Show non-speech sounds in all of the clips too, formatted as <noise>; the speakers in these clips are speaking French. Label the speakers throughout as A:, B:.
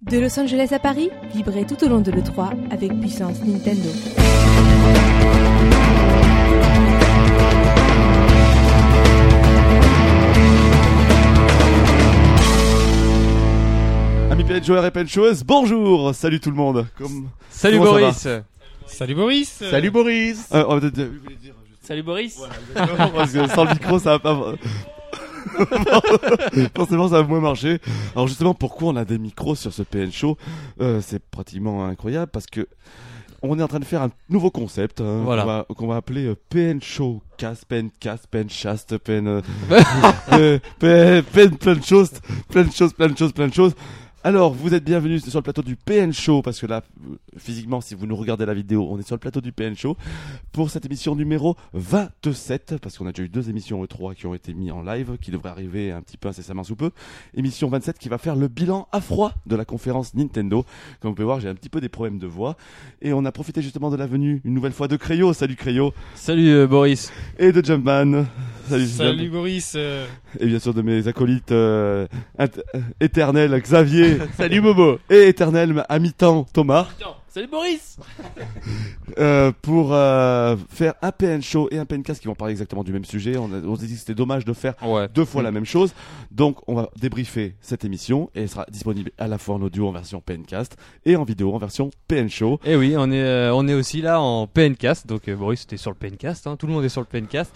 A: De Los Angeles à Paris, vibrez tout au long de l'E3 avec puissance Nintendo.
B: Amis PN Joueurs et PN Joueuses, bonjour Salut tout le monde Comme-
C: Salut
B: Comment ça
C: Boris
D: Salut Boris
C: Salut Boris
B: Euh, on va peut-être- vous voulez dire-
E: Salut Boris
B: Parce que sans le micro, ça va pas... <laughs> Forcément, ça va moins marcher. Alors justement, pourquoi on a des micros sur ce PN Show Euh, C'est pratiquement incroyable parce que on est en train de faire un nouveau concept hein,
C: Voilà.
B: qu'on va, qu'on va appeler euh, PN Show, casse, PN casse, PN chaste, PN, euh, euh, PN, PN plein de choses, plein de choses, plein de choses, plein de choses. Alors, vous êtes bienvenus sur le plateau du PN Show parce que là, euh, physiquement, si vous nous regardez la vidéo, on est sur le plateau du PN Show pour cette émission numéro 27, parce qu'on a déjà eu deux émissions E3 qui ont été mises en live, qui devraient arriver un petit peu incessamment sous peu. Émission 27 qui va faire le bilan à froid de la conférence Nintendo. Comme vous pouvez voir, j'ai un petit peu des problèmes de voix. Et on a profité justement de la venue une nouvelle fois de Crayo, salut Crayo,
C: Salut euh, Boris
B: et de Jumpman, salut,
D: Salut
B: Jump.
D: Boris euh,
B: Et bien sûr de mes acolytes euh, int- euh, éternels Xavier, <laughs> salut Bobo, et éternel à mi-temps Thomas.
E: Salut Boris
B: Euh, pour euh, faire un PN show et un PNcast qui vont parler exactement du même sujet. On, a- on s'est dit que c'était dommage de faire
C: Ouais.
B: deux
F: Mm.
B: fois la même chose. Donc on va débriefer cette émission et elle sera disponible à la fois en audio en version PNcast et en vidéo en version PN show.
C: Et oui, on est, euh, on est aussi là en PNcast, donc euh, Boris était sur le PNcast, hein, tout le monde est sur le PNcast,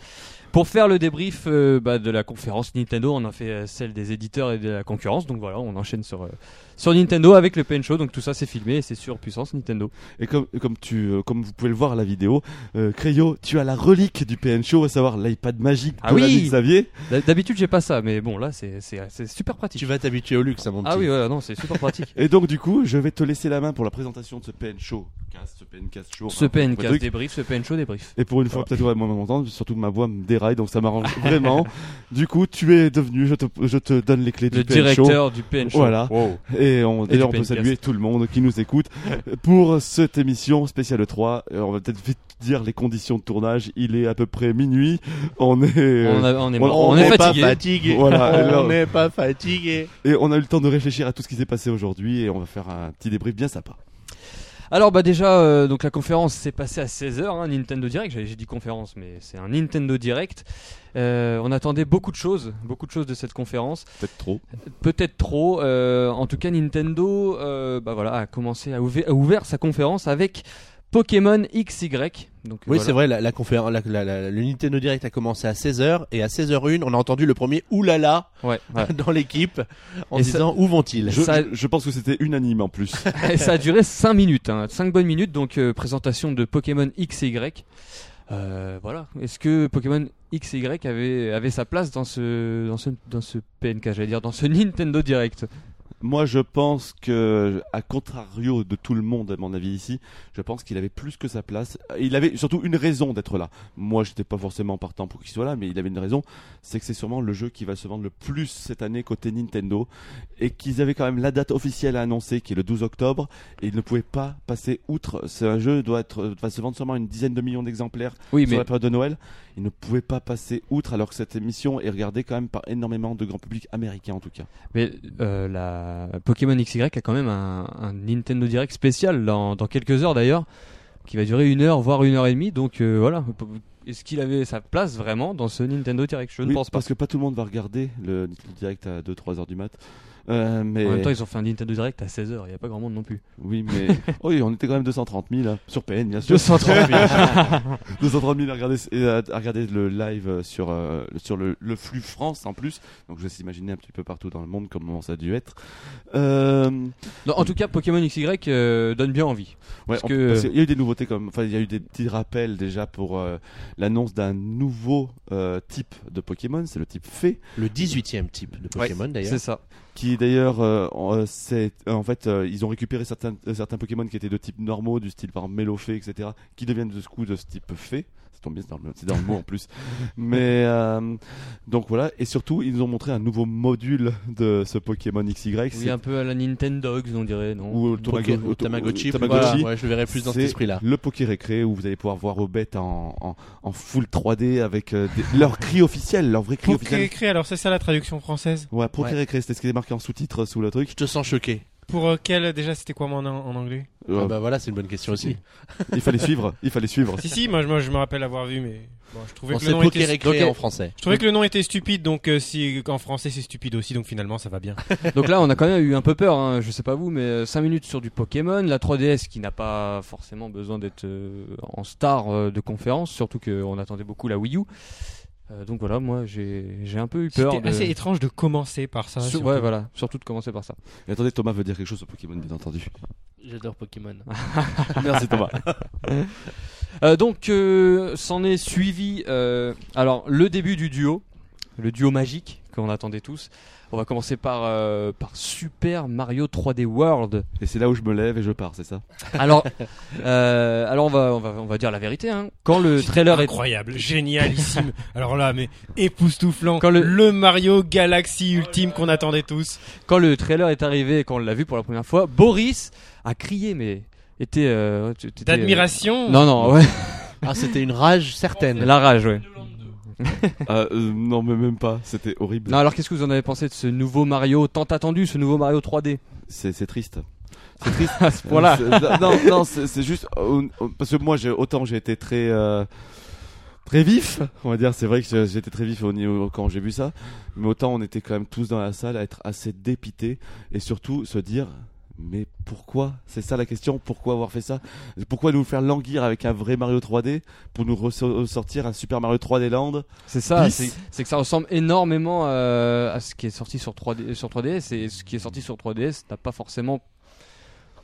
C: pour faire le débrief euh, bah, de la conférence Nintendo, on a fait euh, celle des éditeurs et de la concurrence, donc voilà, on enchaîne sur, euh, sur Nintendo avec le PN Show, donc tout ça c'est filmé et c'est sur Puissance Nintendo.
B: Et comme comme tu euh, comme vous pouvez le voir à la vidéo, euh, Crayo, tu as la relique du PN show, à savoir l'iPad magique de
C: Ah oui
B: l'ami Xavier.
C: D- D'habitude j'ai pas ça, mais bon là c'est c'est- c'est super pratique.
F: Tu vas t'habituer au luxe, à mon petit.
C: ah oui, voilà, non, c'est super
B: <laughs>
C: pratique.
B: Et donc du coup, je vais te laisser la main pour la présentation de ce PN show, cast, ce PNcast show.
C: ce
B: enfin,
C: PNcast
B: truc.
C: débrief, ce PN Show débrief.
B: Et pour une fois, peut-être, ouais, moi, m'entendre, surtout ma voix me déraille, donc ça m'arrange
C: <laughs>
B: vraiment. Du coup, tu es devenu, je te, je te donne les clés du
C: Le
B: PN Show.
C: directeur du PN Show.
B: Voilà. Et on, d'ailleurs, on
C: du
B: peut
C: PNcast.
B: saluer tout le monde qui nous écoute pour cette émission spéciale E3. Euh, On va peut-être vite dire les conditions de tournage. Il est à peu près minuit. On est, euh,
C: On, a- on est,
B: on-
C: mort.
B: on
C: On
B: est
C: est
F: pas
C: fatigué.
F: fatigué.
B: Voilà, alors-
F: on n'est pas fatigué.
B: et on a eu le temps de réfléchir à tout ce qui s'est passé aujourd'hui et on va faire un petit débrief bien sympa.
C: Alors bah déjà euh, donc la conférence s'est passée à 16h hein, Nintendo Direct, J'avais- j'ai dit conférence mais c'est un Nintendo Direct. Euh, on attendait beaucoup de choses, beaucoup de choses de cette conférence,
B: Peut-être trop.
C: peut-être trop. euh, en tout cas Nintendo euh, bah voilà a commencé à ouvrir, a ouvert sa conférence avec Pokémon XY. Donc
F: Oui,
C: voilà.
F: c'est vrai, la, la conférence, la, la, la- le Nintendo Direct a commencé à 16h et à 16h01, on a entendu le premier oulala
C: Ouais,
F: <laughs>
C: ouais.
F: dans l'équipe en
C: Et ça-
F: disant où vont-ils
B: Je,
C: Ça-
B: je- je pense que c'était unanime en plus.
C: Et ça a duré 5 minutes, 5 bonnes minutes, donc euh, présentation de Pokémon XY. Euh, voilà. Est-ce que Pokémon XY avait, avait sa place dans ce, dans ce, dans ce PNK, j'allais dire, dans ce Nintendo Direct
B: Moi, je pense que, à contrario de tout le monde, à mon avis, ici, je pense qu'il avait plus que sa place. Il avait surtout une raison d'être là. Moi, j'étais pas forcément partant pour qu'il soit là, mais il avait une raison. C'est que c'est sûrement le jeu qui va se vendre le plus cette année côté Nintendo. Et qu'ils avaient quand même la date officielle à annoncer, qui est le 12 octobre. Et ils ne pouvaient pas passer outre. C'est un jeu doit être, va se vendre sûrement une dizaine de millions d'exemplaires
C: Oui,
B: sur la période de Noël, ils ne pouvaient pas passer outre alors que cette émission est regardée quand même par énormément de grand public américain en tout cas.
C: mais euh, la Pokémon XY a quand même un, un Nintendo Direct spécial dans, dans quelques heures d'ailleurs, qui va durer une heure, voire une heure et demie. Donc euh, voilà. Est-ce qu'il avait sa place vraiment dans ce Nintendo Direct Je ne
B: Oui,
C: pense pas.
B: Parce que pas tout le monde va regarder le Nintendo direct à 2-3 heures du mat. Euh, mais
C: En même temps, ils ont fait un Nintendo Direct à 16h, il n'y a pas grand monde non plus.
B: oui, mais
C: <laughs>
B: oh, oui, on était quand même 230 000 là, hein, sur PN bien sûr.
C: 230 000.
B: <laughs> 230 000 à regarder, et à- à regarder le live euh, sur euh, sur le, le flux France en plus. Donc je vais s'imaginer un petit peu partout dans le monde comment ça a dû être. Euh,
C: Non, en tout cas, Pokémon XY euh, donne bien envie.
B: ouais,
C: Parce
B: on-
C: que-
B: parce qu'il y a eu des nouveautés comme, enfin il y a eu des petits rappels déjà pour euh, l'annonce d'un nouveau euh, type de Pokémon, c'est le type Fée.
F: Le 18e type de Pokémon d'ailleurs.
C: C'est ça.
B: qui d'ailleurs euh, euh, c'est euh, en fait euh, ils ont récupéré certains euh, certains Pokémon qui étaient de type normaux du style par Mélofée etc qui deviennent de ce coup de ce type fée ça tombe bien c'est dans le, c'est dans le mot en plus mais euh, donc voilà et surtout ils nous ont montré un nouveau module de ce Pokémon XY
C: Oui, ah
B: c'est-
C: un peu à la Nintendo, on dirait, non
B: ou le Tomago-
F: Poké-
B: au-
F: Tamagotchi,
B: au- Tamagotchi.
F: voilà. Ouais, je le verrai plus dans cet
B: C'est
F: esprit-là.
B: Le Poké Récré où vous allez pouvoir voir aux bêtes en, en, en full 3D avec euh, des- leur cri officiel, leur vrai cri
D: Pour
B: officiel.
D: créer, alors c'est ça la traduction française
B: Ouais, Poké
F: Ouais.
B: Récré, c'était ce qui est marqué en sous-titre euh, sous le truc.
F: Je te sens choqué.
D: Pour euh, quel déjà c'était quoi mon en, en anglais
F: Ah
B: Euh,
F: bah voilà, c'est une bonne question aussi.
B: Il fallait suivre, il fallait
D: <laughs>
B: suivre.
D: Si si, moi je, moi, je me rappelle avoir vu, mais bon, je trouvais
F: On
D: que le
F: sait
D: nom
F: poker
D: était
F: et créer
C: Ok.
F: en français.
D: je trouvais que le nom était stupide, donc euh, si en français c'est stupide aussi, donc finalement ça va bien.
C: Donc là, on a quand même eu un peu peur, hein, je sais pas vous, mais 5 minutes sur du Pokémon, la 3DS qui n'a pas forcément besoin d'être euh, en star euh, de conférence, surtout qu'on attendait beaucoup la Wii U. Euh, donc voilà, moi j'ai j'ai un peu eu peur.
D: C'était
C: de-
D: assez étrange de commencer par ça.
C: Sur-
D: surtout.
C: ouais, voilà, surtout de commencer par ça.
B: Et attendez, Thomas veut dire quelque chose au Pokémon, bien entendu.
E: J'adore Pokémon.
B: Merci Thomas.
C: Euh, donc, euh, s'en est suivi euh, alors le début du duo, le duo magique qu'on attendait tous. On va commencer par, euh, par Super Mario 3D World.
B: Et c'est là où je me lève et je pars, c'est ça
D: <laughs>
C: Alors, euh, alors on, va, on, va, on va dire la vérité. Hein. Quand le trailer est <laughs>
D: Incroyable, génialissime. Alors là, mais époustouflant.
C: Quand le-
D: le... Mario Galaxy ultime qu'on attendait tous.
C: quand le trailer est arrivé et qu'on l'a vu pour la première fois, Boris a crié, mais était euh, tu- t'étais, euh,
D: D'admiration.
C: Non, non, ouais,
F: Ah, c'était une rage certaine.
C: la rage, ouais.
B: Ah, <laughs> euh, Non, mais même pas, c'était horrible.
C: Non, alors qu'est-ce que vous en avez pensé de ce nouveau Mario tant attendu, ce nouveau Mario 3D
B: C'est c'est <laughs> triste. C'est triste.
C: à ce point-là
B: C'est- Non, non, c'est c'est juste euh, euh, parce que moi, j'ai autant j'ai été très euh, très vif, on va dire. C'est vrai que j'étais très vif au niveau quand j'ai vu ça, mais autant on était quand même tous dans la salle à être assez dépités et surtout se dire. Mais pourquoi C'est ça la question. Pourquoi avoir fait ça Pourquoi nous faire languir avec un vrai Mario 3D pour nous reso- ressortir un Super Mario 3D Land
C: C'est ça,
B: Bis.
C: c'est c'est que ça ressemble énormément euh, à ce qui est sorti sur 3D, sur 3DS et ce qui est sorti sur 3DS n'a pas forcément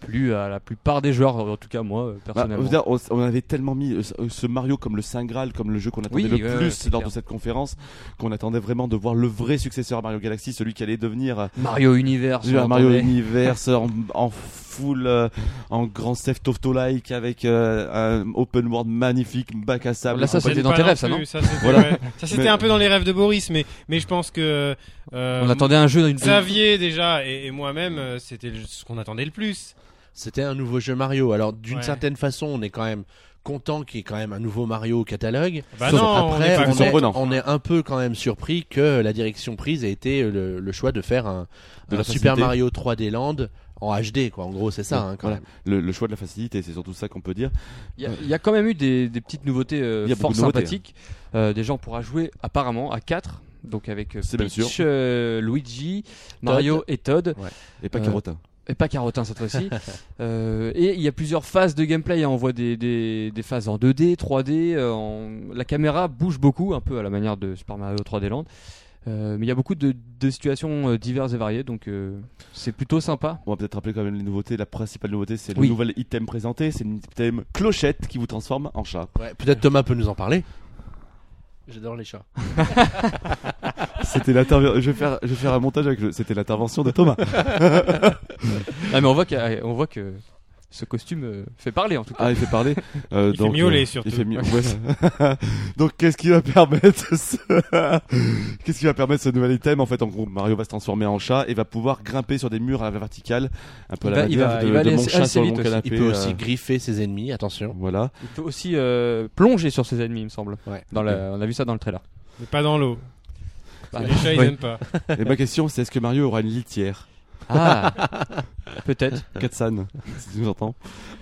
C: plu à la plupart des joueurs, en tout cas moi euh,
B: Bah, je veux
C: personnellement.
B: dire, on, on avait tellement mis euh, ce- euh, ce Mario comme le Saint Graal, comme le jeu qu'on attendait
C: Oui,
B: le
C: ouais, ouais,
B: plus
C: c'est
B: lors
C: clair.
B: de cette conférence, qu'on attendait vraiment de voir le vrai successeur à Mario Galaxy, celui qui allait devenir euh,
C: Mario Universe, on
B: un Mario
C: entendait.
B: Universe
C: <laughs>
B: en, en full, euh, en grand Theft Auto-like, avec euh, un open world magnifique, bac à sable.
C: Là, ça,
B: et compagnie.
C: c'était dans
D: Pas
C: tes
D: non
C: rêves, ça,
D: plus,
C: non
D: c'était
B: Voilà.
D: ouais. Ça, c'était
B: Mais-
D: un peu dans les rêves de Boris, mais, mais je pense que. euh,
C: on attendait un jeu d'une
D: Xavier déjà et, et moi-même, euh, c'était le- ce qu'on attendait le plus.
F: C'était un nouveau jeu Mario. Alors, d'une
D: Ouais.
F: certaine façon, on est quand même content qu'il y ait quand même un nouveau Mario au catalogue.
D: Bah
B: Sauf
D: non, on
F: Après,
D: est pas
F: on
D: content.
F: est,
B: surprenant.
F: on est un peu quand même surpris que la direction prise ait été euh, le, le choix de faire un,
B: De la
F: un Super
B: facilité.
F: Mario 3D Land en HD, quoi. En gros, c'est ça,
B: Ouais,
F: hein, quand
B: voilà.
F: même.
B: le, le choix de la facilité, c'est surtout ça qu'on peut dire.
C: Il y a- il y, a quand même eu des, des petites nouveautés euh,
B: Il y a
C: fort
B: beaucoup de nouveautés,
C: sympathiques. Euh, déjà, on pourra jouer apparemment à 4. Donc avec euh,
B: C'est bien sûr.
C: Peach, euh, Luigi, Mario et Todd.
B: Et pas
C: Euh,
B: Carotin.
C: Et pas Carotin cette fois-ci. <laughs> Euh, et il y a plusieurs phases de gameplay. hein. On voit des, des, des phases en 2D, 3D. euh, en- La caméra bouge beaucoup, un peu à la manière de Super Mario 3D Land. Euh, mais il y a beaucoup de, de situations euh, diverses et variées. Donc euh, c'est plutôt sympa.
B: On va peut-être rappeler quand même les nouveautés. La principale nouveauté, c'est le
C: Oui.
B: nouvel item présenté. C'est l'item clochette qui vous transforme en chat.
F: Ouais, Peut-être Thomas peut nous en parler.
E: J'adore les chats.
B: C'était l'intervention. Je vais faire, je vais faire un montage avec. le- C'était l'intervention de Thomas.
C: Ah, mais on voit, qu'il y a- on voit que ce costume euh, fait parler en tout cas.
B: Ah, il fait parler. Euh,
D: Il fait
B: donc,
D: miauler,
B: euh,
D: surtout.
B: il fait miau-
C: <laughs>
B: ouais. donc, qu'est-ce qui va permettre ce... <laughs> Qu'est-ce qui va permettre ce nouvel item En fait, en gros, Mario va se transformer en chat et va pouvoir grimper sur des murs à la verticale, un peu à
C: Il
B: la
C: va- il
B: manière
C: va-
B: de,
C: il va
B: de
C: aller
B: mon
C: assez-
B: chat
C: assez
B: sur
C: vite
B: mon
C: aussi.
B: canapé.
F: Il peut
B: euh,
F: aussi griffer ses ennemis, attention.
B: Voilà.
C: Il peut aussi euh, plonger sur ses ennemis, il me semble.
F: Ouais.
C: Dans la- on a vu ça dans le trailer.
D: Mais pas dans l'eau.
C: Bah,
D: les chats, ils
C: oui.
D: aiment pas.
B: Et ma question, c'est est-ce que Mario aura une litière
C: Ah, peut-être.
B: <laughs> Katsan, si tu nous entends.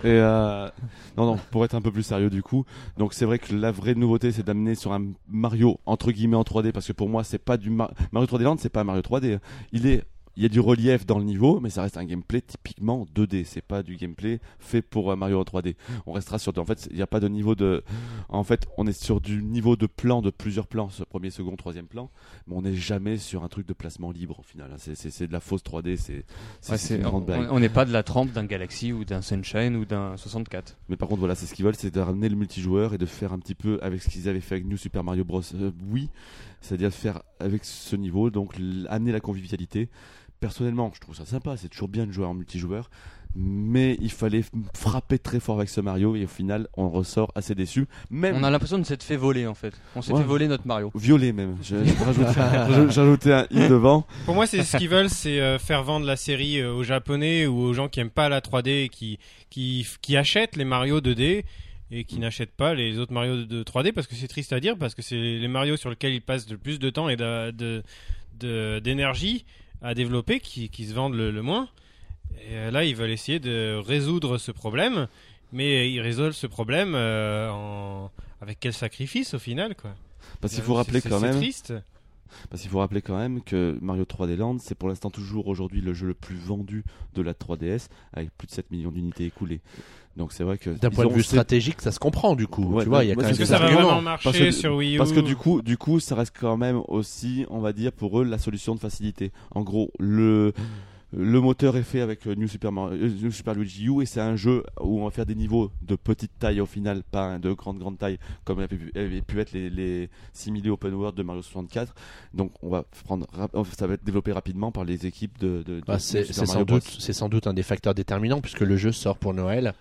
B: Et euh, non, non, pour être un peu plus sérieux du coup, donc c'est vrai que la vraie nouveauté c'est d'amener sur un Mario entre guillemets en 3D parce que pour moi c'est pas du Mar- Mario 3D Land, c'est pas un Mario 3D. Il est il y a du relief dans le niveau, mais ça reste un gameplay typiquement 2D. C'est pas du gameplay fait pour euh, Mario en 3D. On restera sur. En fait, il n'y a pas de niveau de. En fait, on est sur du niveau de plan de plusieurs plans, ce premier, second, troisième plan, mais on n'est jamais sur un truc de placement libre au final. hein. C'est- C'est c'est de la fausse 3D. C'est c'est- c'est
C: Ouais, c'est-
B: une grande
C: on
B: blague.
C: on n'est pas de la trempe d'un Galaxy ou d'un Sunshine ou d'un 64.
B: Mais par contre, voilà, c'est ce qu'ils veulent, c'est de ramener le multijoueur et de faire un petit peu avec ce qu'ils avaient fait avec New Super Mario Bros. euh, oui, c'est-à-dire faire avec ce niveau, donc l- amener la convivialité. Personnellement, je trouve ça sympa, c'est toujours bien de jouer en multijoueur, mais il fallait f- frapper très fort avec ce Mario et au final, on ressort assez déçu, même
C: On a l'impression de s'être fait voler en fait. On s'est
B: Ouais.
C: fait voler notre Mario.
B: violet même. Je- je
D: <laughs>
B: rajoute- J'ajoutais un i devant.
D: Pour moi, c'est ce qu'ils veulent, c'est euh, faire vendre la série euh, aux Japonais ou aux gens qui aiment pas la 3D et qui qui qui achètent les Mario 2D et qui n'achètent pas les autres Mario de 3D parce que c'est triste à dire parce que c'est les Mario sur lesquels ils passent le plus de temps et d'a- de de- d'énergie à développer qui qui se vendent le, le moins. Et euh, là, ils veulent essayer de résoudre ce problème, mais ils résolvent ce problème euh, en... avec quel sacrifice au final, quoi.
B: Parce qu'il
D: Euh,
B: faut rappeler
D: c'est-
B: quand
D: c'est-
B: même.
D: C'est triste.
B: Parce qu'il faut rappeler quand même que Mario 3D Land, c'est pour l'instant toujours aujourd'hui le jeu le plus vendu de la 3DS, avec plus de 7 millions d'unités écoulées. Donc c'est vrai que.
F: D'un
B: ils
F: point de
B: ont-
F: vue
B: c'est-
F: stratégique, ça se comprend du coup.
B: Ouais,
F: tu vois, il y a
B: moi,
F: quand
B: Ah, c'est
F: même
D: Est-ce que
F: des
D: ça va
F: arguments.
D: vraiment marcher
B: Parce que-
D: sur Wii U
B: Parce que du coup, du coup, ça reste quand même aussi, on va dire, pour eux, la solution de facilité. En gros, le. Le moteur est fait avec euh, New Super, Mario, euh, New Super Luigi U et c'est un jeu où on va faire des niveaux de petite taille au final, pas hein, de grande grande taille comme avaient pu, avaient pu être les, les similés open world de Mario 64. Donc on va prendre, rap- ça va être développé rapidement par les équipes de. de, de
F: Bah, c'est
B: New Super
F: c'est sans
B: Mario Bros.
F: doute, c'est sans doute un des facteurs déterminants puisque le jeu sort pour Noël.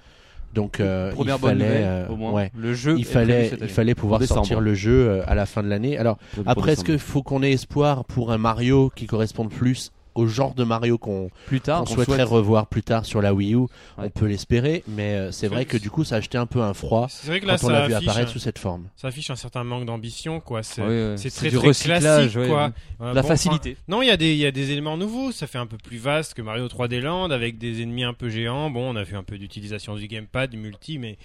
F: Donc euh,
C: Première
F: il
C: bonne
F: fallait,
C: nouvelle,
F: euh,
C: au moins.
F: ouais,
C: Le jeu. est
F: il
C: prévu
F: fallait,
C: cette
F: il
C: année.
F: fallait pouvoir
B: En décembre.
F: sortir le jeu euh, à la fin de l'année. Alors
B: Prévu pour
F: après, est-ce
B: décembre.
F: qu'il faut qu'on ait espoir pour un Mario qui corresponde plus au genre de Mario qu'on
C: plus tard.
F: qu'on
C: qu'on
F: souhaiterait
C: Ah, souhaite.
F: revoir plus tard sur la Wii U
B: Ouais.
F: On peut l'espérer, mais euh, c'est
D: C'est-
F: vrai que du coup, ça a acheté un peu un froid
D: c'est vrai que là,
F: quand on
D: ça
F: l'a vu
D: affiche,
F: apparaître
D: un,
F: sous cette forme.
D: ça affiche un certain manque d'ambition, quoi. C'est
C: Ouais, ouais.
D: c'est
C: C'est
D: très,
C: du
D: très
C: recyclage,
D: classique,
C: ouais,
D: quoi.
C: ouais.
D: Euh,
C: La
D: bon,
C: facilité.
D: Non, il y, a des- il y a des éléments nouveaux, ça fait un peu plus vaste que Mario 3D Land, avec des ennemis un peu géants. Bon, on a vu un peu d'utilisation du gamepad, du multi, mais,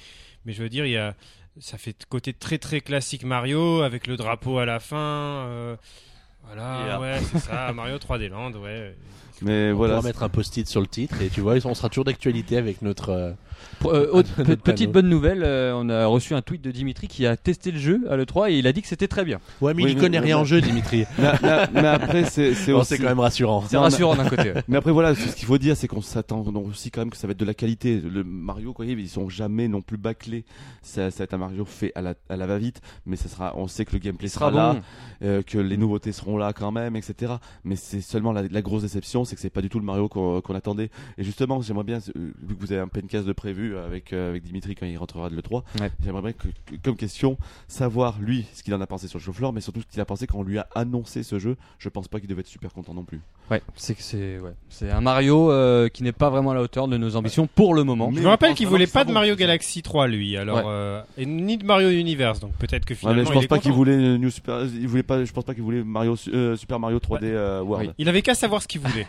D: mais je veux dire, il y a, ça fait de côté très très classique Mario, avec le drapeau à la fin. euh, voilà,
C: Yeah.
D: ouais, c'est ça, <laughs> Mario 3D Land, ouais.
B: Mais
F: On
B: voilà,
F: pourra mettre un post-it sur le titre et tu vois, on sera toujours d'actualité avec notre. euh,
C: Pour- euh, autre-
F: Notre panneau.
C: petite bonne nouvelle, euh, on a reçu un tweet de Dimitri qui a testé le jeu à l'E3 et il a dit que c'était très bien.
F: Ouais, mais
B: Oui,
F: il
B: mais-
F: connaît
B: mais-
F: rien en
B: mais-
F: jeu, Dimitri.
B: Là- là- mais après, c'est c'est
F: <laughs> Bon,
B: aussi.
F: c'est quand même rassurant.
C: C'est
B: Non,
C: rassurant d'un
B: <laughs>
C: côté. ouais.
B: Mais après, voilà, ce qu'il faut dire, c'est qu'on s'attend donc aussi quand même que ça va être de la qualité. Le Mario, quoi, ils sont jamais non plus bâclés. Ça, ça va être un Mario fait à la, à la va-vite, mais ça sera, on sait que le gameplay sera, là, euh, que les nouveautés seront là quand même, etc. Mais c'est seulement la, la grosse déception, c'est que c'est pas du tout le Mario qu'on qu'on attendait. Et justement, j'aimerais bien, euh, vu que vous avez un pencast de prévu avec, euh, avec Dimitri quand il rentrera de l'E3,
C: Ouais.
B: j'aimerais bien que, que- comme question, savoir lui ce qu'il en a pensé sur le chauffe-fleur, mais surtout ce qu'il a pensé quand on lui a annoncé ce jeu. Je pense pas qu'il devait être super content non plus.
C: Ouais, c'est que c'est ouais. c'est un Mario euh, qui n'est pas vraiment à la hauteur de nos ambitions pour le moment.
B: Mais
D: Je
B: on
D: me rappelle
B: pense
D: qu'il
B: vraiment
D: voulait
B: que ça
D: pas de
B: vaut,
D: Mario
B: c'est ça.
D: Galaxy 3, lui, alors,
C: Ouais.
D: euh, et ni de Mario Universe, donc peut-être que
B: Ouais,
D: finalement.
B: Ah, mais je
D: il
B: pense
D: est
B: pas qu'il
D: content.
B: voulait euh, New Super, il voulait pas, je pense pas qu'il voulait Mario Su- euh, Super Mario 3D euh, World.
C: Oui.
D: Il avait qu'à savoir ce qu'il voulait.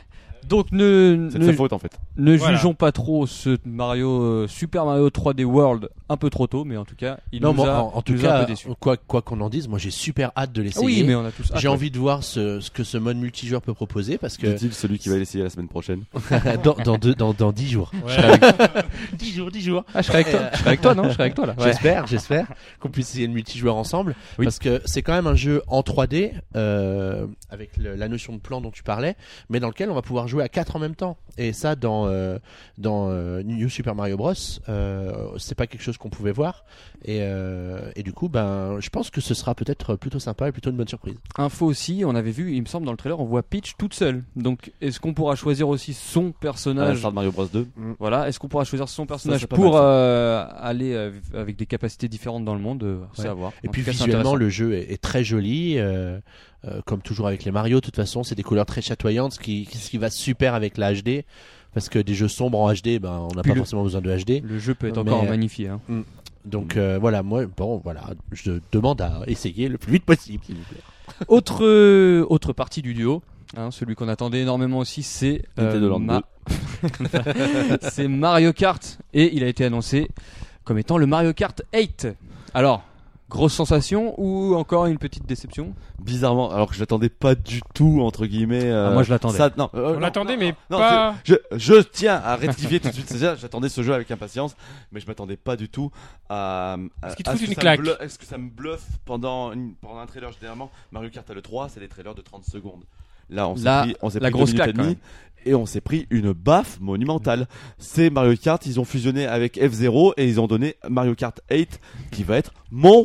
C: Donc ne
B: C'est de
C: ne,
B: sa faute en fait.
C: ne
D: Voilà.
C: jugeons pas trop ce Mario euh, Super Mario 3D World un peu trop tôt, mais en tout cas il
F: non,
C: nous
F: mais
C: a
F: en, en tout
C: nous a un
F: cas,
C: peu déçus.
F: quoi quoi qu'on en dise, moi j'ai super hâte de
C: Ah
F: l'essayer.
C: oui, mais on a tous
F: J'ai
C: Ah,
F: envie de voir ce, ce que ce mode multijoueur peut proposer parce que
B: Dit-il celui qui va l'essayer la semaine prochaine.
F: <laughs> dans, dans, deux- dans, dans 10
C: <laughs>
F: jours.
D: Ouais.
F: 10 jours, 10 jours.
C: Ah, je serai
F: <laughs>
C: avec toi, je serai avec toi, non Je serai avec toi là. Ouais.
F: J'espère, j'espère <laughs> qu'on puisse essayer le multijoueur ensemble
C: Oui.
F: parce que c'est quand même un jeu en 3D euh, avec le- la notion de plan dont tu parlais, mais dans lequel on va pouvoir jouer à 4 en même temps. Et ça, dans euh, dans euh, New Super Mario Bros, euh, c'est pas quelque chose qu'on pouvait voir. Et, euh, et du coup, ben, je pense que ce sera peut-être plutôt sympa et plutôt une bonne surprise.
C: Info aussi, on avait vu, il me semble dans le trailer, on voit Peach toute seule. Donc est-ce qu'on pourra choisir aussi
B: À
C: son
B: la
C: personnage
B: star de Mario Bros 2.
C: Voilà, est-ce qu'on pourra choisir son personnage
B: c'est pas
C: pour
B: mal, ça.
C: euh, aller euh, avec des capacités différentes dans le monde euh, C'est
F: Ouais.
C: à voir.
F: Et
C: En
F: puis
C: tout cas, c'est
F: visuellement,
C: intéressant.
F: le jeu est, est très joli, euh, euh, comme toujours avec les Mario. De toute façon, c'est des couleurs très chatoyantes, ce qui, ce qui va super avec la HD, parce que des jeux sombres en HD, ben, on n'a
C: Puis
F: pas
C: le-
F: forcément besoin de HD.
C: Le jeu peut être
F: Mais-
C: encore magnifié. hein.
F: Donc euh, voilà, moi, bon, voilà, je demande à essayer le plus vite possible, s'il vous plaît.
C: <laughs> Autre, euh, autre partie du duo, hein, celui qu'on attendait énormément aussi, c'est euh,
B: Nintendo Land
C: Ma- <laughs>
B: <laughs>
C: c'est Mario Kart. Et il a été annoncé comme étant le Mario Kart 8. Alors, grosse sensation ou encore une petite déception
B: Bizarrement, alors que je l'attendais pas du tout entre guillemets. euh,
C: Ah, Moi je l'attendais.
B: ça, non, euh,
D: On
B: non,
D: l'attendait, mais
B: non,
D: pas.
B: Je, je tiens à rectifier tout de suite. C'est-à-dire, j'attendais ce jeu avec impatience, mais je m'attendais pas du tout à. à-
D: Est-ce qu'il te
B: à
D: fout
B: ce que
D: une
B: ça me
D: claque
B: bluffe- Est-ce que ça me bluffe pendant, une- pendant un trailer généralement Mario Kart à le 3, c'est des trailers de 30 secondes. Là, on s'est
C: Là,
B: pris, on s'est pris
C: la
B: deux
C: grosse
B: minutes
C: claque,
B: et demie, et on s'est pris une baffe monumentale. C'est Mario Kart, ils ont fusionné avec F0 et ils ont donné Mario Kart 8 qui va être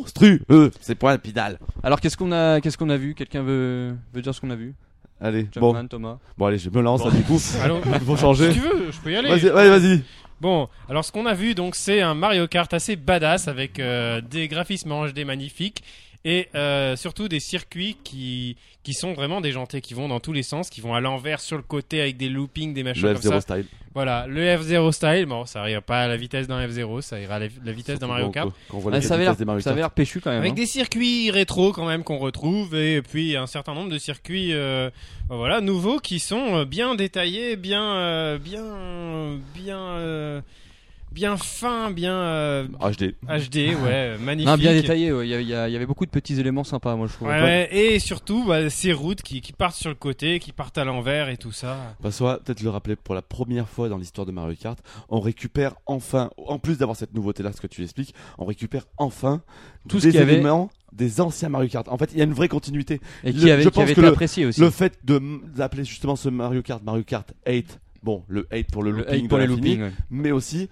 B: monstrueux. C'est point pidal.
C: Alors qu'est-ce qu'on a, qu'est-ce qu'on a vu Quelqu'un veut, veut dire ce qu'on a vu
B: Allez, bon,
C: Jumpman, Thomas
B: bon, allez, je me lance là, du coup.
D: Allô
B: Ils vont
D: Si
B: changer.
D: tu veux, je peux y aller.
B: Vas-y, vas-y, vas-y.
D: Bon, alors ce qu'on a vu, donc c'est un Mario Kart assez badass avec euh, des graphismes en HD magnifiques Et euh, surtout des circuits qui, qui sont vraiment déjantés, qui vont dans tous les sens, qui vont à l'envers, sur le côté, avec des loopings, des machins
B: Le
D: comme ça.
B: F0 style.
D: Voilà, le F0 style, bon, ça ira pas à la vitesse d'un F0, ça ira à la, la vitesse d'un
B: Surtout
D: Mario
B: quand-
D: Kart.
B: Quand on voit
C: Ah,
B: la
C: ça avait l'air-
B: vitesse des Mario
C: ça avait
B: Kart.
C: l'air péchu quand même.
D: Avec
C: hein.
D: des circuits rétro quand même qu'on retrouve et puis un certain nombre de circuits euh, ben voilà nouveaux qui sont euh, bien détaillés, bien euh, bien euh, bien euh, bien fins, bien euh,
B: HD.
D: <laughs> HD, ouais, magnifique.
C: Non, bien détaillé, ouais, il y, a- il y a- il y avait beaucoup de petits éléments sympas, moi je trouve.
D: Ouais, ouais, et surtout bah, ces routes qui, qui partent sur le côté, qui partent à l'envers et tout ça.
B: Bah, soit peut-être le rappeler pour la première fois dans l'histoire de Mario Kart, on récupère enfin, en plus d'avoir cette nouveauté-là, ce que tu expliques, on récupère enfin
C: Tout ce
B: des
C: qu'il y avait.
B: éléments des anciens Mario Kart. En fait, il y a une vraie continuité.
C: Et
B: Le-
C: qui avait,
B: je
C: qui
B: pense
C: avait
B: que
C: été
B: le-
C: apprécié aussi.
B: Le fait de d'appeler justement ce Mario Kart Mario Kart 8, bon, le 8 pour le
C: Le
B: looping,
C: hate pour
B: de
C: les
B: l'infini,
C: loopings. ouais.
B: mais aussi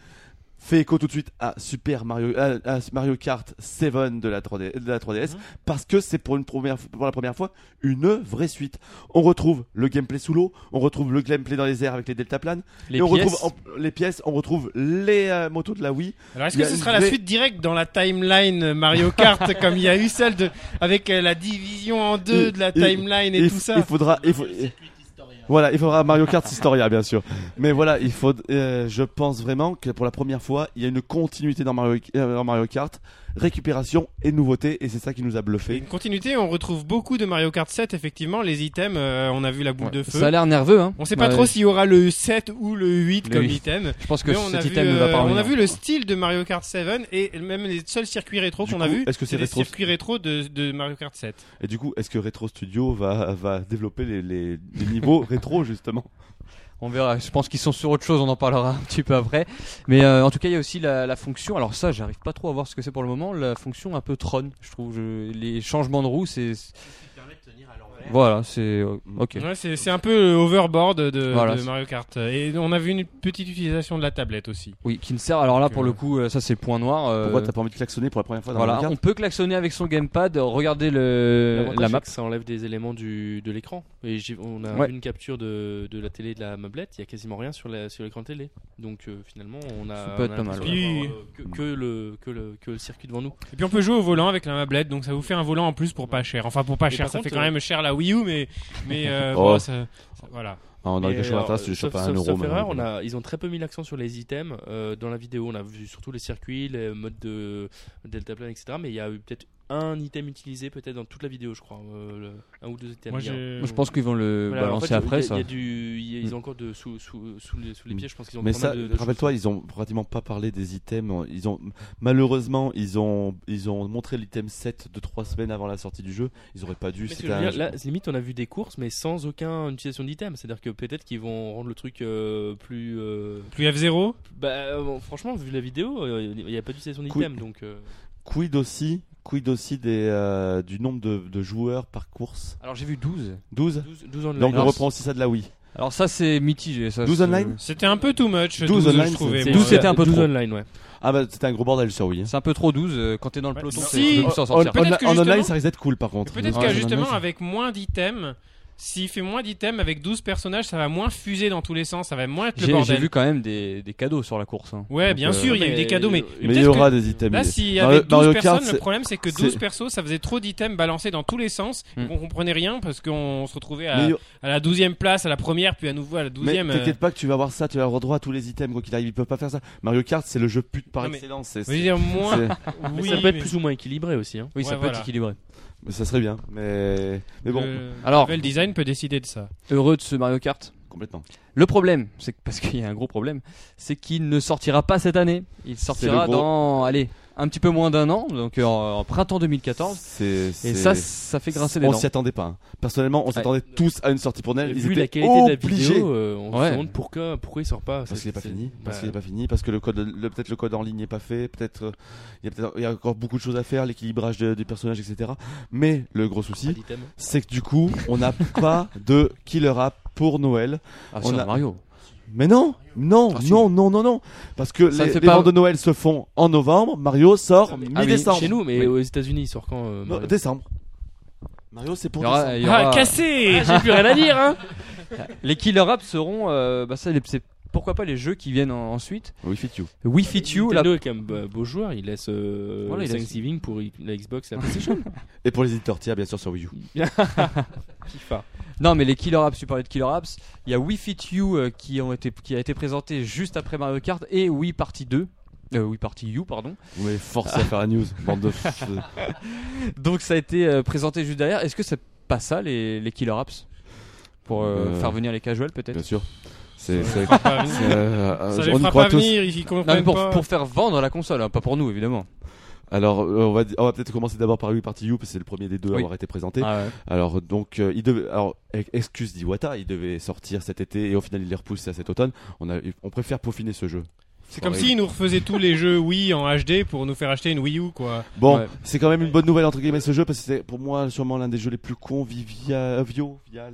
B: fait écho tout de suite à Super Mario à, à Mario Kart 7 de la 3D de la 3DS
D: Mhm.
B: parce que c'est pour une première pour la première fois une vraie suite. On retrouve le gameplay sous l'eau, on retrouve le gameplay dans les airs avec les deltaplanes
C: Les
B: et on
C: pièces.
B: retrouve en- les pièces, on retrouve les euh, motos de la Wii.
D: Alors est-ce
B: Il y
D: que
B: a
D: ce
B: une
D: sera la
B: vraie-
D: suite directe dans la timeline Mario <laughs> Kart comme il y a eu celle de avec euh, la division en deux de la
B: Il- il-
D: timeline et,
B: il,
D: tout ça
B: il faudra il faut- Voilà, il faudra Mario Kart Historia bien sûr. Mais voilà, il faut euh, je pense vraiment que pour la première fois, il y a une continuité dans Mario, euh, dans Mario Kart, récupération et nouveauté et c'est ça qui nous a
D: Et
B: bluffé.
D: une continuité, on retrouve beaucoup de Mario Kart 7, effectivement, les items, euh, on a vu la boule
C: Ouais.
D: de feu.
C: Ça a l'air nerveux, hein.
D: On sait pas
C: Ouais,
D: trop s'il y aura le 7 ou le 8
C: Le
D: comme
C: 8.
D: item.
C: Je pense que
D: Mais on a,
C: cet
D: vu,
C: item ne va
D: euh,
C: pas
D: on
C: revenir.
D: a vu le style de Mario Kart 7 et même les seuls circuits rétro
B: Du
D: qu'on a
B: coup,
D: vu.
B: est-ce que c'est
D: les
B: rétro-
D: circuits rétro de, de Mario Kart 7
B: Et du coup, est-ce que Retro Studio va va développer les, les, les
E: <laughs>
B: niveaux rétro justement
C: On verra. Je pense qu'ils sont sur autre chose. On en parlera <laughs> un petit peu après. Mais euh, en tout cas, il y a aussi la, la fonction. Alors ça, j'arrive pas trop à voir ce que c'est pour le moment. La fonction un peu Tron, je trouve. Je- les changements de roue, c'est voilà, c'est euh, ok.
D: Ouais, c'est c'est un peu le overboard de,
C: Voilà,
D: de
C: c'est-
D: Mario Kart. Et on a vu une petite utilisation de la tablette aussi.
C: Oui, qui ne sert. Alors là, pour le coup, euh, ça c'est le point noir. euh,
B: Pourquoi t'as pas envie de klaxonner pour la première fois dans
C: voilà,
B: Mario
C: on
B: Kart
C: peut klaxonner avec son gamepad. Regardez le
E: L'avantage,
C: Euh, la
E: c'est
C: map.
E: que Ça enlève des éléments du, de l'écran. Et j'ai- on a
C: Ouais.
E: vu une capture de, de la télé de la mablette. Il y a quasiment rien sur la- sur l'écran sur télé. Donc euh, finalement, on a.
C: Ça peut
E: on a
C: être pas mal,
E: l'impression
D: ouais.
E: d'avoir, euh, que, que le, que, le, que le circuit devant nous.
D: Et puis on peut jouer au volant avec la mablette, donc ça vous fait un volant en plus pour pas cher. Enfin, pour pas
E: Mais
D: cher,
E: par
D: ça
E: contre,
D: fait
C: euh,
D: quand même cher la Wii U, mais. mais euh,
B: Oh.
D: voilà, ça- ça- voilà.
B: Ah, on a
E: Mais
B: quelque chose à
E: alors,
B: faire, si je
E: sauf-
B: chope à
E: sauf-
B: 1 euro.
E: sauf
B: mais-
E: erreur, on a, ils ont très peu mis l'accent sur les items euh, dans la vidéo. On a vu surtout les circuits, les modes de deltaplane, etc. Mais il y a eu peut-être un item utilisé peut-être dans toute la vidéo, je crois. euh, le- un ou deux items.
D: Moi,
E: Il y a-
D: j'ai-
C: Moi, je pense qu'ils vont le
E: Voilà, en
C: Euh, balancer
E: fait,
C: après
E: il y a-
C: ça. Mm.
E: il y a du- il y a- ils ont encore de sous, sous, sous les, sous les pieds, je pense qu'ils ont
B: Mais
E: pas
B: ça,
E: mal de- de
B: rappelle-toi, ils ont pratiquement pas parlé des items. Ils ont malheureusement, ils ont ils ont montré l'item 7 de 3 semaines avant la sortie du jeu. Ils auraient pas dû.
E: Mais ce que
B: c'était
E: je veux
B: un-
E: dire, là, limite, on a vu des courses, mais sans aucune utilisation d'item. C'est-à-dire que peut-être qu'ils vont rendre le truc euh, plus. euh,
D: Plus F0
E: Bah, euh, bon, franchement, vu la vidéo, euh, il n'y a pas d'utilisation
B: Cool.
E: d'item. Donc, euh,
B: Quid aussi, quid aussi des euh, du nombre de, de joueurs par course.
C: Alors j'ai vu 12.
B: 12
E: 12, 12 online. Ah,
B: Donc on
C: Alors,
B: reprend aussi ça de la Wii.
C: Alors ça c'est mitigé. Ça,
B: 12
C: c'est-
B: online
D: C'était un peu too much.
B: 12
D: 12,
B: online,
D: je trouvais.
E: C'est-
D: moi.
C: 12, c'était un peu
E: 12
C: trop.
E: online, ouais.
B: Ah bah c'était un gros bordel sur Wii. hein.
E: Oh,
C: C'est un peu trop 12 euh, quand t'es dans le
D: Ouais.
C: peloton.
D: Si,
C: c'est- tu peux plus s'en sortir.
B: En, en-
D: Peut-être que
B: en online
D: justement-
B: ça risque d'être cool par contre.
D: Peut-être
B: Ouais, en
D: que
B: online,
D: justement,
B: ça-
D: avec moins d'items, s'il fait moins d'items avec 12 personnages, ça va moins fuser dans tous les sens, ça va moins être le
C: J'ai- J'ai
D: bordel.
C: vu quand même des, des cadeaux sur la course. hein.
D: Ouais,
C: Donc,
D: bien
C: euh,
D: sûr, il y a eu des cadeaux, mais,
B: Mais il y
D: peut-être
B: aura
D: que-
B: des items.
D: Là,
B: il-
D: s'il y
B: Mario-
D: avait 12
B: Mario Kart,
D: personnes,
B: c'est-
D: le problème c'est que
B: c'est- Hmm.
D: 12 persos, ça faisait trop d'items balancés dans tous les sens,
C: Mm.
D: on comprenait rien parce qu'on se retrouvait
B: mais
D: à,
B: il y-
E: euh,
D: à la 12 e place, à la première, puis à nouveau à la 12
B: Mais
D: e
B: t'inquiète pas que tu vas voir ça, tu vas avoir droit à tous les items quoi qu'il arrive, ils peuvent pas faire ça. Mario Kart c'est le jeu pute par
D: Non, mais-
B: excellence. c'est-
D: euh, Je veux dire,
B: c'est-
D: moins.
E: Mais
D: Oui,
E: ça peut être
D: mais-
E: plus ou moins équilibré aussi. Hein.
C: Oui, ça
D: Ouais,
C: peut
D: voilà.
C: être équilibré.
B: mais ça serait bien, mais mais bon,
E: Euh,
D: Le
C: Alors-
D: level design peut décider de ça.
C: Heureux de ce Mario Kart.
B: complètement.
C: Le problème, c'est que, parce qu'il y a un gros problème, c'est qu'il ne sortira pas cette année. Il
B: le
C: sortira
B: gros-
C: dans, allez, un petit peu moins d'un an, donc euh, en, en printemps 2014.
B: C'est
C: Et
B: c'est-
C: ça, ça fait grincer les
B: on
C: dents.
B: s'y attendait pas. hein. Personnellement, on s'attendait tous à une sortie pour Noël.
E: Et
B: Ils
E: vu
B: étaient
E: la qualité de la
B: obligés.
E: vidéo, euh, on
C: Ouais.
E: se demande pourquoi, pourquoi il sort pas.
B: Parce qu'il
E: C'est-
B: n'est pas
E: c'est-
B: fini, parce
E: bah,
B: qu'il est pas fini, parce que le code, le- peut-être le code en ligne n'est pas fait, peut-être euh, il y a peut-être il y a encore beaucoup de choses à faire, l'équilibrage de- du personnage, etc. Mais le gros
E: pas
B: souci,
E: d'item.
B: c'est que du coup, on n'a pas de killer app pour Noël.
C: Ah,
B: on
C: sur
B: a-
C: Mario.
B: Mais non, non,
C: Ah, si.
B: non, non, non, non, parce que
C: Ça
B: les,
C: fait
B: les
C: pas-
B: ventes de Noël se font en novembre, Mario sort
C: Ah, mais Bah,
B: mi-décembre,
E: Chez nous, mais
C: Oui.
E: aux États-Unis, il sort quand euh,
B: Non,
E: Mario
B: décembre. Mario, c'est
C: Il
B: pour
C: y aura-
B: décembre.
C: il y aura-
D: Ah, cassé
E: J'ai plus rien à dire, hein.
C: les killer apps seront, euh, bah ça, les- c'est pourquoi pas les jeux qui viennent en- ensuite
B: Oui, fit you.
C: Wii Fit You, là,
E: Nintendo est quand même bah, beau joueur, il laisse euh,
C: Voilà, il
E: le
C: laisse-
E: Thanksgiving pour i- la Xbox
C: <laughs>
E: et la PlayStation.
B: Et pour les éditeurs tiers, bien sûr, sur Wii U.
E: FIFA.
C: Non, mais les Killer Apps, tu parlais de Killer Apps. Il y a Wii Fit You euh, qui, ont été, qui a été présenté juste après Mario Kart et Wii Party 2. Euh, Wii Party U, pardon. <laughs>
B: Vous m'avez forcé à faire la <laughs> news, bande de. f-
C: Donc ça a été euh, présenté juste derrière. Est-ce que c'est pas ça les, les Killer Apps Pour euh,
B: Euh,
C: faire venir les casuals peut-être
B: Bien sûr. C'est. c'est-
D: Pas venir.
B: c'est, euh,
D: Ça
B: euh,
D: les
B: on y
D: fera
B: croit
D: pas
B: tous.
D: venir, ils
C: Non, mais
D: comprennent
C: pour,
D: pas.
C: pour faire vendre la console, hein, pas pour nous évidemment.
B: Alors, euh, on va, di- on va peut-être commencer d'abord par Wii Party U, parce que c'est le premier des deux à
C: Oui.
B: avoir été présenté.
C: Ah ouais.
B: Alors donc euh, il devait alors e- excuse d'Iwata, il devait sortir cet été et au final il est repoussé à cet automne. On a on préfère peaufiner ce jeu.
D: C'est comme s'ils nous refaisaient tous les jeux Wii en HD pour nous faire acheter une Wii U, quoi.
B: Bon,
C: Ouais.
B: c'est quand même une bonne nouvelle entre guillemets ce jeu parce que c'est pour moi sûrement l'un des jeux les plus conviviaux, vial.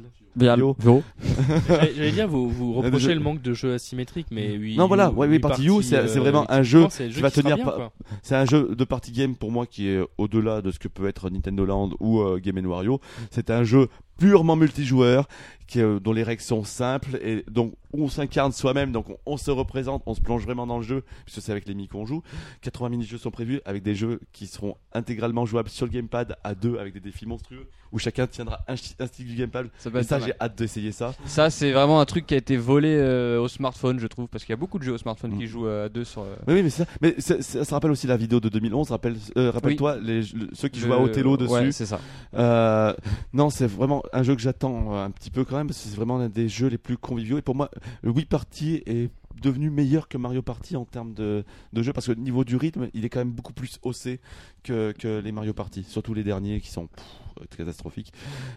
B: Yo.
E: J'allais j'allais dire, vous, vous
B: mais
E: reprochez
B: Ah, je-
E: le manque de jeux asymétriques, mais oui.
B: Non, voilà,
E: oui,
B: ouais, oui,
E: oui,
B: Party U, c'est-
E: euh,
B: c'est vraiment un
E: effectivement,
B: jeu
E: c'est
B: qui va
E: sera
B: tenir
E: bien,
B: pas-
E: quoi.
B: C'est un jeu de party game pour moi qui est au-delà de ce que peut être Nintendo Land ou euh, Game Wario. C'est un jeu purement multijoueur qui, euh, dont les règles sont simples et donc on s'incarne soi-même, donc on, on se représente, on se plonge vraiment dans le jeu puisque c'est avec les mi qu'on joue. 80 mini-jeux sont prévus avec des jeux qui seront intégralement jouables sur le gamepad à deux avec des défis monstrueux où chacun tiendra un, chi- un stick du gamepad.
C: Bah, Ça, peut
B: Et
C: être
B: ça,
C: pas
B: j'ai
C: mal.
B: hâte d'essayer ça.
C: Ça, c'est vraiment un truc qui a été volé euh, au smartphone, je trouve, parce qu'il y a beaucoup de jeux au smartphone
B: Mm.
C: qui jouent euh, à deux sur. euh,
B: Mais oui, mais c'est ça. Mais ça, ça- ça rappelle aussi la vidéo de 2011. Rappelle, euh, rappelle-toi les- le- ceux qui
C: le-
B: jouaient à Othello dessus.
C: Ouais, c'est ça.
B: Euh, non, c'est vraiment un jeu que j'attends euh, un petit peu quand même, parce que c'est vraiment l'un des jeux les plus conviviaux. Et pour moi, euh, Wii Party est devenu meilleur que Mario Party en termes de, de jeu, parce que au niveau du rythme, il est quand même beaucoup plus haussé que, que les Mario Party, surtout les derniers qui sont pff, euh, catastrophiques.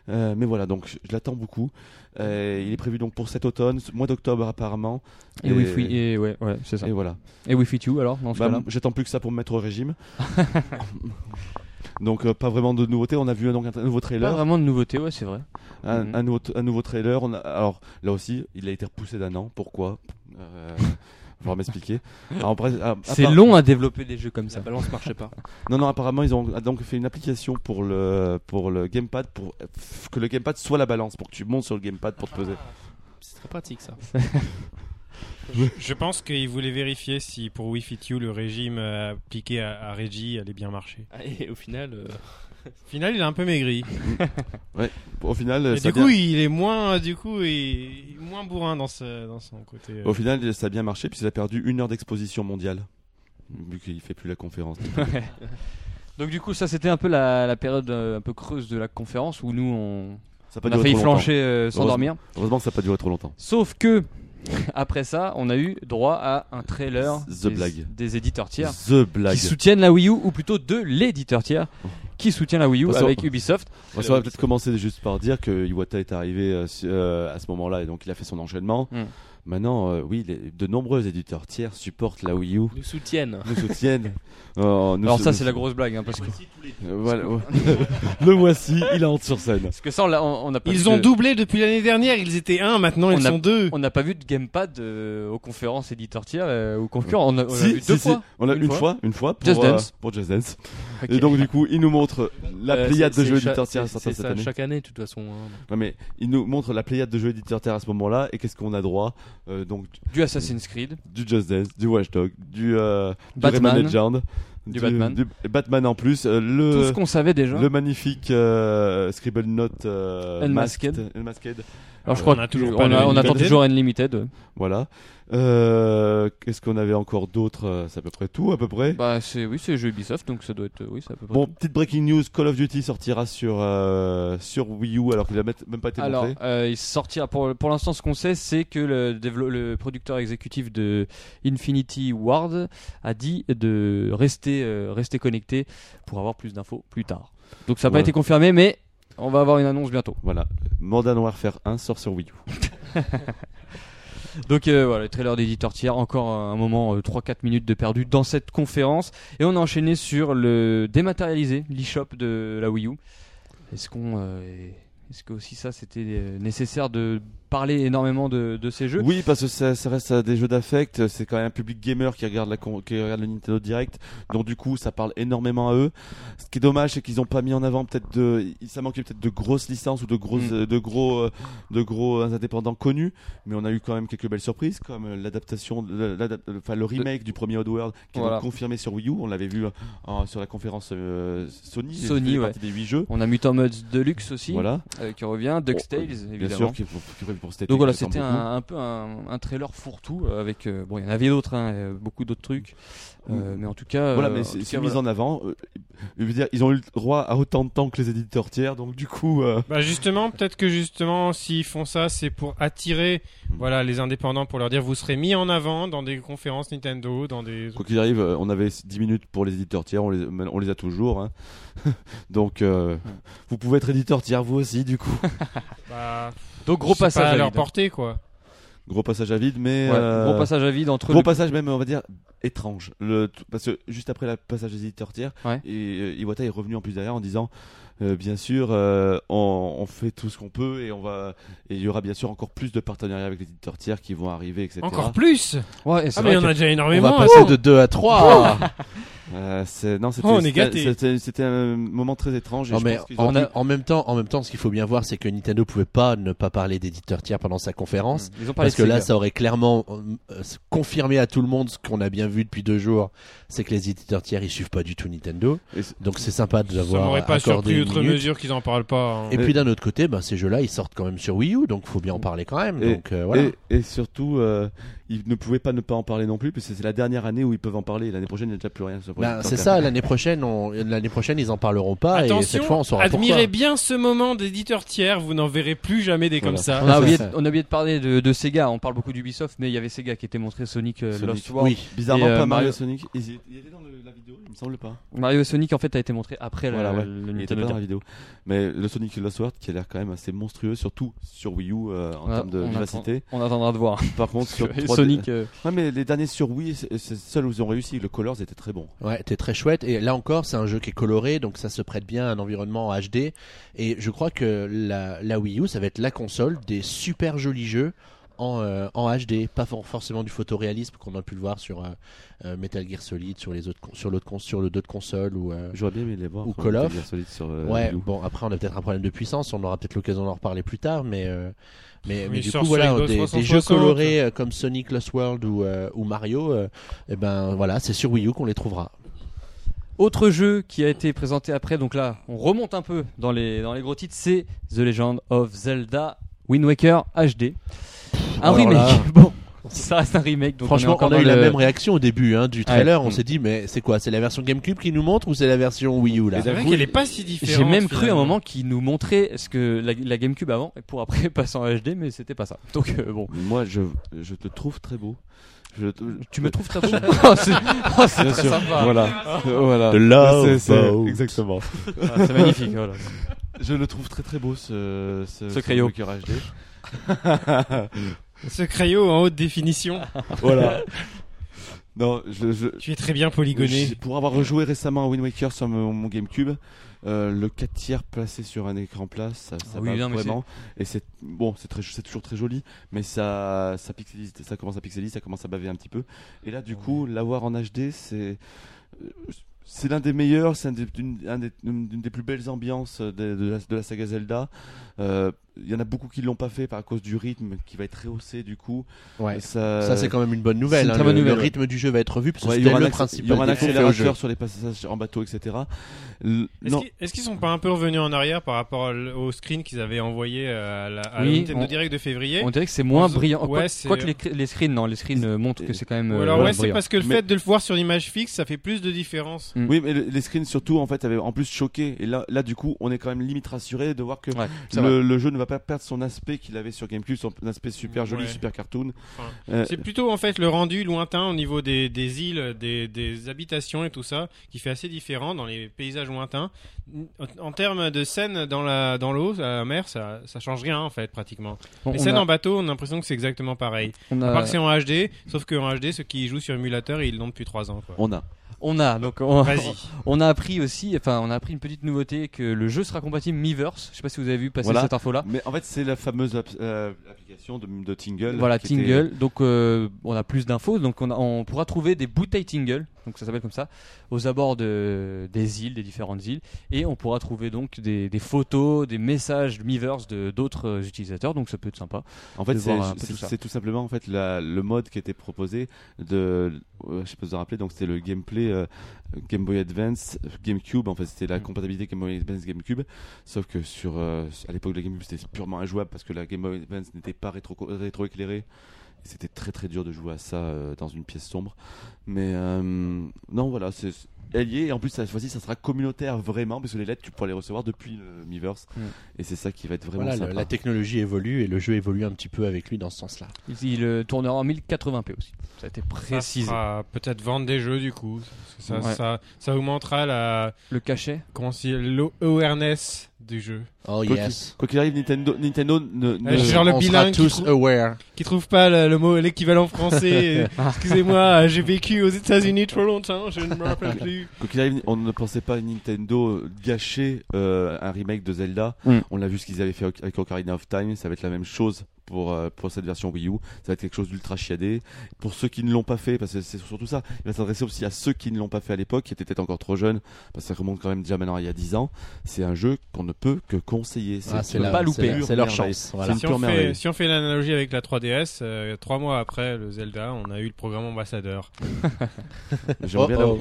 B: Euh, mais voilà, donc je, je l'attends beaucoup. Euh, il est prévu donc pour cet automne, ce mois d'octobre apparemment.
C: Et, Wii Fit, et ouais, ouais, c'est ça.
B: et voilà.
C: Et Wii Fit You alors dans ce
B: Bah,
C: cas-là.
B: J'attends plus que ça pour me mettre au régime. <laughs> donc euh, pas vraiment de nouveautés. On a vu euh, donc un, un nouveau
C: Pas
B: trailer
C: vraiment de nouveauté, ouais, c'est vrai.
B: un,
C: Mhm.
B: un nouveau, un nouveau trailer. On a- alors là aussi, il a été repoussé d'un an. Pourquoi euh, <laughs> Faudra m'expliquer. Alors, après- à- à
C: C'est
B: part-
C: long à développer des jeux comme
E: La
C: ça.
E: balance
B: <laughs>
E: marchait pas.
B: Non, non. Apparemment, ils ont ah, donc fait une application pour le pour le gamepad pour f- que le gamepad soit la balance pour que tu montes sur le gamepad pour te peser.
E: C'est très pratique ça.
D: Je pense qu'ils voulaient vérifier si pour Wii Fit You, le régime euh, appliqué à, à Reggie allait bien marcher.
E: Ah, Et au final, euh,
D: Au final, il a un peu maigri.
B: Au final,
D: Et
B: ça a
D: du coup,
B: bien-
D: il est moins, du coup, il est moins bourrin dans, ce- dans son côté. euh,
B: au final, ça a bien marché puisqu'il a perdu une heure d'exposition mondiale vu qu'il fait plus la conférence.
C: Donc du coup, ça c'était un peu la, la période euh, un peu creuse de la conférence où nous on,
B: Ça a pas
C: on a
B: duré
C: failli
B: trop longtemps.
C: flancher, euh, sans
B: Heureusement.
C: dormir.
B: Heureusement que ça n'a pas duré trop longtemps.
C: Sauf que <laughs> après ça, on a eu droit à un trailer
B: The
C: des,
B: blague.
C: des éditeurs tiers
B: The blague.
C: qui soutiennent la Wii U ou plutôt de l'éditeur tiers qui soutient la Wii U
B: Parce que-
C: avec Ubisoft.
B: On va peut-être commencer juste par dire que Iwata est arrivé euh, su- euh, à ce moment-là et donc il a fait son enchaînement.
C: Mm.
B: Maintenant, euh, oui, les- de nombreux éditeurs tiers supportent la Wii U,
E: nous soutiennent.
B: nous
C: <laughs>
B: soutiennent. Euh, nous-
C: Alors ça
B: nous-
C: c'est la grosse blague hein, parce, que, parce
B: Euh, voilà,
C: <laughs>
B: ouais. Le voici, il est en sur scène.
C: que ça on l'a- on on n'a pas vu
D: Ils ont
C: de-
D: doublé depuis l'année dernière. Ils étaient un, maintenant
C: On
D: ils
C: a-
D: sont deux.
C: on n'a pas vu de gamepad euh, aux conférences éditeurs tiers euh, aux concurrents. On a, on a
B: Si,
C: vu
B: si,
C: deux
B: si.
C: fois.
B: On a
C: Une
B: une,
C: fois.
B: fois, une fois pour
C: Just
B: euh,
C: Dance.
B: pour Just Dance.
C: Ok.
B: Et donc du coup, il nous montre la
E: Euh,
B: pléiade
E: c'est-
B: de jeux
E: c'est cha-
B: éditeurs tiers
E: c'est-
B: sortant
E: C'est
B: cette
E: ça
B: année.
E: chaque année de toute façon. hein.
B: Non mais il nous montre la pléiade de jeux éditeurs tiers à ce moment-là et qu'est-ce qu'on a droit Euh, Donc
C: du Assassin's Creed,
B: du Just Dance, du Watch Dogs, du, euh, du
C: Batman,
B: Rayman Legend,
C: du Batman.
B: et Batman en plus, euh,
C: tout ce
B: le,
C: qu'on savait déjà.
B: le magnifique euh, Scribble Note euh,
C: Unmasked.
B: Masked- Unmasked,
C: Alors je crois
D: On a
C: que-
D: toujours
C: on,
D: pas
C: a-
D: le
C: on attend
B: Unlimited.
C: toujours Unlimited. ouais.
B: voilà. Euh, Qu'est-ce qu'on avait encore d'autre Euh, C'est à peu près tout, à peu près.
C: Bah c'est oui c'est jeu Ubisoft donc ça doit être euh, oui ça peut.
B: Bon, petite breaking news, Call of Duty sortira sur, euh, sur Wii U alors qu'il n'a même pas été
C: Alors,
B: montré.
C: euh, il sortira. Pour, pour l'instant, ce qu'on sait, c'est que le, dévelop- le producteur exécutif de Infinity Ward a dit de rester, euh, rester connecté pour avoir plus d'infos plus tard. Donc, ça n'a
B: Voilà.
C: pas été confirmé, mais on va avoir une annonce bientôt.
B: Voilà, Modern Warfare 1 sort sur Wii U.
C: Donc, euh, voilà, le trailer d'éditeur tiers. Encore un moment, euh, 3-4 minutes de perdu dans cette conférence. Et on a enchaîné sur le dématérialisé, l'eShop de la Wii U. Est-ce qu'on. euh, est- Est-ce que aussi ça c'était euh, nécessaire de parler énormément de, de ces jeux
B: Oui, parce que ça, ça reste euh, des jeux d'affect. C'est quand même un public gamer qui regarde la con- qui regarde le Nintendo Direct. Donc du coup, ça parle énormément à eux. Ce qui est dommage, c'est qu'ils n'ont pas mis en avant peut-être de, il- ça manquait peut-être de grosses licences ou de grosses,
C: Mm.
B: euh, de gros, euh, de gros euh, indépendants connus. Mais on a eu quand même quelques belles surprises, comme euh, l'adaptation, de- l'adap- euh, enfin le remake du premier Oddworld qui
C: Voilà.
B: est confirmé sur Wii U. On l'avait vu euh, en- sur la conférence euh, Sony. Il
C: Sony,
B: fait
C: ouais.
B: partie des huit jeux.
C: On a Mutant Muds Deluxe aussi
B: Voilà. Oh,
C: euh, qui revient, DuckTales évidemment.
B: Bien sûr, qui est pour- qui est prévu pour cet été,
C: Donc voilà,
B: qui attend
C: c'était
B: beaucoup.
C: un, un peu un, un trailer fourre-tout euh, avec euh, bon, il y en avait d'autres, hein, euh, beaucoup d'autres trucs, Euh, mais en tout cas,
B: Voilà,
C: euh, en
B: mais
C: tout
B: c'est c'est
C: cas,
B: mis
C: voilà.
B: en avant. Euh, Je veux dire, ils ont eu le droit à autant de temps que les éditeurs tiers, donc du coup, euh,
D: Bah justement, peut-être que justement, s'ils font ça, c'est pour attirer, voilà, les indépendants pour leur dire vous serez mis en avant dans des conférences Nintendo, dans des.
B: quoi qu'il arrive, euh, on avait 10 minutes pour les éditeurs tiers, on les, on les a toujours. hein. <laughs> donc, euh, vous pouvez être éditeur tiers vous aussi, du
C: <laughs>
B: coup.
D: Bah,
C: donc gros
D: c'est pas
C: passage à
D: à leur
C: vide.
D: portée quoi.
B: gros passage à vide, mais.
C: Ouais,
B: euh,
C: gros passage à vide entre
B: gros
C: le-
B: passage même, on va dire, étrange. Le, t- parce que juste après le passage des éditeurs tiers,
C: Ouais.
B: et, euh, Iwata est revenu en plus derrière en disant. euh, bien sûr, euh, on, on fait tout ce qu'on peut et on va et il y aura bien sûr encore plus de partenariats avec les éditeurs tiers qui vont arriver, etc.
D: Encore plus.
C: Ouais, et c'est
D: Ah
C: vrai
D: mais il y en
C: que-
D: a déjà
F: On
D: énormément. hein.
F: va passer
D: alors.
F: de 2 à 3
B: Euh, c'est- non, c'était
D: Oh, on est
B: c'était-
D: gâtés.
B: c'était- c'était un moment très étrange. et
F: Non,
B: je
F: mais
B: pense qu'ils ont
F: en,
B: dû-
F: plus- en même temps, en même temps, ce qu'il faut bien voir, c'est que Nintendo pouvait pas ne pas parler d'éditeur tiers pendant sa conférence.
C: Ils ont parlé
F: Parce
C: de
F: que là,
C: Sega.
F: ça aurait clairement euh, confirmé à tout le monde ce qu'on a bien vu depuis deux jours, c'est que les éditeurs tiers ils suivent pas du tout Nintendo.
B: et c'est-
F: Donc c'est sympa de
D: Ça
F: l'avoir
D: m'aurait pas
F: accordé
D: surpris
F: une
D: outre
F: minute.
D: mesure qu'ils en parlent pas. hein.
F: Et puis d'un autre côté, ben, ces jeux-là ils sortent quand même sur Wii U, donc faut bien en parler quand même.
B: Et-
F: donc euh, voilà.
B: et, et surtout, euh, ils ne pouvaient pas ne pas en parler non plus, parce que c'est la dernière année où ils peuvent en parler. L'année prochaine, il n'y a déjà plus rien. sur le
F: Ben,
B: projet.
F: c'est ça, l'année prochaine, on... l'année prochaine ils en parleront pas et cette fois on saura
D: admirez bien ce moment d'éditeur tiers, vous n'en verrez plus jamais des comme
B: Voilà.
D: ça.
C: On a,
F: Ça,
C: oublié,
F: ça.
C: on a oublié de parler de, de Sega, on parle beaucoup d'Ubisoft, mais il y avait Sega qui était montré Sonic, euh,
B: Sonic.
C: Lost
F: pourquoi.
C: World.
F: Oui.
B: Bizarrement,
C: Et, euh,
B: pas Mario
C: Mario-
B: et Sonic. Ils y- Il était dans le- la vidéo, il me semble pas.
C: Mario et Sonic en fait a été montré après la-
B: Voilà, ouais.
C: le
B: Il était pas
C: Nintendo
B: dans la
C: Direct.
B: vidéo. Mais le Sonic Lost World qui a l'air quand même assez monstrueux, surtout sur Wii U euh, en
C: On a-
B: termes de
C: on
B: vivacité.
C: attend- On attendra
B: <laughs>
C: de voir.
B: Par contre,
F: <laughs>
B: sur 3D
C: Sonic, euh,
B: Ouais, mais les derniers sur Wii, c'est c'est seuls où ils ont réussi. Le Colors était très bon.
F: Ouais, t'es très chouette. Et là encore, c'est un jeu qui est coloré, donc ça se prête bien à un environnement en HD. Et je crois que la, la Wii U, ça va être la console des super jolis jeux en, euh, en HD. Pas for- forcément du photoréalisme qu'on a pu le voir sur euh, euh, Metal Gear Solid, sur les autres, con- sur l'autre, con- sur le d'autres consoles ou. euh,
B: J'aurais bien aimé les voir.
F: Ou
B: quand
F: Call
B: ils
F: of.
B: étaient bien solides sur, euh,
F: Ouais,
B: Wii U.
F: bon après on a peut-être un problème de puissance, on aura peut-être l'occasion d'en reparler plus tard, mais euh, mais,
D: Oui,
F: mais
D: il
F: du
D: sort
F: coup
D: sur
F: voilà
D: Xbox
F: des, des
D: 360.
F: jeux colorés euh, comme Sonic Lost World ou euh, ou Mario, euh, eh ben voilà c'est sur Wii U qu'on les trouvera.
C: Autre jeu qui a été présenté après, donc là on remonte un peu dans les, dans les gros titres, c'est The Legend of Zelda Wind Waker HD. Un
F: alors
C: remake. <laughs>
F: là-
C: Bon, ça reste un remake. Donc on est
F: Franchement, on,
C: encore
F: a
C: dans
F: eu la
C: le-
F: même réaction au début hein, du trailer.
C: Ouais.
F: On s'est dit, mais c'est quoi C'est la version GameCube qui nous montre ou c'est la version Wii U là
D: C'est vrai qu'elle est pas si différente.
C: J'ai même cru à un
D: finalement.
C: moment qu'il nous montrait ce que la, la GameCube avant et pour après <laughs> passer en HD, mais c'était pas ça. Donc euh, bon,
B: Moi, je, je te trouve très beau. Je te-
C: tu me trouves très <laughs> beau. Oh, c'est oh, c'est
B: Bien
C: très
B: sûr.
C: sympa. <laughs>
B: Voilà. voilà.
F: <laughs> The Love
B: C'est- c'est-
F: Boat.
B: Exactement.
C: Ah, c'est magnifique. voilà.
B: Je le trouve très très beau ce ce,
C: crayon.
B: Walker HD.
D: Ce crayon en haute définition.
B: voilà. Non, je, je
D: tu es très bien polygoné.
B: je- pour avoir rejoué récemment à Wind Waker sur mon, mon GameCube, euh, le 4 tiers placé sur un écran plat, ça, ça
C: Ah oui,
B: va
C: non, mais
B: vraiment. Et c'est bon, c'est très, c'est toujours très joli, mais ça, ça pixelise, ça commence à pixeliser, ça commence à baver un petit peu. Et là, du coup, l'avoir en HD, c'est euh, c'est l'un des meilleurs, c'est un des- une un des, une des plus belles ambiances de, de la, de la saga Zelda. Euh, Il y en a beaucoup qui l'ont pas fait par à cause du rythme qui va être rehaussé du coup.
F: Ouais.
B: Ça,
F: Ça c'est quand même une bonne nouvelle.
C: c'est une
F: hein.
C: très bonne
F: le, le
C: nouvelle, ouais.
F: rythme du jeu va être revu parce que
B: Ouais, il y
F: c'était
B: aura un
F: le
B: acc-
F: principal.
B: il y aura un
F: défaut fait au jeu.
B: accélérateur sur les passages en bateau, etc. L-
D: Est-ce
B: non,
D: qu'ils- est-ce qu'ils sont pas un peu revenus en arrière par rapport au au screen qu'ils avaient envoyé euh, à la à la
C: Oui,
D: Nintendo
C: on-
D: Direct de février
C: On dirait que c'est moins
D: On se-
C: brillant.
D: ouais,
C: Quoique
D: c'est-
C: quoi que les, cr- les screens, non, les screens euh, montrent que c'est quand même.
D: Ou
C: euh,
D: alors
C: voilà,
D: ouais, c'est
C: brillant.
D: parce que le
B: Mais-
D: fait de le voir sur image fixe, ça fait plus de différence.
C: Mm.
B: Oui, mais le- les screens surtout en fait avaient en plus choqué. Et là, là du coup, on est quand même limite rassuré de voir que
C: Ouais, c'est vrai.
B: le, le jeu ne va pas perdre son aspect qu'il avait sur GameCube, son aspect super joli,
D: Ouais.
B: super cartoon.
D: Enfin,
B: Euh,
D: C'est plutôt en fait le rendu lointain au niveau des, des îles, des, des habitations et tout ça, qui fait assez différent dans les paysages lointains. En, en termes de scènes dans la dans l'eau, à la mer, ça, ça change rien en fait pratiquement.
C: Bon,
D: les
C: on
D: scènes
C: a-
D: en bateau, on a l'impression que c'est exactement pareil.
C: on
D: À
C: a- <laughs>
D: part que c'est en HD, sauf qu'en HD, ceux qui jouent sur émulateur, ils l'ont depuis 3 ans. Quoi.
B: on a.
C: On a donc on,
D: Vas-y.
C: on a appris aussi, enfin on a appris une petite nouveauté que le jeu sera compatible Miiverse. Je sais pas si vous avez vu passer
B: Voilà.
C: cette info là.
B: Mais en fait, c'est la fameuse app- euh, application de, de Tingle.
C: Voilà
B: qui était-
C: Tingle. Donc euh, on a plus d'infos. Donc on, a- on pourra trouver des bouteilles Tingle. Donc ça s'appelle comme ça aux abords de, des îles, des différentes îles, et on pourra trouver donc des, des photos, des messages Miiverse de d'autres euh, utilisateurs. Donc ça peut être sympa.
B: En fait,
C: de
B: c'est
C: voir un peu
B: c'est-
C: tout ça.
B: c'est tout simplement en fait la- le mode qui était proposé de, euh, je sais pas si vous vous rappelez, donc c'était le gameplay euh, Game Boy Advance, euh, GameCube. En fait, c'était la
C: Mm.
B: compatibilité Game Boy Advance GameCube. Sauf que sur euh, à l'époque de la GameCube, c'était purement injouable parce que la Game Boy Advance n'était pas rétro rétroéclairée. C'était très très dur de jouer à ça euh, dans une pièce sombre. Mais euh, non, voilà, c'est c'est- elle y est. Et en plus, cette fois-ci, ça sera communautaire vraiment parce que les lettres, tu pourras les recevoir depuis le Miiverse.
C: Mm.
B: Et c'est ça qui va être vraiment
F: Voilà, le-
B: sympa.
F: la technologie évolue et le jeu évolue un petit peu avec lui dans ce sens-là.
C: Il, il, euh, tournera en 1080p aussi. Ça a été
D: Ça
C: précisé.
D: fera Peut-être vendre des jeux du coup. Ça,
C: Ouais.
D: ça, ça augmentera la
C: Le cachet.
D: comment c'est- l'o- awareness du jeu.
F: Oh
B: Quoi
F: yes.
B: Quoi qu'il arrive, Nintendo, Nintendo ne, ne-
D: Euh, Genre le
F: on sera
D: bilingue qui
F: tous
D: trouve-
F: aware.
D: Qui trouve pas le, le mot l'équivalent
B: <laughs>
D: français. euh, Excusez-moi, j'ai vécu aux États-Unis trop longtemps, je ne me rappelle plus.
B: quoi qu'il arrive, on ne pensait pas à Nintendo gâcher euh, un remake de Zelda.
C: Mm.
B: On l'a vu ce qu'ils avaient fait avec Ocarina of Time. Ça va être la même chose pour, euh, pour cette version Wii U. Ça va être quelque chose d'ultra chiadé. Pour ceux qui ne l'ont pas fait, parce que c'est surtout ça, il va s'adresser aussi à ceux qui ne l'ont pas fait à l'époque, qui étaient peut-être encore trop jeunes, parce que ça remonte quand même déjà maintenant il y a 10 ans. C'est un jeu qu'on ne peut que conseiller.
F: Ah,
B: tu
F: c'est
B: peux
F: la-
B: pas
F: c'est
B: louper.
F: la- C'est leur chance. Voilà.
B: une
D: Si
B: pure
D: on, fait,
B: merveille.
D: si on fait l'analogie avec la 3DS, euh, trois mois après le Zelda, on a eu le programme ambassadeur.
B: J'aimerais bien
F: Oh,
B: l'avoir.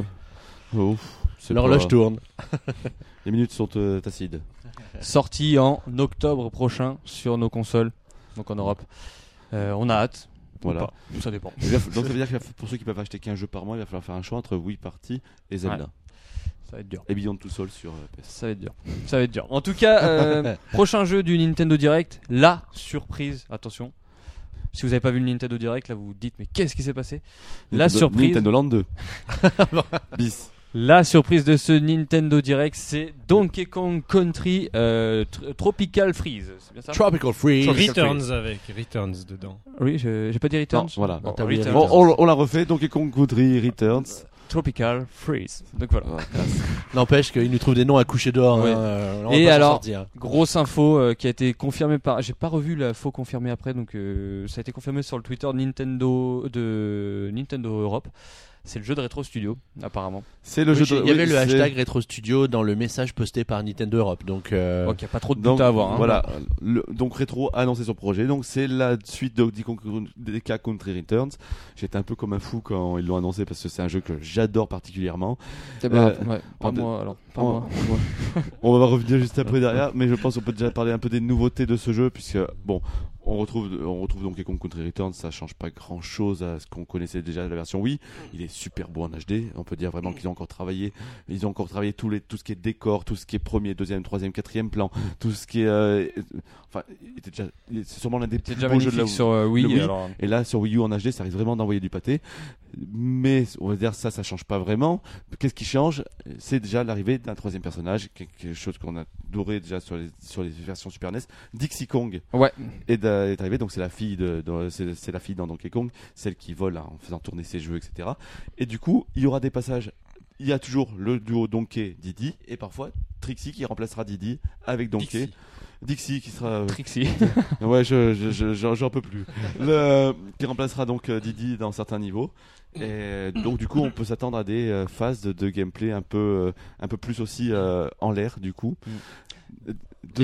B: Oh, ouf, c'est
F: L'horloge
B: pas-
F: tourne.
B: Les minutes sont euh, acides.
C: Sorti en octobre prochain sur nos consoles, donc en Europe. Euh, on a hâte. ou
B: Voilà.
C: pas, Ça dépend.
B: Il va f- Donc ça veut dire que pour ceux qui peuvent acheter qu'un jeu par mois, il va falloir faire un choix entre Wii Party et Zelda.
C: Ça va être dur.
B: Et Beyond Two Souls sur euh, PS.
C: Ça va être dur. Ça va être dur. En tout cas, euh, prochain jeu du Nintendo Direct, la surprise. Attention. Si vous n'avez pas vu le Nintendo Direct, là vous vous dites mais qu'est-ce qui s'est passé La
B: Nintendo-
C: surprise.
B: Nintendo Land 2. Bis.
C: La surprise de ce Nintendo Direct, c'est Donkey Kong Country euh, tr- Tropical Freeze. C'est bien ça
F: Tropical Freeze.
D: Returns avec Returns dedans.
C: Oui, je- j'ai pas dit Returns.
B: Non, voilà.
C: Bon,
F: t'as oublié
C: Returns.
B: Bon, on, on l'a refait, Donkey Kong Country Returns.
C: Tropical Freeze. Donc voilà.
F: N'empêche qu'il nous trouve des noms à coucher dehors.
C: Ouais.
F: hein, euh, on va
C: Et
F: pas s'en
C: alors-
F: sortir.
C: Grosse info euh, qui a été confirmée par. J'ai pas revu la faux confirmée après, donc euh, ça a été confirmé sur le Twitter de Nintendo de Nintendo Europe. C'est le jeu de Retro Studio, apparemment.
B: C'est le
F: Oui,
B: jeu
F: j'ai-
B: de...
F: Il y avait
B: oui,
F: le
B: c'est-
F: hashtag Retro Studio dans le message posté par Nintendo Europe. Donc, euh,
C: Donc il n'y a pas trop de
B: Donc,
C: doute à avoir. hein.
B: Voilà, Le- donc Retro a annoncé son projet. Donc c'est la suite de Donkey Kong DK Country Returns. J'étais un peu comme un fou quand ils l'ont annoncé parce que c'est un jeu que j'adore particulièrement.
C: Eh ben,
B: Euh,
C: ouais, pas
B: en de-
C: moi alors. Pas
B: on,
C: <laughs> moi.
B: on va revenir juste après derrière, mais je pense qu'on peut déjà parler un peu des nouveautés de ce jeu, puisque bon, on retrouve, on retrouve donc Kong Country Returns, ça change pas grand chose à ce qu'on connaissait déjà de la version Wii. Il est super beau en HD, on peut dire vraiment qu'ils ont encore travaillé, ils ont encore travaillé tout, les, tout ce qui est décor, tout ce qui est premier, deuxième, troisième, quatrième plan, tout ce qui est, euh, enfin, il était déjà, il- c'est sûrement l'un des plus
C: C'est déjà
B: beaux jeux de la
C: magnifique
B: Wii.
C: sur euh, Wii.
B: le Wii.
C: <laughs> alors.
B: Et là, sur Wii U en HD, ça risque vraiment d'envoyer du pâté. Mais on va dire ça, ça change pas vraiment. Qu'est-ce qui change C'est déjà l'arrivée d'un troisième personnage, quelque chose qu'on adorait déjà sur les, sur les versions Super NES. Dixie Kong
C: Ouais.
B: est, d'a- est arrivée, donc c'est la fille de, de- c'est c'est la fille dans Donkey Kong, celle qui vole hein, en faisant tourner ses jeux, etc. Et du coup, il y aura des passages. Il y a toujours le duo Donkey Didi et parfois Trixie qui remplacera Didi avec Donkey. Dixie qui sera euh,
C: Trixie.
B: Ouais, je, je, je- j'en, j'en peux plus. Le, qui remplacera donc euh, Didi dans certains niveaux. Et donc du coup, on peut s'attendre à des euh, phases de, de gameplay un peu, euh, un peu plus aussi euh, en l'air du coup. Deux-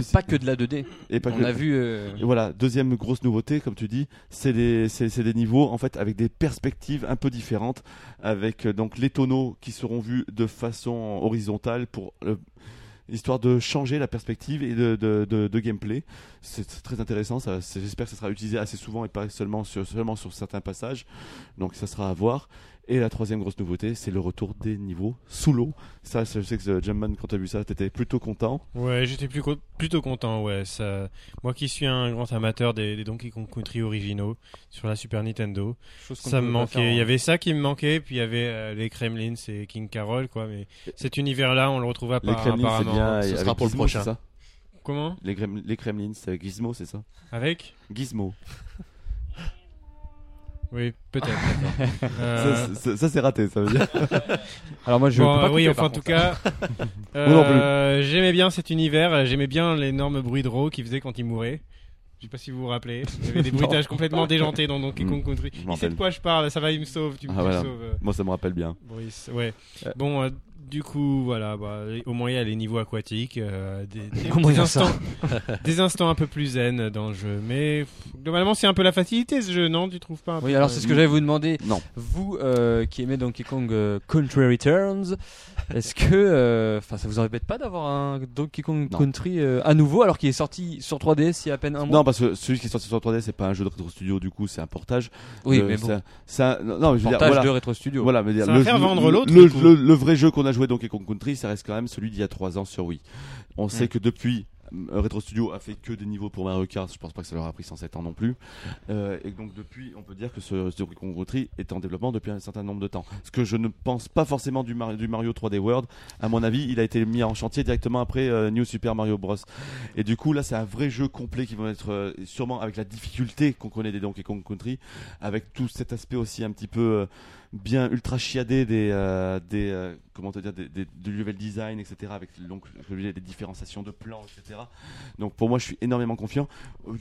C: C'est Mm. pas que de la 2D.
B: et pas
C: On
B: que-
C: a vu. euh,
B: et voilà, deuxième grosse nouveauté, comme tu dis, c'est des, c'est, c'est des niveaux en fait avec des perspectives un peu différentes, avec euh, donc les tonneaux qui seront vus de façon horizontale pour euh, histoire de changer la perspective et de, de, de, de gameplay. C'est c'est très intéressant. Ça, c'est- j'espère que ça sera utilisé assez souvent et pas seulement sur, seulement sur certains passages. Donc ça sera à voir. Et la troisième grosse nouveauté, c'est le retour des niveaux sous l'eau. Ça, je sais que euh, Jumpman, quand t'as vu ça, t'étais plutôt content.
D: Ouais, j'étais plus co- plutôt content, ouais. Ça... Moi qui suis un grand amateur des, des Donkey Kong Country originaux sur la Super Nintendo,
C: chose qu'on
D: ça
C: ne
D: me
C: pouvait pas faire
D: manquait. Il y
C: en-
D: avait ça qui me manquait, puis il y avait euh, les Kremlins et King Carol, quoi. Mais cet univers-là, on le retrouve
B: Les
D: appara-
B: Kremlins, c'est
D: apparemment.
B: bien.
F: Bah, Ce
B: avec
F: sera pour le
B: Gizmo,
F: prochain.
B: c'est ça
D: Comment
B: Les, Grem- les Kremlins, c'est Gizmo, c'est ça
D: Avec
B: Gizmo.
D: Oui, peut-être.
C: <laughs>
D: d'accord. Euh,
B: Ça, c'est- ça, c'est raté, ça veut dire.
C: Alors moi je
D: bon,
C: peux pas
D: euh, oui,
C: couper,
D: enfin,
C: par
D: en tout
C: contre. hein.
D: cas, <laughs> euh, j'aimais bien cet univers, euh, j'aimais bien l'énorme bruit de Raw qu'il faisait quand il mourait. Je sais pas si vous vous rappelez, il y
C: <laughs>
D: avait des bruitages complètement déjantés dans Donkey
C: Mm.
D: Kong Country.
B: je m'en
D: Il sait de
B: rappelle.
D: quoi je parle, ça va, il me sauve, tu me
B: Ah,
D: tu me
B: voilà.
D: sauves, euh,
B: <laughs> Moi, ça me rappelle bien.
D: Boris. Ouais.
B: Euh.
D: Bon, euh, du coup, voilà, bah, au moins il y a les niveaux aquatiques, euh,
C: <laughs>
D: des, des-
C: Comment
D: des
C: dire ça
D: instants,
C: <laughs>
D: des instants un peu plus zen dans le jeu. Mais pff, globalement, c'est un peu la facilité ce jeu, non Tu trouves pas un
C: Oui,
D: peu,
C: alors
D: euh,
C: c'est ce que j'allais vous demander.
B: Non.
C: Vous euh, qui aimez Donkey Kong euh, Country Returns, est-ce que euh, enfin ça vous embête pas d'avoir un Donkey Kong
B: Non.
C: Country euh, à nouveau alors qu'il est sorti sur 3DS il y a à peine un mois
B: Non, parce que celui qui est sorti sur 3D, c'est pas un jeu de Retro Studio, du coup, c'est un portage.
C: Oui,
B: Euh,
C: mais
B: c'est
C: bon.
B: un- c'est un- non, non, mais je veux dire,
C: Portage
B: voilà.
C: de Retro Studio.
B: Voilà, mais dire,
D: Ça va
B: le,
D: faire
B: le-
D: vendre l'autre,
B: le,
D: du coup.
B: le- le vrai jeu qu'on a joué Donkey Kong Country, ça reste quand même celui d'il y a 3 ans sur Wii. On sait que depuis, euh, Retro Studio a fait que des niveaux pour Mario Kart, je pense pas que ça leur a pris 107 ans non plus. Euh, et donc depuis, on peut dire que ce, ce Donkey Kong Country est en développement depuis un certain nombre de temps. Ce que je ne pense pas forcément du, Mar- du Mario 3D World. À mon avis, il a été mis en chantier directement après euh, New Super Mario Bros. Et du coup, là, c'est un vrai jeu complet qui va être euh, sûrement avec la difficulté qu'on connaît des Donkey Kong Country, avec tout cet aspect aussi un petit peu euh, bien ultra chiadé des, euh, des euh, comment te dire, des, des- du level design, etc. Avec donc les différenciations de plans, etc. Donc pour moi, je suis énormément confiant. Euh,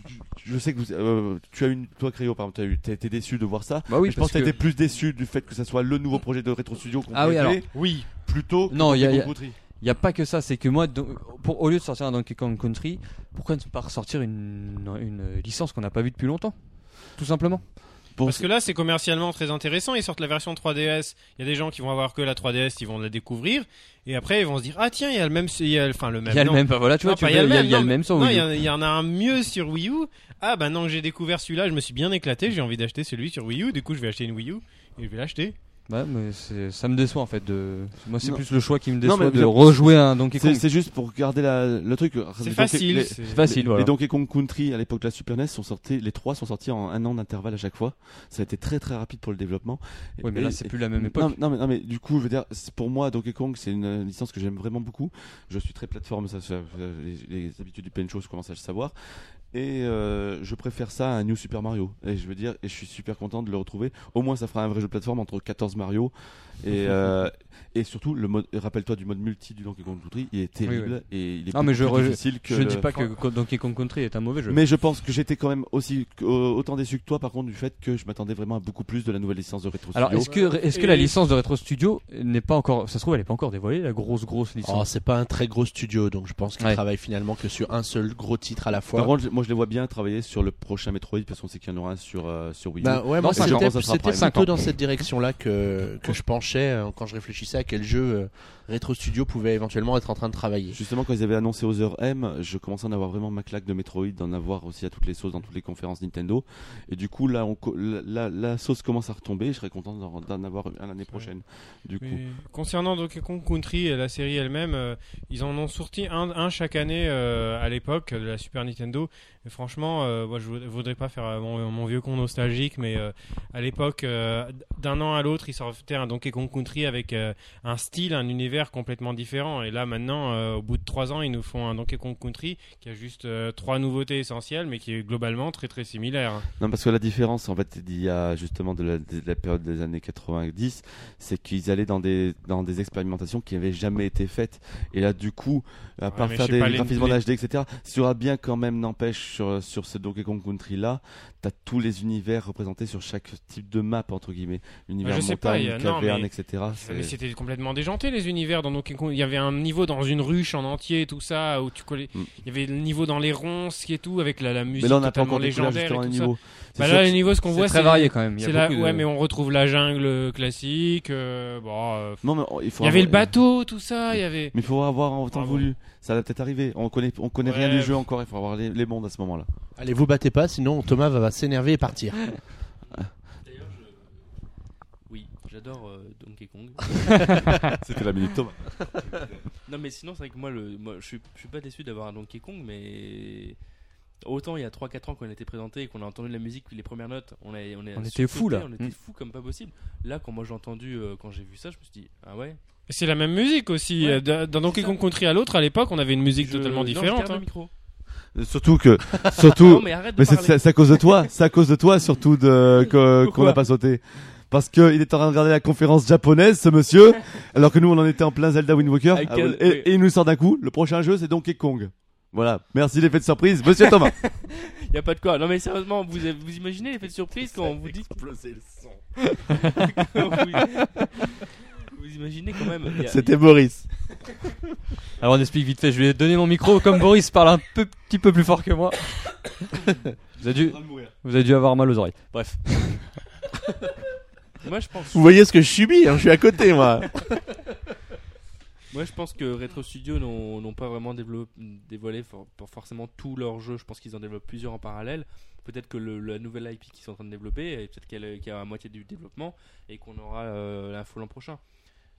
B: Je je sais que vous, euh, tu as une, toi Créo, par exemple, tu as été déçu de voir ça.
C: Bah oui,
B: Mais je pense que
C: parce
B: tu étais plus déçu du fait que ça soit le nouveau projet de Retro Studio qu'on
C: Ah oui,
B: préfère,
C: alors.
D: Oui.
B: plutôt que
C: Non, il y a-
B: Donkey
C: il y a-
B: Kong Country.
C: Il n'y a pas que ça, c'est que moi, do- pour, au lieu de sortir un Donkey Kong Country, pourquoi ne pas ressortir une, une licence qu'on n'a pas vue depuis longtemps Tout simplement.
B: Bon,
D: Parce que là, c'est commercialement très intéressant. Ils sortent la version 3DS. Il y a des gens qui vont avoir que la 3DS, ils vont la découvrir. Et après, ils vont se dire Ah, tiens, il y a le même. Il y a le, enfin, le même.
C: Il y a
D: non.
C: le même, bah voilà, tu vois,
D: Non,
C: tu
D: pas,
C: vois, il y a- il y a
D: non,
C: le même sur
D: non,
C: Wii
D: il y
C: U.
D: en- Il y, en a un mieux sur Wii U. Ah, bah non, que j'ai découvert celui-là, je me suis bien éclaté. J'ai envie d'acheter celui sur Wii U. Du coup, je vais acheter une Wii U. Et je vais l'acheter.
C: Ouais, mais c'est- ça me déçoit en fait. De... Moi, c'est
B: Non.
C: plus le choix qui me
B: Non,
C: déçoit
B: mais
C: de
B: je-
C: rejouer un Donkey
B: c'est
C: Kong.
B: c'est juste pour garder la- le truc.
D: C'est
B: Les Donkey-
D: facile.
B: les-
D: c'est-
C: C'est facile, voilà.
B: Les Donkey Kong Country à l'époque de la Super NES sont sortis, les trois sont sortis en un an d'intervalle à chaque fois. Ça a été très très rapide pour le développement.
C: Oui, mais
B: Et-
C: là, c'est plus la même
B: Non,
C: époque.
B: non, mais, non, mais du coup, je veux dire, c'est- pour moi, Donkey Kong, c'est une euh, licence que j'aime vraiment beaucoup. Je suis très plateforme, ça, ça, euh, les, les habitudes du Pencho, je commence à le savoir. Et euh, je préfère ça à un New Super Mario. Et je veux dire, et je suis super content de le retrouver. Au moins, ça fera un vrai jeu de plateforme entre 14 Mario.
C: <laughs>
B: Et, euh, et surtout, le mode, rappelle-toi du mode multi du Donkey Kong Country, il est terrible et il est
C: Non, mais
B: beaucoup
C: je
B: plus
C: re-
B: difficile que.
C: je
B: le-
C: dis pas que Co- Donkey Kong Country est un mauvais jeu.
B: Mais je pense que j'étais quand même aussi euh, autant déçu que toi, par contre, du fait que je m'attendais vraiment à beaucoup plus de la nouvelle licence de Retro
C: Alors,
B: Studio.
C: est-ce que, est que
E: Et-
C: la licence de Retro Studio n'est pas encore. Ça se trouve, elle n'est pas encore dévoilée, la grosse, grosse
F: Oh,
C: licence.
F: c'est pas un très gros studio, donc je pense qu'ils
C: Ouais.
F: travaillent finalement que sur un seul gros titre à la fois.
B: Par contre, je- moi je les vois bien travailler sur le prochain Metroid parce qu'on sait qu'il y en aura un sur, euh, sur Wii U.
F: Bah ouais,
C: Dans
F: moi
C: cinq
F: c'était
C: ans,
B: ça sera
F: c'était
B: Prime.
C: Cinq ans.
F: plutôt dans cette direction-là que, que je penchais euh, quand je réfléchissais à quel jeu euh, Retro Studio pouvait éventuellement être en train de travailler.
B: Justement, quand ils avaient annoncé Other M, je commençais à en avoir vraiment ma claque de Metroid, d'en avoir aussi à toutes les sauces dans toutes les conférences Nintendo. Et du coup, là, on co- la, la- la sauce commence à retomber. Je serais content d'en, d'en avoir un l'année prochaine. Du coup,
D: Mais concernant Donkey Kong Country et la série elle-même, euh, ils en ont sorti un, un chaque année euh, à l'époque de la Super Nintendo. Et franchement, euh, moi je voud- voudrais pas faire euh, mon, mon vieux con nostalgique, mais euh, à l'époque, euh, d'un an à l'autre, ils sortaient un Donkey Kong Country avec euh, un style, un univers complètement différent. Et là maintenant, euh, au bout de trois ans, ils nous font un Donkey Kong Country qui a juste euh, trois nouveautés essentielles, mais qui est globalement très très similaire. hein.
B: non, parce que la différence, en fait, d'il y a justement de la, de la période des années 90, c'est qu'ils allaient dans des, dans des expérimentations qui n'avaient jamais été faites. Et là, du coup, à
D: Ouais,
B: part
D: mais
B: faire
D: je sais
B: des
D: pas, les-
B: graphismes
D: les-
B: en HD, etc., ce sera bien quand même, n'empêche, sur, sur ce Donkey Kong Country là, t'as tous les univers représentés sur chaque type de map, entre guillemets. Univers
D: je sais pas, il y
B: montagne,
D: a- non,
B: caverne,
D: mais-
B: etc.
D: Ah, Mais
B: c'est-
D: c'était complètement déjanté les univers dans Donkey Kong. Il y avait un niveau dans une ruche en entier, tout ça, où tu collais.
B: Mm.
D: Il y avait le niveau dans les ronces et tout, avec la, la musique
B: Mais là, on n'a pas
D: totalement
B: encore découvert justement
D: légendaire. Et
B: les
D: tout ça.
B: niveaux. C'est
D: Bah
B: sûr
D: là,
B: que-
D: les niveaux, ce qu'on
C: C'est
D: voit,
C: très
D: c'est.
C: varié quand même. Il y a
D: c'est la-
C: beaucoup de-
D: Ouais, mais on retrouve la jungle classique. euh, bon, euh,
B: Non, mais on- il faut
D: Il y avait le
B: avoir-
D: bateau, tout ça, il y avait.
B: Mais il faut avoir autant
D: Ah, bon.
B: voulu. Ça va peut-être arriver. On connaît, on connaît rien
D: Ouais.
B: du jeu encore. Il faut avoir les, les mondes à ce moment-là.
F: Allez, vous battez pas, sinon Thomas va, va s'énerver et partir.
E: D'ailleurs, je- Oui, j'adore euh, Donkey Kong.
B: C'était la minute Thomas.
E: Non, mais sinon, c'est vrai que moi, le, moi je, suis, je suis pas déçu d'avoir un Donkey Kong, mais. Autant il y a 3-4 ans qu'on a été présenté et qu'on a entendu la musique, les premières notes, on, a, on, a
C: On était
E: sursauté,
C: fous, là.
E: On était
C: Mm.
E: fous comme pas possible. Là, quand moi j'ai entendu, euh, quand j'ai vu ça, je me suis dit, ah ouais.
D: C'est la même musique aussi.
E: Ouais.
D: euh, D'un d'un Donkey
E: ça.
D: Kong Country à l'autre, à l'époque, on avait une musique
E: Je-
D: totalement
E: non, je garde
D: différente.
E: le
D: hein.
E: micro.
B: Euh, Surtout que, surtout,
E: <laughs> Non, mais arrête de
B: mais c'est-
E: parler.
B: c'est c'est à cause de toi, c'est à cause de toi surtout de que- qu'on
E: <laughs> Pourquoi
B: n'a pas sauté. Parce que il est en train de regarder la conférence japonaise, ce
E: <laughs>
B: monsieur, alors que nous on en était en plein Zelda Wind Walker.
E: Avec
B: Ah,
E: quel-
B: et, et il nous sort d'un coup, le prochain jeu c'est Donkey Kong. Voilà, merci l'effet de surprise, monsieur <laughs> Thomas.
E: Il y a pas de quoi. Non mais sérieusement, vous, vous imaginez l'effet de surprise quand on vous dit <laughs> vous, vous imaginez quand même. il y a-
B: C'était Boris.
C: Alors on explique vite fait, je lui ai donné mon micro, comme Boris parle un peu- petit peu plus fort que moi. Vous avez dû, vous avez dû avoir mal aux oreilles. Bref.
E: Moi je pense.
F: Vous voyez ce que je subis, hein, je suis à côté moi.
E: Moi je pense que Retro Studio n'ont n'ont pas vraiment développé, dévoilé for- pour forcément tous leurs jeux. Je pense qu'ils en développent plusieurs en parallèle. Peut-être que le- la nouvelle IP qu'ils sont en train de développer, et peut-être qu'elle euh, qu'il y a à moitié du développement et qu'on aura euh, l'info l'an prochain.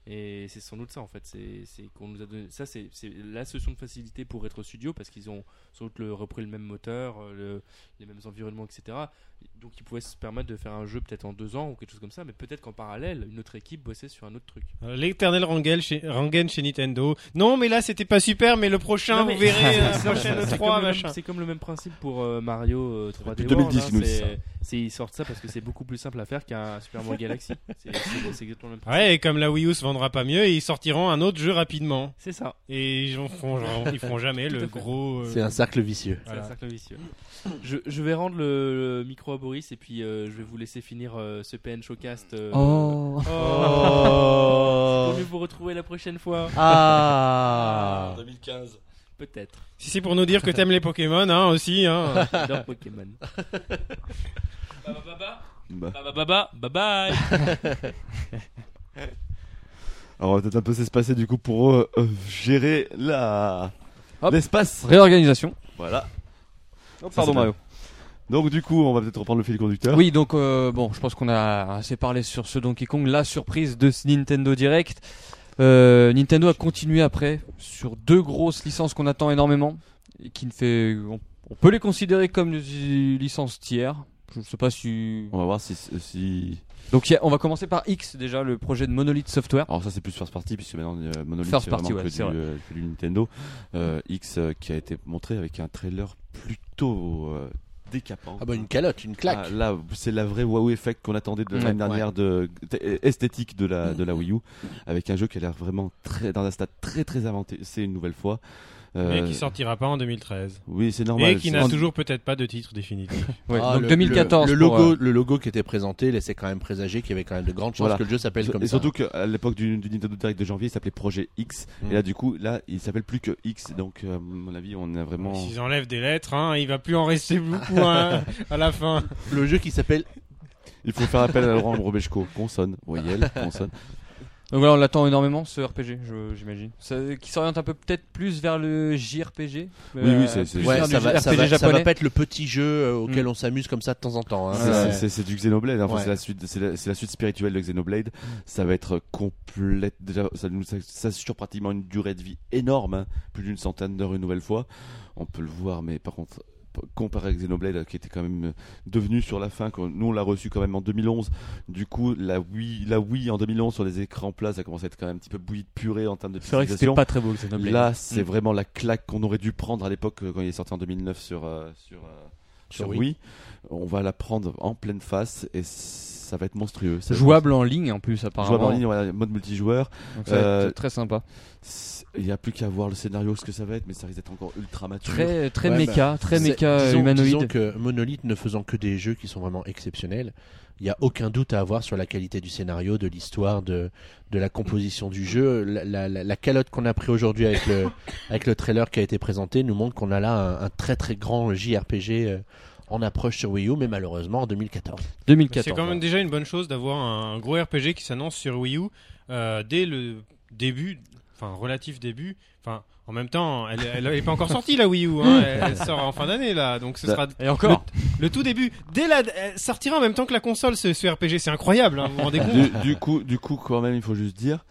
E: Et c'est sans doute ça en fait. C'est c'est qu'on nous a donné. Ça c'est c'est la solution de facilité pour Retro Studio parce qu'ils ont sans doute le- repris le même moteur, euh, le- les mêmes environnements, etc. Donc ils pouvaient se permettre de faire un jeu peut-être en deux ans ou quelque chose comme ça, mais peut-être qu'en parallèle une autre équipe bossait sur un autre truc.
D: Euh, L'éternel Rangel chez, Rangen chez Nintendo. Non, mais là, c'était pas super, mais le prochain,
E: Non, mais-
D: vous <laughs>
E: <laughs>
D: verrez, euh, la
E: C'est- c'est
D: prochaine
E: comme le
D: 3,
E: même-
D: machin.
E: C'est comme le même principe pour euh, Mario euh, 3D.
B: Depuis
E: World,
B: 2010,
E: hein,
B: ils nous
E: c'est-
B: disent ça.
E: c'est- Ils sortent ça parce que c'est beaucoup plus simple à faire qu'un Super Mario
D: <laughs>
E: Galaxy. C'est c'est- c'est exactement le même principe.
D: Ouais, et comme la Wii U se vendra pas mieux, ils sortiront un autre jeu rapidement.
E: C'est ça.
D: Et ils en feront, ils feront jamais
E: <laughs> Tout à
D: le
E: fait.
D: gros. euh,
F: C'est un cercle vicieux.
E: C'est
D: voilà.
E: un cercle vicieux. Je, je vais rendre le, le micro à Boris et puis euh, je vais vous laisser finir euh, ce PN Showcast. euh,
D: Oh.
C: Oh.
B: Oh.
E: Pour mieux vous retrouver la prochaine fois.
F: <laughs> Ah.
G: 2015.
D: <laughs>
E: Peut-être.
D: Si c'est pour nous dire que t'aimes les Pokémon, hein, aussi, hein.
E: Dans
D: <laughs>
E: Pokémon.
B: <laughs> Bah,
E: Baba baba, bye bye.
B: alors on va peut-être un peu s'espacer du coup pour euh, euh, gérer la
C: Hop.
B: l'espace.
C: Euh, Réorganisation.
B: Voilà.
E: Oh,
C: Pardon Mario.
B: Donc du coup on va peut-être reprendre le fil conducteur.
C: Oui, donc euh, bon, je pense qu'on a assez parlé sur ce Donkey Kong, la surprise de ce Nintendo Direct. Euh, Nintendo a continué après sur deux grosses licences qu'on attend énormément, et qui ne fait, on, on peut les considérer comme des licences tiers. Je ne sais pas si.
B: On va voir si si.
C: Donc il y a- on va commencer par X déjà, le projet de Monolith Software.
B: Alors ça c'est plus first party puisque maintenant euh, Monolith
C: First
B: c'est
C: party,
B: vraiment
C: ouais,
B: que,
C: c'est
B: du,
C: vrai.
B: euh, que du Nintendo Euh, X euh, qui a été montré avec un trailer plutôt euh, décapant.
F: Ah bah une calotte, une claque.
B: Ah, là, c'est la vraie wow effect qu'on attendait de
C: Ouais.
B: l'année dernière de t- euh, esthétique de la de la Wii U avec un jeu qui a l'air vraiment très dans un stade très très inventé. C'est une nouvelle fois. Euh,
D: Mais qui sortira pas en 2013.
B: Oui, c'est normal.
D: Et qui
B: c'est-
D: n'a toujours peut-être pas de titre définitif.
C: Ouais,
F: Ah,
C: donc
F: le-
C: 2014.
F: Le, le
C: pour,
F: logo,
C: euh,
F: le logo qui était présenté laissait quand même présager qu'il y avait quand même de grandes chances
B: Voilà.
F: que le jeu s'appelle comme
B: et
F: ça.
B: surtout qu'à l'époque du, du Nintendo Direct de janvier, il s'appelait Projet X.
F: Mm.
B: Et là, du coup, là, il s'appelle plus que X. Donc, euh, à mon avis, on a vraiment.
D: S'ils enlèvent des lettres, hein, il va plus en rester
B: <laughs>
D: beaucoup, hein, à la fin.
F: le jeu qui s'appelle
B: Il faut faire appel à Laurent Robeshko. Consonne, voyelle, consonne.
C: donc voilà, on l'attend énormément ce RPG, je- j'imagine. Ça- Qui s'oriente un peu peut-être plus vers le JRPG.
B: Oui, oui, c'est- c'est-
C: euh, plus
B: Ouais,
C: vers
F: ça
C: du
F: va, ça,
C: RPG
F: va, ça va
C: japonais.
F: pas être le petit jeu euh, auquel on s'amuse comme ça de temps en temps.
C: Ah,
F: hein.
B: C'est-
F: Ouais.
B: C'est c'est du Xenoblade, hein. enfin,
F: Ouais.
B: c'est la suite, c'est la, c'est la suite spirituelle de Xenoblade. Ça va être complète. Déjà, ça nous ça- ça assure pratiquement une durée de vie énorme, hein. plus d'une centaine d'heures une nouvelle fois. On peut le voir, mais par contre, p- comparé à Xenoblade, euh, qui était quand même euh, devenu sur la fin, quand nous on l'a reçu quand même en 2011. Du coup, la Wii, la Wii en 2011 sur les écrans plats, ça commence à être quand même un petit peu bouillie de purée en termes de
C: C'est vrai que c'était
B: pixelisation.
C: pas très beau le
B: Là, c'est
C: Mm.
B: vraiment la claque qu'on aurait dû prendre à l'époque euh, quand il est sorti en 2009 sur euh, sur euh, sur
F: Wii.
B: Wii. On va la prendre en pleine face et ça va être monstrueux. Ça-
C: Jouable en ligne en plus apparemment.
B: Jouable en ligne, voilà, mode multijoueur.
C: Donc ça va être
B: Euh,
C: très sympa.
B: C'est- Il n'y a plus qu'à voir le scénario, ce que ça va être, mais ça risque d'être encore ultra mature.
C: Très très
F: Ouais,
C: méca,
B: bah,
C: très
F: C'est-
C: méca euh,
F: disons- Disons
C: humanoïde.
F: que Monolith ne faisant que des jeux qui sont vraiment exceptionnels, il n'y a aucun doute à avoir sur la qualité du scénario, de l'histoire, de, de la composition du jeu. La, la- la- la calotte qu'on a pris aujourd'hui avec le, avec le trailer qui a été présenté nous montre qu'on a là un, un très très grand JRPG euh, en approche sur Wii U, mais malheureusement en 2014.
D: C'est
C: 2014.
D: quand même déjà une bonne chose d'avoir un gros RPG qui s'annonce sur Wii U euh, dès le début, enfin relatif début. Enfin, en même temps, elle, elle, elle est pas encore sortie la Wii U.
B: <laughs>
D: hein, elle, elle sort en fin d'année là, donc ce
B: Bah,
D: sera
C: Et encore.
D: le tout début. Dès la, elle sortira
B: <laughs>
D: en même temps que la console ce, ce RPG. C'est incroyable. hein, vous vous rendez compte
B: Du, du coup, du coup, quand même, il faut juste dire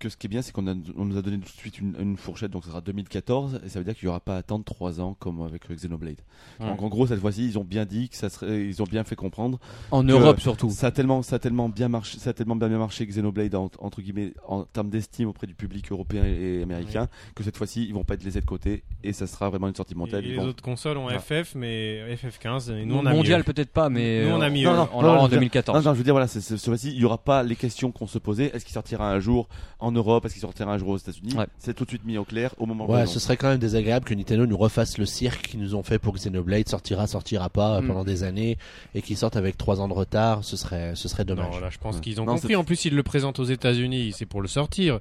B: que ce qui est bien, c'est qu'on a- on nous a donné tout de suite une, une fourchette, donc ça sera 2014, et ça veut dire qu'il n'y aura pas à attendre 3 ans comme avec euh, Xenoblade.
D: Ouais.
B: Donc en gros, cette fois-ci, ils ont bien dit que ça serait, ils ont bien fait comprendre.
C: En
B: Que-
C: Europe surtout.
B: Ça a tellement, ça a tellement bien marché, ça a tellement bien marché Xenoblade en- entre guillemets en termes d'estime auprès du public européen et et américain que cette fois-ci, ils vont pas être laissés de côté et ça sera vraiment une sortie
D: Et
B: mondiale. ils
D: les
B: vont-
D: autres consoles ont
B: Ouais.
D: FF, mais FF15, et nous on a
C: Mondial
D: mieux.
C: peut-être pas, mais
D: Nous, on a
C: euh,
D: mis,
C: on
D: euh,
C: l'aura
B: non, non,
C: en
B: je veux dire- Non,
C: 2014.
B: non, je veux dire, voilà, c'est- c'est- ce fois-ci, il n'y aura pas les questions qu'on se posait. Est-ce qu'il sortira un jour en Europe Est-ce qu'il sortira un jour aux États-Unis
C: Ouais.
B: C'est tout de suite mis au clair au moment où
F: Ouais, ce serait quand même désagréable que Nintendo nous refasse le cirque qu'ils nous ont fait pour Xenoblade sortira, sortira pas euh,
C: Mm.
F: pendant des années et qu'ils sortent avec trois ans de retard. Ce serait, ce serait dommage.
D: Non, là je pense
B: Ouais.
D: qu'ils ont
B: Non,
D: compris. En plus, ils le présentent aux États-Unis, c'est pour le sortir.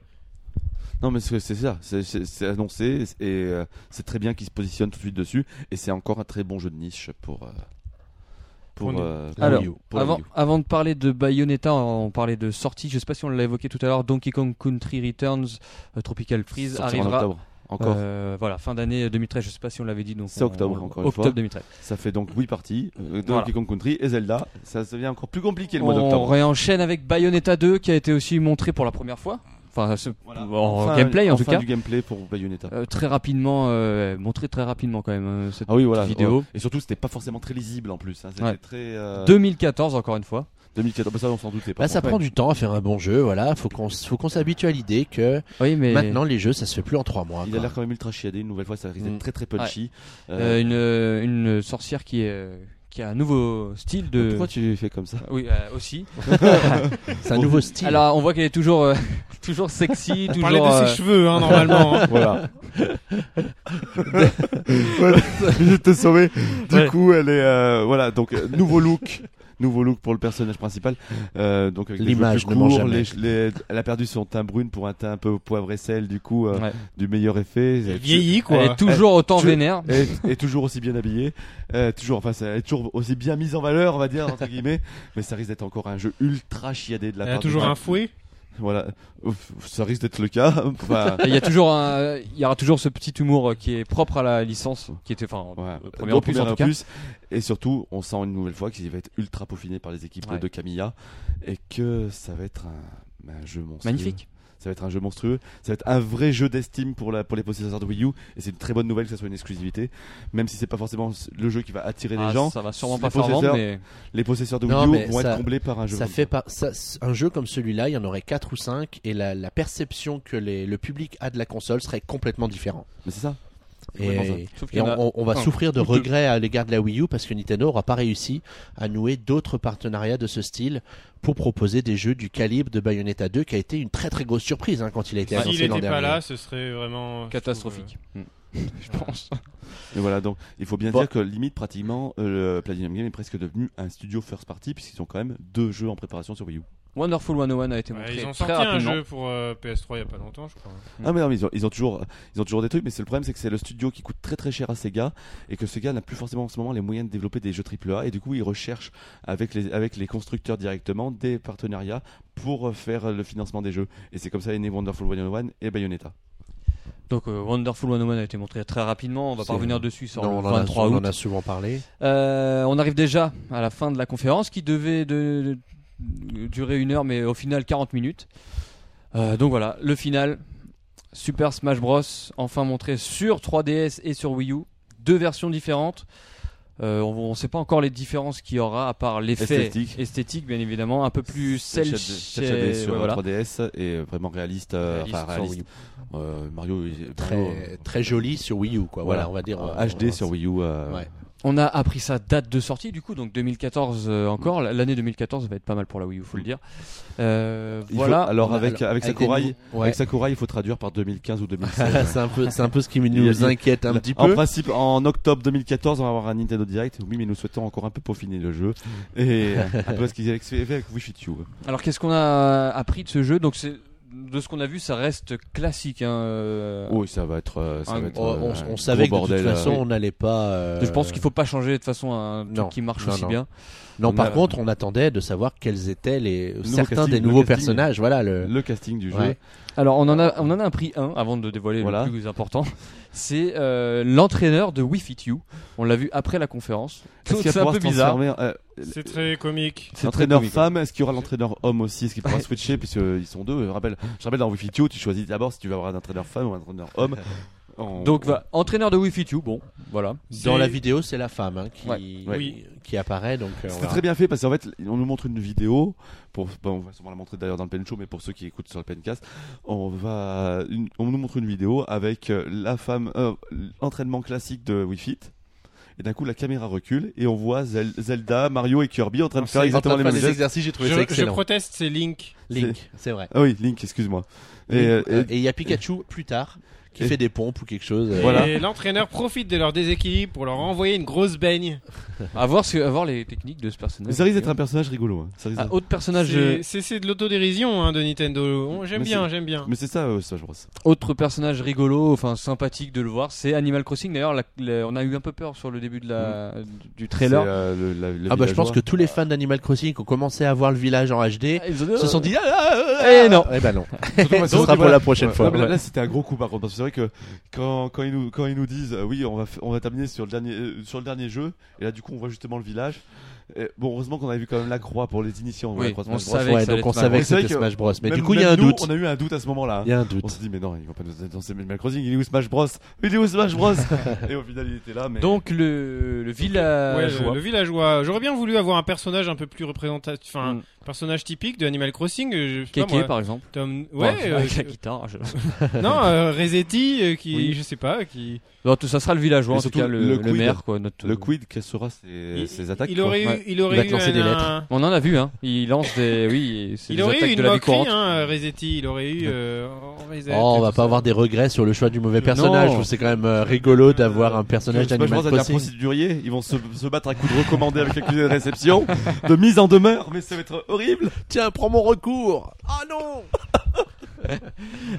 B: Non, mais c'est c'est ça, c'est- c'est c'est annoncé et euh, c'est très bien qu'ils se positionnent tout de suite dessus. Et c'est encore un très bon jeu de niche pour. euh, pour,
D: Pour nous.
B: euh,
F: La
C: Alors, ah,
F: Wii U.
B: pour la
C: avant,
B: Wii U.
C: avant de parler de Bayonetta, on parlait de sortie. Je sais pas si on l'a évoqué tout à l'heure. Donkey Kong Country Returns, euh, Tropical Freeze
B: Sortira en
C: arrivera.
B: octobre. Encore.
C: euh, voilà, fin d'année 2013. Je sais pas si on l'avait dit. Donc
B: C'est
C: on-
B: octobre,
C: on-
B: encore une
C: octobre
B: fois.
C: 2013.
B: Ça fait donc 8 parties. Euh, Donkey
C: Voilà.
B: Kong Country et Zelda. Ça devient encore plus compliqué le mois
C: On
B: d'octobre.
C: réenchaîne avec Bayonetta 2 qui a été aussi montré pour la première fois. Enfin, ce-
B: Voilà.
C: en
B: Enfin,
C: gameplay en
B: enfin
C: tout cas.
B: du gameplay pour Bayonetta.
C: Euh, très rapidement, euh, montré très rapidement quand même euh, cette
B: Ah oui, voilà.
C: vidéo.
B: ouais. Et surtout, c'était pas forcément très lisible en plus. hein. C'était
C: Ouais.
B: très. euh,
C: 2014 encore une fois.
B: 2014. Bah, ça, on s'en doutait pas.
F: Bah, ça
B: Ouais.
F: prend du temps à faire un bon jeu. Voilà, faut qu'on, s- faut qu'on s'habitue à l'idée que
C: Oui, mais
F: maintenant les jeux, ça se fait plus en trois mois.
B: Il
F: quoi.
B: a l'air quand même ultra chiadé. Une nouvelle fois, ça risque d'être
F: Mm.
B: très très punchy.
C: Euh,
B: Euh,
C: une, euh, une sorcière qui, est, euh, qui a un nouveau style de.
B: Pourquoi tu fais comme ça
C: Oui,
B: <laughs>
C: euh, aussi.
F: C'est un nouveau style.
C: Alors, on voit qu'elle est toujours, euh, <laughs> toujours sexy,
D: On parlait
C: toujours.
D: de
C: euh,
D: ses cheveux, hein, normalement.
B: <laughs>
D: hein.
B: Voilà. Je te sauver. Du
C: Ouais.
B: coup, elle est euh, voilà donc euh, nouveau look, nouveau look pour le personnage principal. Euh, donc avec les cheveux
F: L'image
B: plus
F: ne ment
B: courts,
F: jamais.
B: les che- les- elle a perdu son teint brune pour un teint un peu poivre et sel. Du coup, euh,
C: ouais.
B: du meilleur effet.
D: Elle
B: Et tu-
D: vieillit
C: Elle
D: quoi.
C: est toujours autant
B: tu-
C: vénère.
B: et, et toujours aussi bien habillée, euh, toujours enfin ça- elle est toujours aussi bien mise en valeur, on va dire entre guillemets, mais ça risque d'être encore un jeu ultra chiadé de la
D: Elle
B: part
D: a
B: du
D: toujours un
B: gars.
D: fouet.
B: Voilà, Ouf, ça risque d'être le cas. Enfin,
C: Et Il y a toujours un, il y aura toujours ce petit humour euh, qui est propre à la licence, qui était, enfin, au
B: ouais.
C: premier
B: Dans
C: opus,
B: Euh, Premier
C: en tout cas.
B: Opus. Et surtout, on sent une nouvelle fois qu'il va être ultra peaufiné par les équipes
C: Ouais.
B: de Camilla et que ça va être un, un jeu monstrueux.
C: magnifique.
B: Ça va être un jeu monstrueux. Ça va être un vrai jeu d'estime pour, la, pour les possesseurs de Wii U. Et c'est une très bonne nouvelle que ça soit une exclusivité. Même si c'est pas forcément le jeu qui va attirer
C: Ah,
B: les gens,
C: ça va sûrement
B: les
C: pas faire vendre,
B: possesseurs-
C: mais
B: les possesseurs de
F: Non,
B: Wii
F: mais
B: U vont
F: ça-
B: être comblés par un jeu.
F: ça
B: comme
F: fait pas ça, c'est- un jeu comme celui-là, il y en aurait quatre ou cinq et la, la perception que les- le public a de la console serait complètement différente.
B: Mais c'est ça. Complètement
F: Et,
C: sauf qu'il
F: et
C: y
F: on,
C: en a-
F: on- on va
C: un
F: souffrir de
C: ou deux.
F: regrets à l'égard de la Wii U parce que Nintendo n'aura pas réussi à nouer d'autres partenariats de ce style pour proposer des jeux du calibre de Bayonetta 2 qui a été une très très grosse surprise hein, quand il a été
D: S'il
F: annoncé l'an
D: n'était Ah, pas
F: dernier.
D: là, ce serait vraiment euh, je
C: catastrophique. Hmm. <laughs> Je pense.
B: Et voilà, donc il faut bien
F: Bon.
B: dire que limite pratiquement euh, le Platinum Game est presque devenu un studio first party puisqu'ils ont quand même deux jeux en préparation sur Wii U.
C: Wonderful 101 a été
D: trouve, euh, ouais,
C: montré
D: ils ont
C: très
D: sorti un
C: rapidement.
D: jeu pour euh, PS3 il y a pas longtemps, je crois.
B: Ah mais non, mais ils ont, ils ont toujours ils ont toujours des trucs mais c'est le problème c'est que c'est le studio qui coûte très très cher à Sega et que Sega n'a plus forcément en ce moment les moyens de développer des jeux AAA et du coup ils recherchent avec les avec les constructeurs directement des partenariats pour euh, faire le financement des jeux et c'est comme ça est né Wonderful 101 et Bayonetta.
C: Donc euh, Wonderful 101 a été montré très rapidement, on va pas
F: C'est-
C: revenir dessus, il sort
F: Non,
C: le
F: on, en a,
C: 23
F: on
C: août.
F: en a souvent parlé.
C: Euh, on arrive déjà à la fin de la conférence qui devait de, de- durer une heure, mais au final 40 minutes. Euh, donc voilà, le final. Super Smash Bros. enfin montré sur 3DS et sur Wii U. Deux versions différentes. Euh, on ne sait pas encore les différences qu'il y aura, à part l'effet
B: Esthétique.
C: esthétique, bien évidemment, un peu plus
B: Celle
C: cel
B: sur euh,
C: ouais, voilà.
B: 3DS et vraiment réaliste, euh,
C: Réaliste
B: enfin
C: sur
B: réaliste. Euh, Mario il- Mario,
F: Très,
B: euh,
F: très joli sur Wii U, quoi. Voilà,
B: Voilà.
F: on va dire.
B: Euh,
F: on-
B: HD
F: on-
B: sur Wii U. euh,
F: Ouais.
C: On a appris sa date de sortie, du coup, donc 2014 euh, encore. L'année 2014 va être pas mal pour la Wii U, faut le dire. Euh,
B: Il faut-
C: voilà.
B: alors avec avec
F: des
B: Sakurai,
F: nou- ouais. <laughs>
B: avec Sakurai, il faut traduire par 2015 ou 2016.
F: c'est un peu, c'est un peu ce qui
B: Il y a- il y
F: nous
B: a-
F: inquiète un petit
B: en
F: peu.
B: principe, en octobre 2014, on va avoir un Nintendo Direct. Oui, mais nous souhaitons encore un peu peaufiner le
F: <laughs>
B: jeu et un peu ce qu'ils avaient fait avec Wii Fit You.
C: Alors qu'est-ce qu'on a appris de ce jeu Donc c'est de ce qu'on a vu, ça reste classique. hein, euh,
B: Oui, ça va être, euh, ça
C: Un
B: va
C: gros-
B: être,
F: Ah, On, on-
B: euh,
F: on
B: un
F: savait que
B: gros
F: de
B: bordel,
F: toute
B: euh,
F: façon, on n'allait pas. euh,
C: Je pense qu'il faut pas changer de toute façon un truc
F: non,
C: qui marche
F: non,
C: aussi
F: non.
C: bien.
F: Non,
B: On
F: par
B: a-
F: contre, on attendait de savoir quels étaient les
B: Nouveau
F: certains
B: casting,
F: des
B: le
F: nouveaux
B: casting.
F: personnages. Voilà le.
B: le casting du jeu.
F: euh, Ouais.
C: Alors on en a, on en a un prix un avant de dévoiler
B: Voilà.
C: le plus important. <laughs> C'est euh, l'entraîneur de We Fit You. On l'a vu après la conférence.
B: Est-ce qu'il va
C: C'est un
B: pouvoir
C: peu
B: se
C: bizarre.
B: transformer, euh,
D: C'est très comique.
C: C'est très
B: L'entraîneur
F: hein.
C: comique.
B: femme, est-ce qu'il y aura l'entraîneur homme aussi Est-ce qu'il
F: <laughs>
B: pourra
C: Ouais.
B: switcher Puisqu'ils sont deux. Je rappelle, je rappelle dans Wi-Fi Tio, tu choisis d'abord si tu veux avoir un entraîneur femme ou un entraîneur
F: <laughs>
B: homme. En-
C: Donc voilà, entraîneur de We Fit You. Bon, voilà.
F: Dans
D: C'est-
F: la vidéo, c'est la femme hein, qui,
C: Ouais.
D: Oui.
F: qui apparaît. Donc, euh, on
B: C'était
F: verra.
B: très bien fait parce qu'en fait, on nous montre une vidéo. Pour, bon, on va sûrement la montrer d'ailleurs dans le Pen Show, mais pour ceux qui écoutent sur le Pencast, on va, une- on nous montre une vidéo avec euh, la femme, euh, l'entraînement classique de Wii Fit. Et d'un coup, la caméra recule et on voit Zel- Zelda, Mario et Kirby en train de
F: En
B: faire
F: train
B: exactement
F: de
B: les
F: faire
B: mêmes
F: des
B: gestes.
F: exercices, j'ai
D: Je,
F: trouvé ça
D: je
F: excellent.
D: proteste, c'est Link.
F: Link, c'est vrai.
B: Ah oui, Link, excuse-moi. Et,
F: Link,
B: euh, et-
F: euh, Et il y a Pikachu plus tard qui
B: et-
F: fait des pompes ou quelque chose. euh,
B: Voilà.
D: Et l'entraîneur profite de leur déséquilibre pour leur envoyer une grosse baigne.
C: À voir, ce, à voir les techniques de ce
F: ah,
B: mais
C: personnage.
B: ça risque d'être un personnage rigolo. hein. Ça risque
C: Ah,
B: d'être-
C: autre personnage, euh,
D: C'est- C'est c'est de l'autodérision hein, de Nintendo. On- J'aime
B: Mais
D: bien,
B: c'est-
D: j'aime
F: oh.
D: bien.
B: Mais c'est ça, euh, Smash Bros.
C: autre personnage rigolo, enfin sympathique de le voir, c'est Animal Crossing. D'ailleurs, la- la- on a eu un peu peur sur le début de la,
D: Mm.
C: du trailer.
B: C'est, euh, le- la- le
F: Ah bah je
B: villageois.
F: pense que tous les fans d'Animal Crossing qui ont commencé à voir le village en HD
D: euh,
C: Ah, ils ont-
F: se sont dit ah, ah,
C: Eh non.
F: Eh ben non.
B: <laughs> Surtout parce
F: Ce
B: que
F: sera
B: c'était-
F: pour la prochaine
B: Ouais,
F: fois.
B: mais Là, là, c'était un gros coup par contre, parce que c'est vrai que quand, quand, ils, nous, quand ils nous disent euh, oui, on va, f- on va terminer sur le, dernier, euh, sur le dernier jeu, et là du coup on voit justement le village. Et bon, heureusement qu'on avait vu quand même la croix pour les initiants.
C: Oui,
B: la croix
C: on
B: Smash Bros.
C: savait que
F: Ouais,
C: ça allait
F: donc on
C: être
F: savait que
B: marrant.
F: c'était
B: C'est vrai que
F: Smash Bros. Mais
B: Même-
F: du coup, il y a un
B: même nous,
F: doute.
B: On a eu un doute à ce moment-là.
F: Il y a un
B: On
F: doute.
B: s'est dit, mais non, ils vont pas nous annoncer Animal Crossing, il est où Smash Bros Il est où Smash
F: <laughs>
B: Bros Et au final, il était là, mais.
C: Donc le, Mm. le
D: Ouais,
C: village.
D: le, le villageois. J'aurais bien voulu avoir un personnage un peu plus représentatif, enfin,
C: Mm.
D: un personnage typique de Animal Crossing. euh, Je, sais pas,
C: Kéké
D: moi,
C: par exemple.
D: Tom- ouais,
C: Enfin, <laughs>
D: euh,
C: avec la guitare. je-
D: non, euh, Resetti, euh, qui,
C: Oui.
D: je sais pas, qui.
C: Non, tout ça sera le villageois,
B: Et
C: en tout
B: surtout,
C: cas le,
B: le
C: le
B: quid.
C: maire, quoi. Notre...
F: euh,
B: le quid, quelles seront ses,
D: il,
B: Euh, ses attaques
D: il
B: quoi.
D: aurait eu,
C: Ouais.
D: il
F: Il va
D: aurait
F: te
D: eu
F: lancer des
D: un-
F: lettres.
D: un-
C: On en a vu, hein. Il lance
D: <laughs>
C: des, oui, c'est
D: Il
C: des
D: aurait
C: attaques
D: eu
C: de
D: une
C: la vie
D: moquerie,
C: courante.
D: hein, Resetti. Il aurait eu. euh, en
F: Oh,
D: Reset et
F: on va pas
D: tout ça.
F: avoir des regrets sur le choix du mauvais personnage. Je trouve que C'est quand même euh, rigolo d'avoir un personnage
B: Smash
F: d'Animal
B: Bros avec un
F: Crossing.
B: procédurier, ils vont se, se battre à coups de recommandé avec l'accusé de réception, de mise en
F: <laughs>
B: demeure, mais ça va être horrible.
F: Tiens, prends mon recours. Ah non.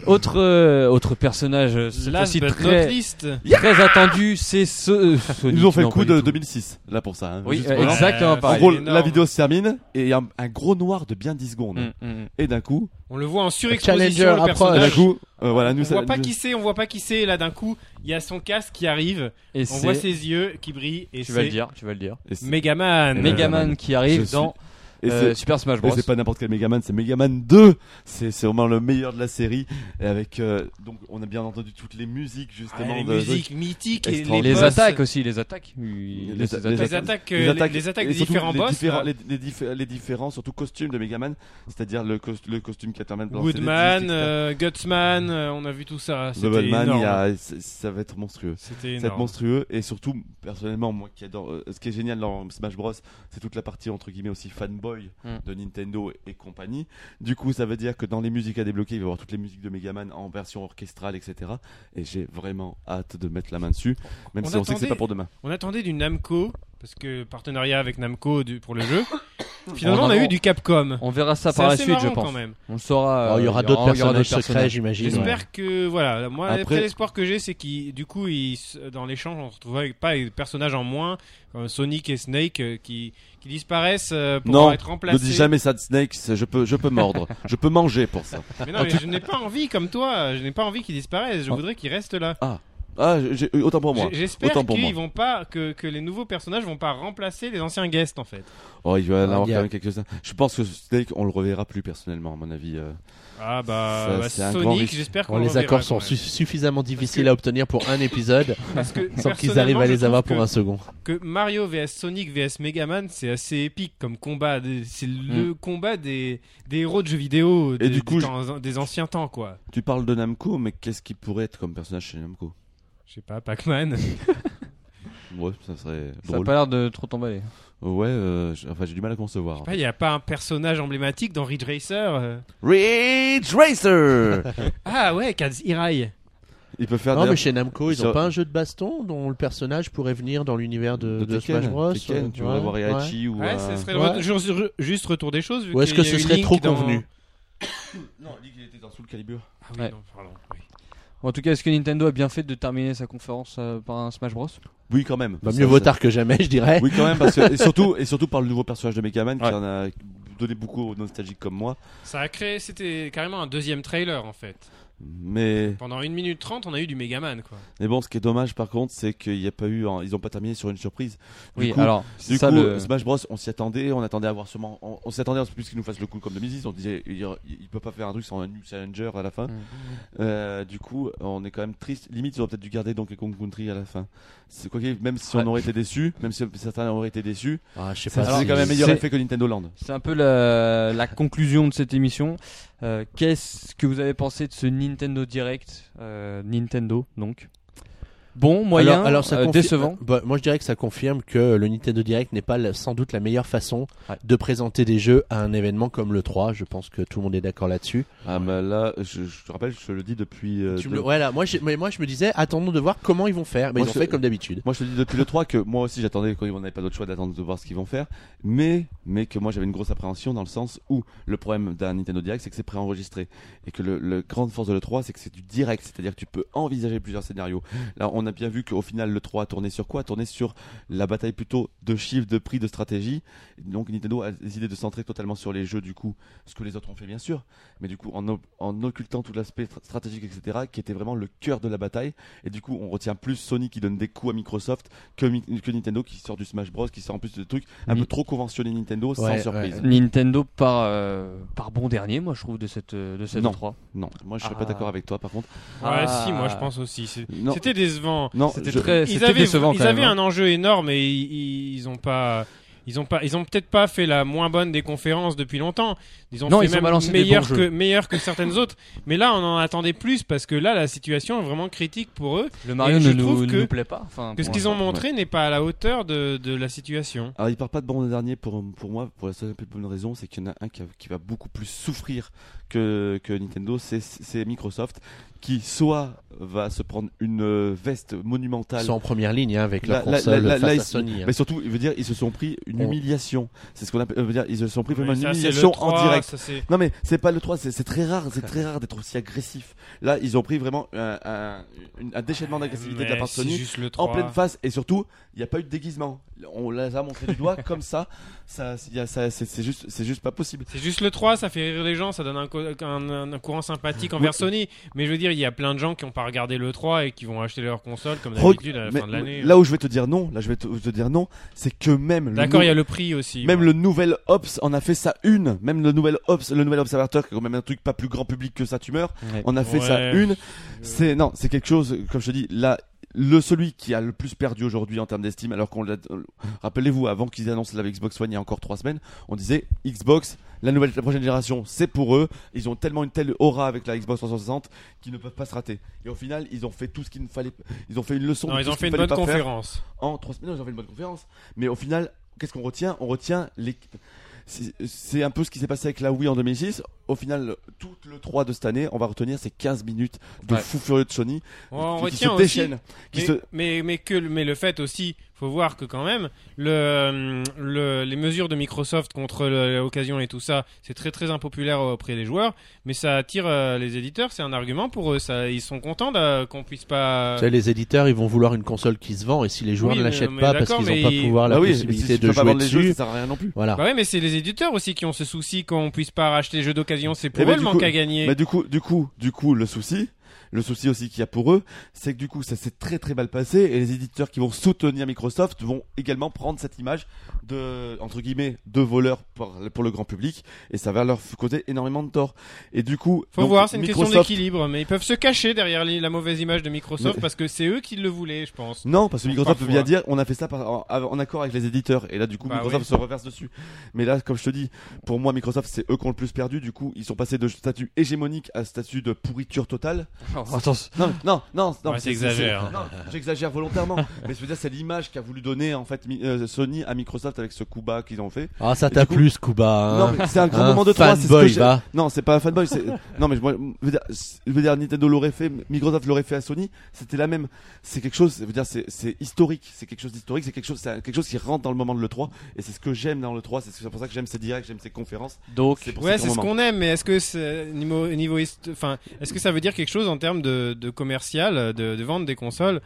C: Autre euh, autre personnage, euh, cette
D: Last
C: fois-ci
D: but
C: très
D: not least.
C: très attendu, c'est ce.
D: <laughs>
C: euh,
B: Ils
C: Sonic,
B: nous ont fait
C: non,
B: le coup
C: pas
B: de
C: du tout.
B: 2006, là pour ça. hein,
C: Oui,
B: juste
C: euh,
B: pour
D: voilà.
C: exactement
D: Euh,
B: En
D: pareil.
B: gros,
D: Il est énorme.
B: la vidéo se termine et il y a un, un gros noir de bien 10 secondes.
C: Mm, mm.
B: Et d'un coup,
D: On le voit en surexposition
F: Challenger,
D: le
B: et
F: approche.
B: d'un
D: personnage.
B: coup, euh, voilà,
D: Ah, on
B: nous ça-
D: voit pas
B: nous-
D: qui c'est, on voit pas qui c'est. et Là, d'un coup, il y a son casque qui arrive.
C: Et
D: On voit
C: c'est.
D: ses yeux qui brillent et
C: Tu vas le
D: c'est
C: dire, tu vas le dire.
B: et c'est-
D: Megaman.
C: Megaman qui arrive
B: Je
C: dans
B: et
C: euh,
B: c'est-
C: Super Smash
B: et
C: Bros.
B: c'est pas n'importe quel Megaman, c'est Megaman 2. C'est c'est vraiment le meilleur de la série. Et avec euh, donc on a bien entendu toutes les musiques
D: Ah,
B: justement.
D: les
B: de-
D: musiques mythiques et les,
B: Extraordinaire.
C: Les
D: boss.
C: attaques aussi, les attaques. Oui,
B: Les
C: les
B: a-
C: attaques.
D: Les attaques, euh,
B: les
D: les
B: attaques-
D: les attaques
B: et
D: des
B: surtout
D: différents
B: les
D: boss.
B: différents-
D: là.
B: les, les diffé- les différents surtout costumes de Megaman, c'est-à-dire le, cos- le costume Caterman. blanc, c'est des
D: Woodman,
B: disques, etc.
D: euh, Gutsman, euh, on a vu tout ça. C'était
B: Woodman, il
D: énorme.
B: y a- c'est- ça va être monstrueux.
D: C'était
B: Ça va être
D: énorme.
B: monstrueux et surtout personnellement moi qui adore euh, ce qui est génial dans Smash Bros c'est toute la partie entre guillemets aussi fanboy
C: Mm.
B: de Nintendo et compagnie du coup ça veut dire que dans les musiques à débloquer il va y avoir toutes les musiques de Megaman en version orchestrale etc et j'ai vraiment hâte de mettre la main dessus même
D: On
B: si on sait que c'est
D: attendait-
B: pas pour demain
D: On attendait du Namco, parce que partenariat avec Namco du- pour le jeu. Finalement, on a
C: On en-
D: eu du Capcom.
C: On verra ça
D: C'est
C: par la
D: assez
C: suite, je
D: marrant, quand
C: pense.
D: même.
C: On le saura.
F: Oh, il y aura d'autres personnages secrets, j'imagine.
D: J'espère que voilà, moi
B: Après-
D: après l'espoir que j'ai c'est qu'il du coup il, s- dans l'échange on se retrouve avec pas des personnages en moins comme Sonic et Snake euh, qui, qui disparaissent euh, pour
B: Non,
D: être
B: ne
D: remplacés.
B: dis jamais ça de Snake c'est- je peux je peux <laughs> mordre je peux manger pour ça
D: Mais non, mais je n'ai pas envie comme toi, je n'ai pas envie qu'ils disparaissent, je voudrais qu'ils restent là.
B: ah j'ai- autant pour moi
D: J- J'espère
B: Autant pour moi.
D: qu'ils vont pas que, que les nouveaux personnages vont pas remplacer les anciens guests en fait.
B: oh il va y en
F: Ah,
B: avoir
F: il y a-
B: quand même quelques-uns je pense que Snake on le reverra plus personnellement à mon avis euh.
D: Ah bah,
B: Ça,
D: bah,
B: c'est un grand
D: Sonic,
B: risque.
D: j'espère qu'on
F: Bon,
D: le
F: les
D: reverra
F: accords
D: quand
F: sont
D: même.
F: su- suffisamment difficiles à obtenir pour un épisode
D: parce que
F: sans qu'ils arrivent à
D: personnellement,
F: les
D: je
F: avoir
D: trouve
F: pour un second.
D: que Mario vs Sonic vs Megaman, c'est assez épique comme combat. Des- C'est le
F: Mm.
D: combat des, des héros de jeux vidéo
B: Et
D: des,
B: du coup,
D: des
B: je-
D: temps- des anciens temps, quoi.
B: tu parles de Namco mais qu'est-ce qui pourrait être comme personnage chez Namco
D: Je sais pas, Pac-Man.
B: ouais ça serait
C: Ça n'a
B: drôle
C: pas l'air de trop t'emballer.
B: Ouais, euh, j'- enfin j'ai du mal à concevoir.
D: Il n'y a pas un personnage emblématique dans Ridge Racer. euh.
B: Ridge
F: <laughs>
B: Racer
D: Ah ouais, Kaz Hirai.
B: Il peut faire
F: Non,
B: des-
F: mais chez Namco, ils
B: sur-
F: ont pas un jeu de baston dont le personnage pourrait venir dans l'univers de,
B: de
F: de
B: Tekken,
F: Smash Bros.
B: Tekken, tu
F: Ouais,
B: vas voir
F: ouais.
B: Heihachi ou.
D: Ouais,
B: euh,
D: ce serait
F: Ouais.
D: re- ju- juste retour des choses. vu
F: Ou est-ce
D: qu'il
F: que
D: y
F: ce
D: a eu
F: serait
D: Link
F: trop
D: dans-
F: convenu
B: Non, Link il était dans Soul Calibur.
D: Ah oui,
C: Ouais.
D: non, pardon, oui.
C: En tout cas, est-ce que Nintendo a bien fait de terminer sa conférence euh, par un Smash Bros
B: Oui, quand même.
F: Bah,
B: Ça,
F: mieux vaut
B: ça-
F: tard que jamais, je dirais. <laughs>
B: Oui, quand même, parce que. Et surtout, et surtout par le nouveau personnage de Megaman
C: Ouais.
B: qui en a. donner beaucoup aux nostalgiques comme moi.
D: Ça a créé, c'était carrément un deuxième trailer en fait.
B: Mais,
D: Pendant 1 minute 30, on a eu du Megaman quoi.
B: mais bon, ce qui est dommage par contre, c'est qu'il n'y a pas eu, un- ils n'ont pas terminé sur une surprise. Du
C: Oui,
B: coup,
C: alors,
B: Du
C: ça
B: coup, euh,
C: le.
B: Smash Bros, on s'y attendait, on attendait à voir sûrement, on, on s'y attendait en plus qu'ils nous fassent le coup comme 2010. On disait, il, il peut pas faire un truc sans un new challenger à la fin.
F: Mm.
B: Euh, du coup, on est quand même triste. Limite, ils auraient peut-être dû garder Donkey Kong Country à la fin. C'est quoi qu'il arrive, même si
C: Ouais.
B: on aurait été déçus, même si certains auraient été déçus,
F: Ah, je sais
C: Ça,
F: pas.
B: ça
C: Alors,
B: c'est quand même meilleur
C: c'est-
B: effet que Nintendo Land.
C: C'est un peu la, la conclusion de cette émission. Euh, Qu'est-ce que vous avez pensé de ce Nintendo Direct Euh, Nintendo, donc. Bon, moyen,
F: alors, alors ça
C: euh,
F: confi-
C: décevant.
F: Bah, moi, je dirais que ça confirme que le Nintendo Direct n'est pas la- sans doute la meilleure façon
C: Ouais.
F: de présenter des jeux à un événement comme le 3. Je pense que tout le monde est d'accord là-dessus.
B: Ah, mais là, je, je te rappelle, je le dis depuis. euh,
F: Tu me
B: de-
F: le- Voilà, moi, j'ai- mais moi, je me disais, attendons de voir comment ils vont faire. Mais
B: Moi,
F: ils ont
B: je-
F: fait comme d'habitude.
B: Moi, je te dis depuis le 3 que moi aussi j'attendais quand on n'avait pas d'autre choix d'attendre de voir ce qu'ils vont faire, mais mais que moi j'avais une grosse appréhension dans le sens où le problème d'un Nintendo Direct c'est que c'est préenregistré et que le, le grande force de le 3 c'est que c'est du direct, c'est-à-dire que tu peux envisager plusieurs scénarios. Là, on a bien vu qu'au final le 3 a tourné sur quoi A tourné sur la bataille plutôt de chiffres, de prix, de stratégie. Donc Nintendo a décidé de centrer totalement sur les jeux du coup, ce que les autres ont fait bien sûr, mais du coup en, ob- en occultant tout l'aspect tra- stratégique etc qui était vraiment le cœur de la bataille et du coup, on retient plus Sony qui donne des coups à Microsoft que, Mi- que Nintendo qui sort du Smash Bros, qui sort en plus de trucs un
C: Oui.
B: peu trop conventionnés Nintendo sans
F: Ouais,
B: surprise.
F: ouais.
C: Nintendo par, euh, par bon dernier, moi je trouve, de cette, euh, de cette
B: Non.
C: 3.
B: Non, moi je serais pas
C: Ah.
B: d'accord avec toi par contre.
D: Ouais,
F: Ah.
D: si, moi je pense aussi. C'est-
B: Non.
D: C'était décevant.
B: Non,
C: C'était
B: je-
C: très
D: Ils
C: c'était
D: avaient,
C: décevant
D: ils
C: quand même.
D: avaient
C: hein.
D: un enjeu énorme et ils, ils ont pas. Ils ont pas, ils ont peut-être pas fait la moins bonne des conférences depuis longtemps. Ils ont
C: Non,
D: fait
C: ils ont
D: même
C: balancé des
D: meilleur
C: bons
D: que
C: jeux.
D: meilleur que certaines autres. Mais là, on en attendait plus parce que là, la situation est vraiment critique pour eux.
C: Le Mario
D: Et
C: ne
D: je trouve
C: nous,
D: que-
C: nous plaît pas. Enfin,
D: Que ce
C: pour
D: qu'ils ont
C: l'instant.
D: montré n'est pas à la hauteur de, de la situation.
B: Alors, il part pas de bon dernier pour, pour moi, pour la seule et plus bonne raison, c'est qu'il y en a un qui, a- qui va beaucoup plus souffrir que, que Nintendo, c'est- c'est Microsoft, qui soit va se prendre une euh, veste
F: Ils
B: monumentale
F: sont en première ligne hein, avec leur
B: Là- là-
F: console
B: là- là-
F: face
B: là,
F: à
B: ils-
F: Sony. hein.
B: Mais surtout, il veut dire, ils se sont pris une
F: On-
B: humiliation. C'est ce qu'on appelle, euh, veut dire, ils se sont pris vraiment
D: Mais
B: une
D: ça, c'est le
B: humiliation en
D: 3,
B: direct.
D: ça, c'est-
B: Non mais c'est pas le 3, c'est c'est très rare, c'est très rare d'être aussi agressif. Là, ils ont pris vraiment un, un- une- un déchaînement d'agressivité de la
D: Mais
B: part de
D: c'est
B: Sony
D: juste le
B: en
D: 3.
B: pleine face et surtout, il n'y a pas eu de déguisement. On les a montré du doigt comme
D: <laughs>
B: ça, ça, il y a- ça c'est c'est juste, c'est juste pas possible.
D: C'est juste le 3, ça fait rire les gens, ça donne un, co- un- un- un courant sympathique envers Sony. Mais je veux dire, il y a plein de gens qui n'ont pas regardé le 3 et qui vont acheter leur console comme d'habitude à la
B: Mais-
D: Euh, fin de l'année. hein.
B: là où je vais te dire non, là je vais te, te dire non, c'est que même le
D: D'accord, il y
B: nou-
D: a le prix aussi.
B: même
D: ouais.
B: le nouvel Ops en a fait ça une, même le nouvel Ops, le nouvel observateur qui est quand même un truc pas plus grand public que ça tu meurs,
C: Ouais.
B: on a fait
D: Ouais,
B: ça une. C'est non, c'est quelque chose comme je te dis là le celui qui a le plus perdu aujourd'hui en termes d'estime alors qu'on l'a euh, rappelez-vous avant qu'ils annoncent la Xbox One il y a encore trois semaines, on disait Xbox la nouvelle la prochaine génération, c'est pour eux, ils ont tellement une telle aura avec la Xbox 360 qu'ils ne peuvent pas se rater. Et au final, ils ont fait tout ce qu'il ne fallait ils ont fait une leçon
D: Non,
B: de
D: ils
B: tout
D: ont
B: ce
D: fait
B: qu'il
D: une bonne
B: fallait pas faire
D: conférence.
B: en trois semaines, non, ils ont fait une bonne conférence. Mais au final, qu'est-ce qu'on retient On retient les. c'est- C'est un peu ce qui s'est passé avec la Wii en 2006. Au final, tout le 3 de cette année, on va retenir ces 15 minutes de
C: Ouais.
B: fou furieux de Sony
D: Ouais, on
B: qui, qui
D: retient
B: se
D: aussi.
B: déchaîne. Qui
D: mais,
B: se...
D: mais, mais que, le- mais le fait aussi, faut voir que quand même, le, le- les mesures de Microsoft contre le- l'occasion et tout ça, c'est très très impopulaire auprès des joueurs, mais ça attire euh, les éditeurs, c'est un argument pour eux, ça, ils sont contents d'a- qu'on puisse pas...
F: Tu sais, les éditeurs, ils vont vouloir une console qui se vend et si les joueurs
D: Euh, Oui,
F: ne
D: mais-
F: l'achètent
D: mais
F: pas parce
D: d'accord,
F: qu'ils
D: mais
F: n'ont pas
D: ils-
F: pouvoir Ah, la
B: Bah oui, si
F: possibilité
B: tu
F: de
B: peux pas
F: jouer
B: vendre les jeux, Hein
F: dessus,
B: ça sert à rien non plus.
F: voilà.
D: Bah ouais, mais c'est les éditeurs aussi qui ont ce souci quand on puisse pas racheter les jeux d'occasion, c'est pour
B: Eh ben,
D: eux le
B: du
D: manque
B: coup-
D: à gagner.
B: Mais du coup, du coup, du coup, le souci, le souci aussi qu'il y a pour eux, c'est que du coup, ça s'est très très mal passé et les éditeurs qui vont soutenir Microsoft vont également prendre cette image de entre guillemets de voleurs pour, pour le grand public et ça va leur causer énormément de tort. Et du coup,
D: Faut
B: donc,
D: voir, c'est une question
B: Microsoft-
D: d'équilibre, mais ils peuvent se cacher derrière les- la mauvaise image de Microsoft
B: Mais-
D: parce que c'est eux qui le voulaient, je pense.
B: Non, parce que
D: Donc,
B: Microsoft peut
D: parfois.
B: bien dire on a fait ça par- en, en accord avec les éditeurs et là du coup
D: Bah
B: Microsoft
D: oui.
B: se reverse dessus. Mais là comme je te dis, pour moi Microsoft c'est eux qui ont le plus perdu. Du coup ils sont passés de statut hégémonique à statut de pourriture
D: <laughs>
B: totale.
C: Attends,
B: Non, non, non, non.
D: Oh, Ouais,
B: c'est-
D: t'exagères.
B: c'est- Non, j'exagère
D: <laughs>
B: volontairement. mais je veux dire, c'est l'image qu'a voulu donner en fait mi- euh, Sony à Microsoft avec ce coup bas qu'ils ont fait.
F: Ah, ça
B: Et
F: t'a
B: du coup-
F: plu, ce Kuba.
B: non, mais c'est un grand moment de trois. C'est ce que
F: Ah. fanboy,
B: j'ai-
F: va.
B: Non, c'est pas un fanboy. c'est- <laughs> non, mais je, moi, je veux dire, je veux dire, Nintendo l'aurait fait, Microsoft l'aurait fait à Sony. C'était la même. C'est quelque chose. Je veux dire, c'est- c'est historique. C'est quelque chose d'historique. C'est quelque chose. C'est quelque chose qui rentre dans le moment de le 3. Et c'est ce que j'aime dans le 3. C'est c'est pour ça que j'aime ces directs, j'aime ces conférences.
C: donc,
B: C'est pour
D: Ouais,
B: ces
D: c'est ce
B: moments.
D: qu'on aime, mais est-ce que c'est niveau, niveau hist- enfin, est-ce que ça veut dire quelque chose en termes de, de commercial, de, de vente des consoles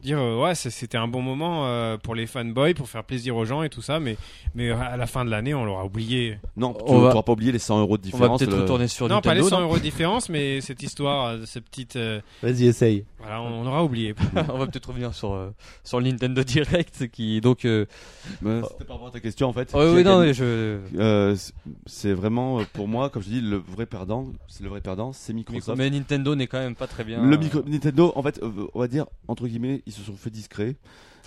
D: dire euh, ouais c'est- c'était un bon moment euh, pour les fanboys pour faire plaisir aux gens et tout ça mais mais euh, à la fin de l'année on l'aura oublié
B: Non, tu
C: On va-
B: pourras pas oublier les 100 euros de
C: On va
B: différence. euh,
C: peut-être
B: le-
C: retourner sur
D: non pas les
C: Nintendo.
D: 100 euros de différence mais cette histoire euh, cette petite euh,
F: Vas-y, essaye.
D: voilà on, on l'aura oublié
C: <laughs> on va peut-être revenir sur euh, sur le Nintendo <laughs> Direct qui donc. euh,
B: Ouais, C'était par rapport à ta question en fait.
C: ouais,
B: Qui
C: ouais,
B: a
C: non,
B: gagné
C: mais je.
B: Euh, c'est- c'est vraiment euh, pour moi, comme je dis, le vrai perdant, c'est le vrai perdant, c'est Microsoft.
C: Mais Nintendo n'est quand même pas très bien.
B: Le
C: euh,
B: micro- Nintendo, en fait, euh, on va dire entre guillemets, ils se sont fait discrets,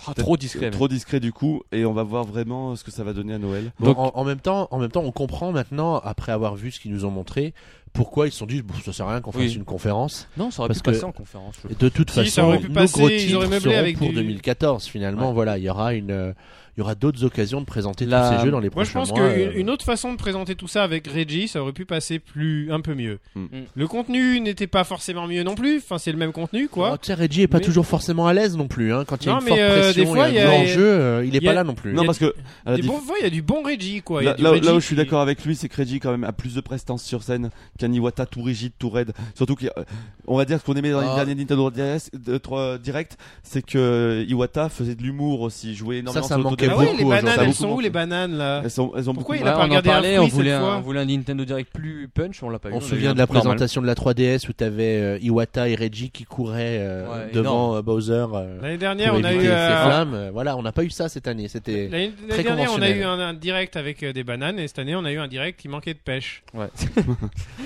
C: ah, trop discret.
B: trop discrets du coup, et on va voir vraiment ce que ça va donner à Noël.
F: Bon,
C: Donc-
F: en, en même temps, en même temps, on comprend maintenant, après avoir vu ce qu'ils nous ont montré, pourquoi ils se sont dit, bon, ça sert à rien qu'on fasse
C: Oui.
F: une conférence.
C: Non, ça aurait
F: Parce
C: pu
F: que-
C: passer en conférence. je-
F: Et de toute
D: Si,
F: façon,
D: ça aurait pu
F: nos
D: passer,
F: gros
D: ils
F: titres
D: auraient meublé
F: seront
D: avec
F: pour
D: du-
F: 2014. Finalement, voilà, il y aura une, euh, il y aura d'autres occasions de présenter
C: La-
F: tous ces jeux dans les
D: moi je
F: prochains
D: pense
F: mois.
D: qu'une
F: euh,
D: une autre façon de présenter tout ça avec Reggie ça aurait pu passer plus un peu mieux
B: Mm.
E: Mm.
D: le contenu n'était pas forcément mieux non plus enfin c'est le même contenu quoi
F: Oh, tu sais, Reggie est pas
D: Mais-
F: toujours forcément à l'aise non plus. Hein. Quand il y a
D: Non,
F: une
D: mais,
F: forte
D: euh,
F: pression
D: des fois,
F: et un
D: il y a-
F: grand jeu, euh, il est
D: il y a-
F: pas là non plus.
B: Non,
D: y a-
B: parce que à la
D: Des
B: dif-
D: bons fois, il y a du bon Reggie quoi Il y a
B: Ah, là,
D: du
B: là-
D: Reggie
B: là où je suis
D: qui-
B: d'accord avec lui, c'est que Reggie quand même a plus de prestance sur scène qu'un Iwata tout rigide, tout raide. Surtout qu'on va dire ce qu'on aimait dans les
F: Ah.
B: derniers Nintendo DS de- trois- Direct, c'est que Iwata faisait de l'humour aussi, jouait énormément
F: ça
B: sur
F: manquait
D: ah
B: l'autodérision.
D: ouais
F: beaucoup
D: les
F: aujourd'hui.
D: bananes
B: Ça a
D: elles
B: beaucoup
D: sont où
B: manqué.
D: les bananes là
B: Elles sont, elles ont beaucoup-
D: Pourquoi il a
C: Ouais, on
D: pas
C: en
D: regardé un
C: parlait,
D: fruit
C: on voulait,
D: cette
C: un,
D: fois.
C: on voulait un Nintendo Direct plus punch, on l'a pas eu.
F: On
C: a
F: se
C: eu
F: souvient
C: un
F: de la
C: truc normal.
F: présentation de la 3DS où t'avais euh, Iwata et Reggie qui couraient euh,
C: Ouais,
F: devant euh, Bowser. euh,
D: l'année dernière
F: pour
D: on a
F: éviter
D: eu
F: ces
D: euh,
F: flammes. Euh, Voilà, on n'a pas eu ça cette année. C'était
D: L'année l'année
F: Très
D: dernière, on a eu
F: conventionnel.
D: un, un direct avec euh, des bananes et cette année, on a eu un direct qui manquait de pêche.
C: Ouais.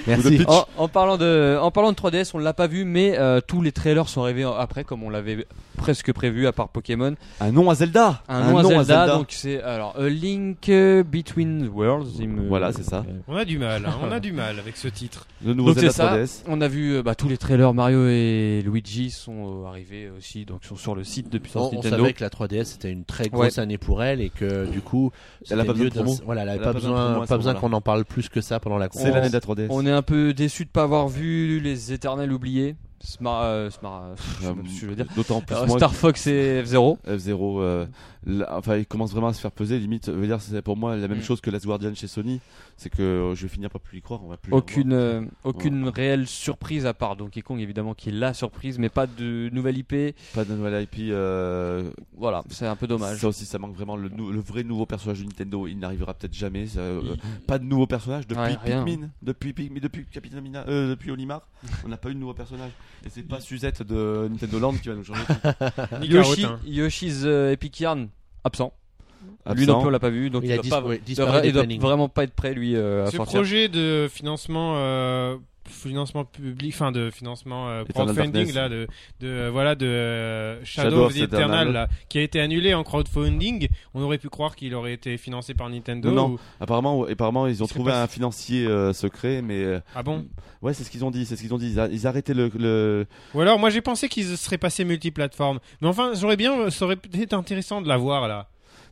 B: Merci.
C: En, en parlant de, en parlant de 3DS, on l'a pas vu, mais euh, tous les trailers sont arrivés après, comme on l'avait presque prévu, à part Pokémon.
B: Un nom à Zelda.
C: Un, nom à Zelda, donc c'est alors A Link euh, Between Worlds. il me-
B: Voilà, c'est ça.
D: On a du mal, hein, on a du mal avec ce titre.
B: Le nouveau
C: Donc c'est
B: Zelda
C: ça.
B: 3DS.
C: On a vu euh, bah, tous les trailers Mario et Luigi sont euh, arrivés aussi, donc sont sur le site de
F: On,
C: Puissance
F: on
C: Nintendo.
F: savait que la 3DS c'était une très grosse année pour elle et que du coup,
B: Elle a
F: c'était
B: pas besoin
F: mieux
B: de promo.
F: d'un- Voilà, elle avait
B: Elle a
F: pas
B: pas besoin de promo
F: besoin,
B: à ce
F: pas besoin
B: moment-là.
F: qu'on en parle plus que ça pendant la
B: C'est
F: conférence.
B: l'année de la 3DS.
C: Oh, On est un peu déçu de pas avoir vu les éternels oubliés. Smart, euh, Smart, euh, je sais
B: Euh,
C: même <laughs> plus ce que je veux dire.
B: D'autant plus
C: Euh,
B: moi
C: Star Fox et F0.
B: que F0 euh, là, enfin il commence vraiment à se faire peser limite je veux dire c'est pour moi la même
C: Mm.
B: chose que Last Guardian chez Sony c'est que euh, je vais finir par plus y croire on va plus le
C: Aucune, euh, aucune réelle surprise à part Donkey Kong évidemment qui est la surprise, mais pas de nouvelle IP.
B: revoir. pas de nouvelle IP euh,
C: Voilà, c'est un peu dommage.
B: ça aussi ça manque vraiment le, nou- le vrai nouveau personnage de Nintendo il n'arrivera peut-être jamais ça, euh, pas de nouveau personnage depuis
C: Ouais, rien.
B: Pikmin depuis Pikmin depuis Capitaine Mina euh, depuis
C: <laughs>
B: Olimar on n'a pas eu de nouveau personnage et c'est pas Suzette de Nintendo Land qui va nous changer tout.
C: Yoshi,
D: Nicarotin.
C: Yoshi's euh, Epic Yarn absent. <laughs> Lui
B: Absent.
C: non plus on l'a pas vu, donc il,
F: Il a
C: doit,
F: dis-
C: pas-
F: ouais,
C: il
F: disparu
C: doit-
F: des
C: il doit
F: plannings.
C: vraiment pas être prêt lui euh, à
D: ce
C: sortir.
D: projet de financement, euh, financement public, enfin de financement euh,
B: Eternal
D: crowdfunding
B: Darkness.
D: là, de, de euh, voilà de euh, Shadow,
B: Shadow
D: of the
B: of Eternal.
D: Eternal là, qui a été annulé en crowdfunding. On aurait pu croire qu'il aurait été financé par Nintendo.
B: Non, non.
D: ou-
B: apparemment ouais, apparemment ils ont
D: Je sais
B: trouvé
D: pas
B: un financier euh, secret mais euh,
D: Ah bon
B: Ouais, c'est ce qu'ils ont dit, c'est ce qu'ils ont dit. Ils, a- ils arrêtaient le, le-
D: Ou alors, moi j'ai pensé qu'ils seraient passés multiplateforme. Mais enfin, j'aurais bien, euh, ça aurait peut-être intéressant de la voir là.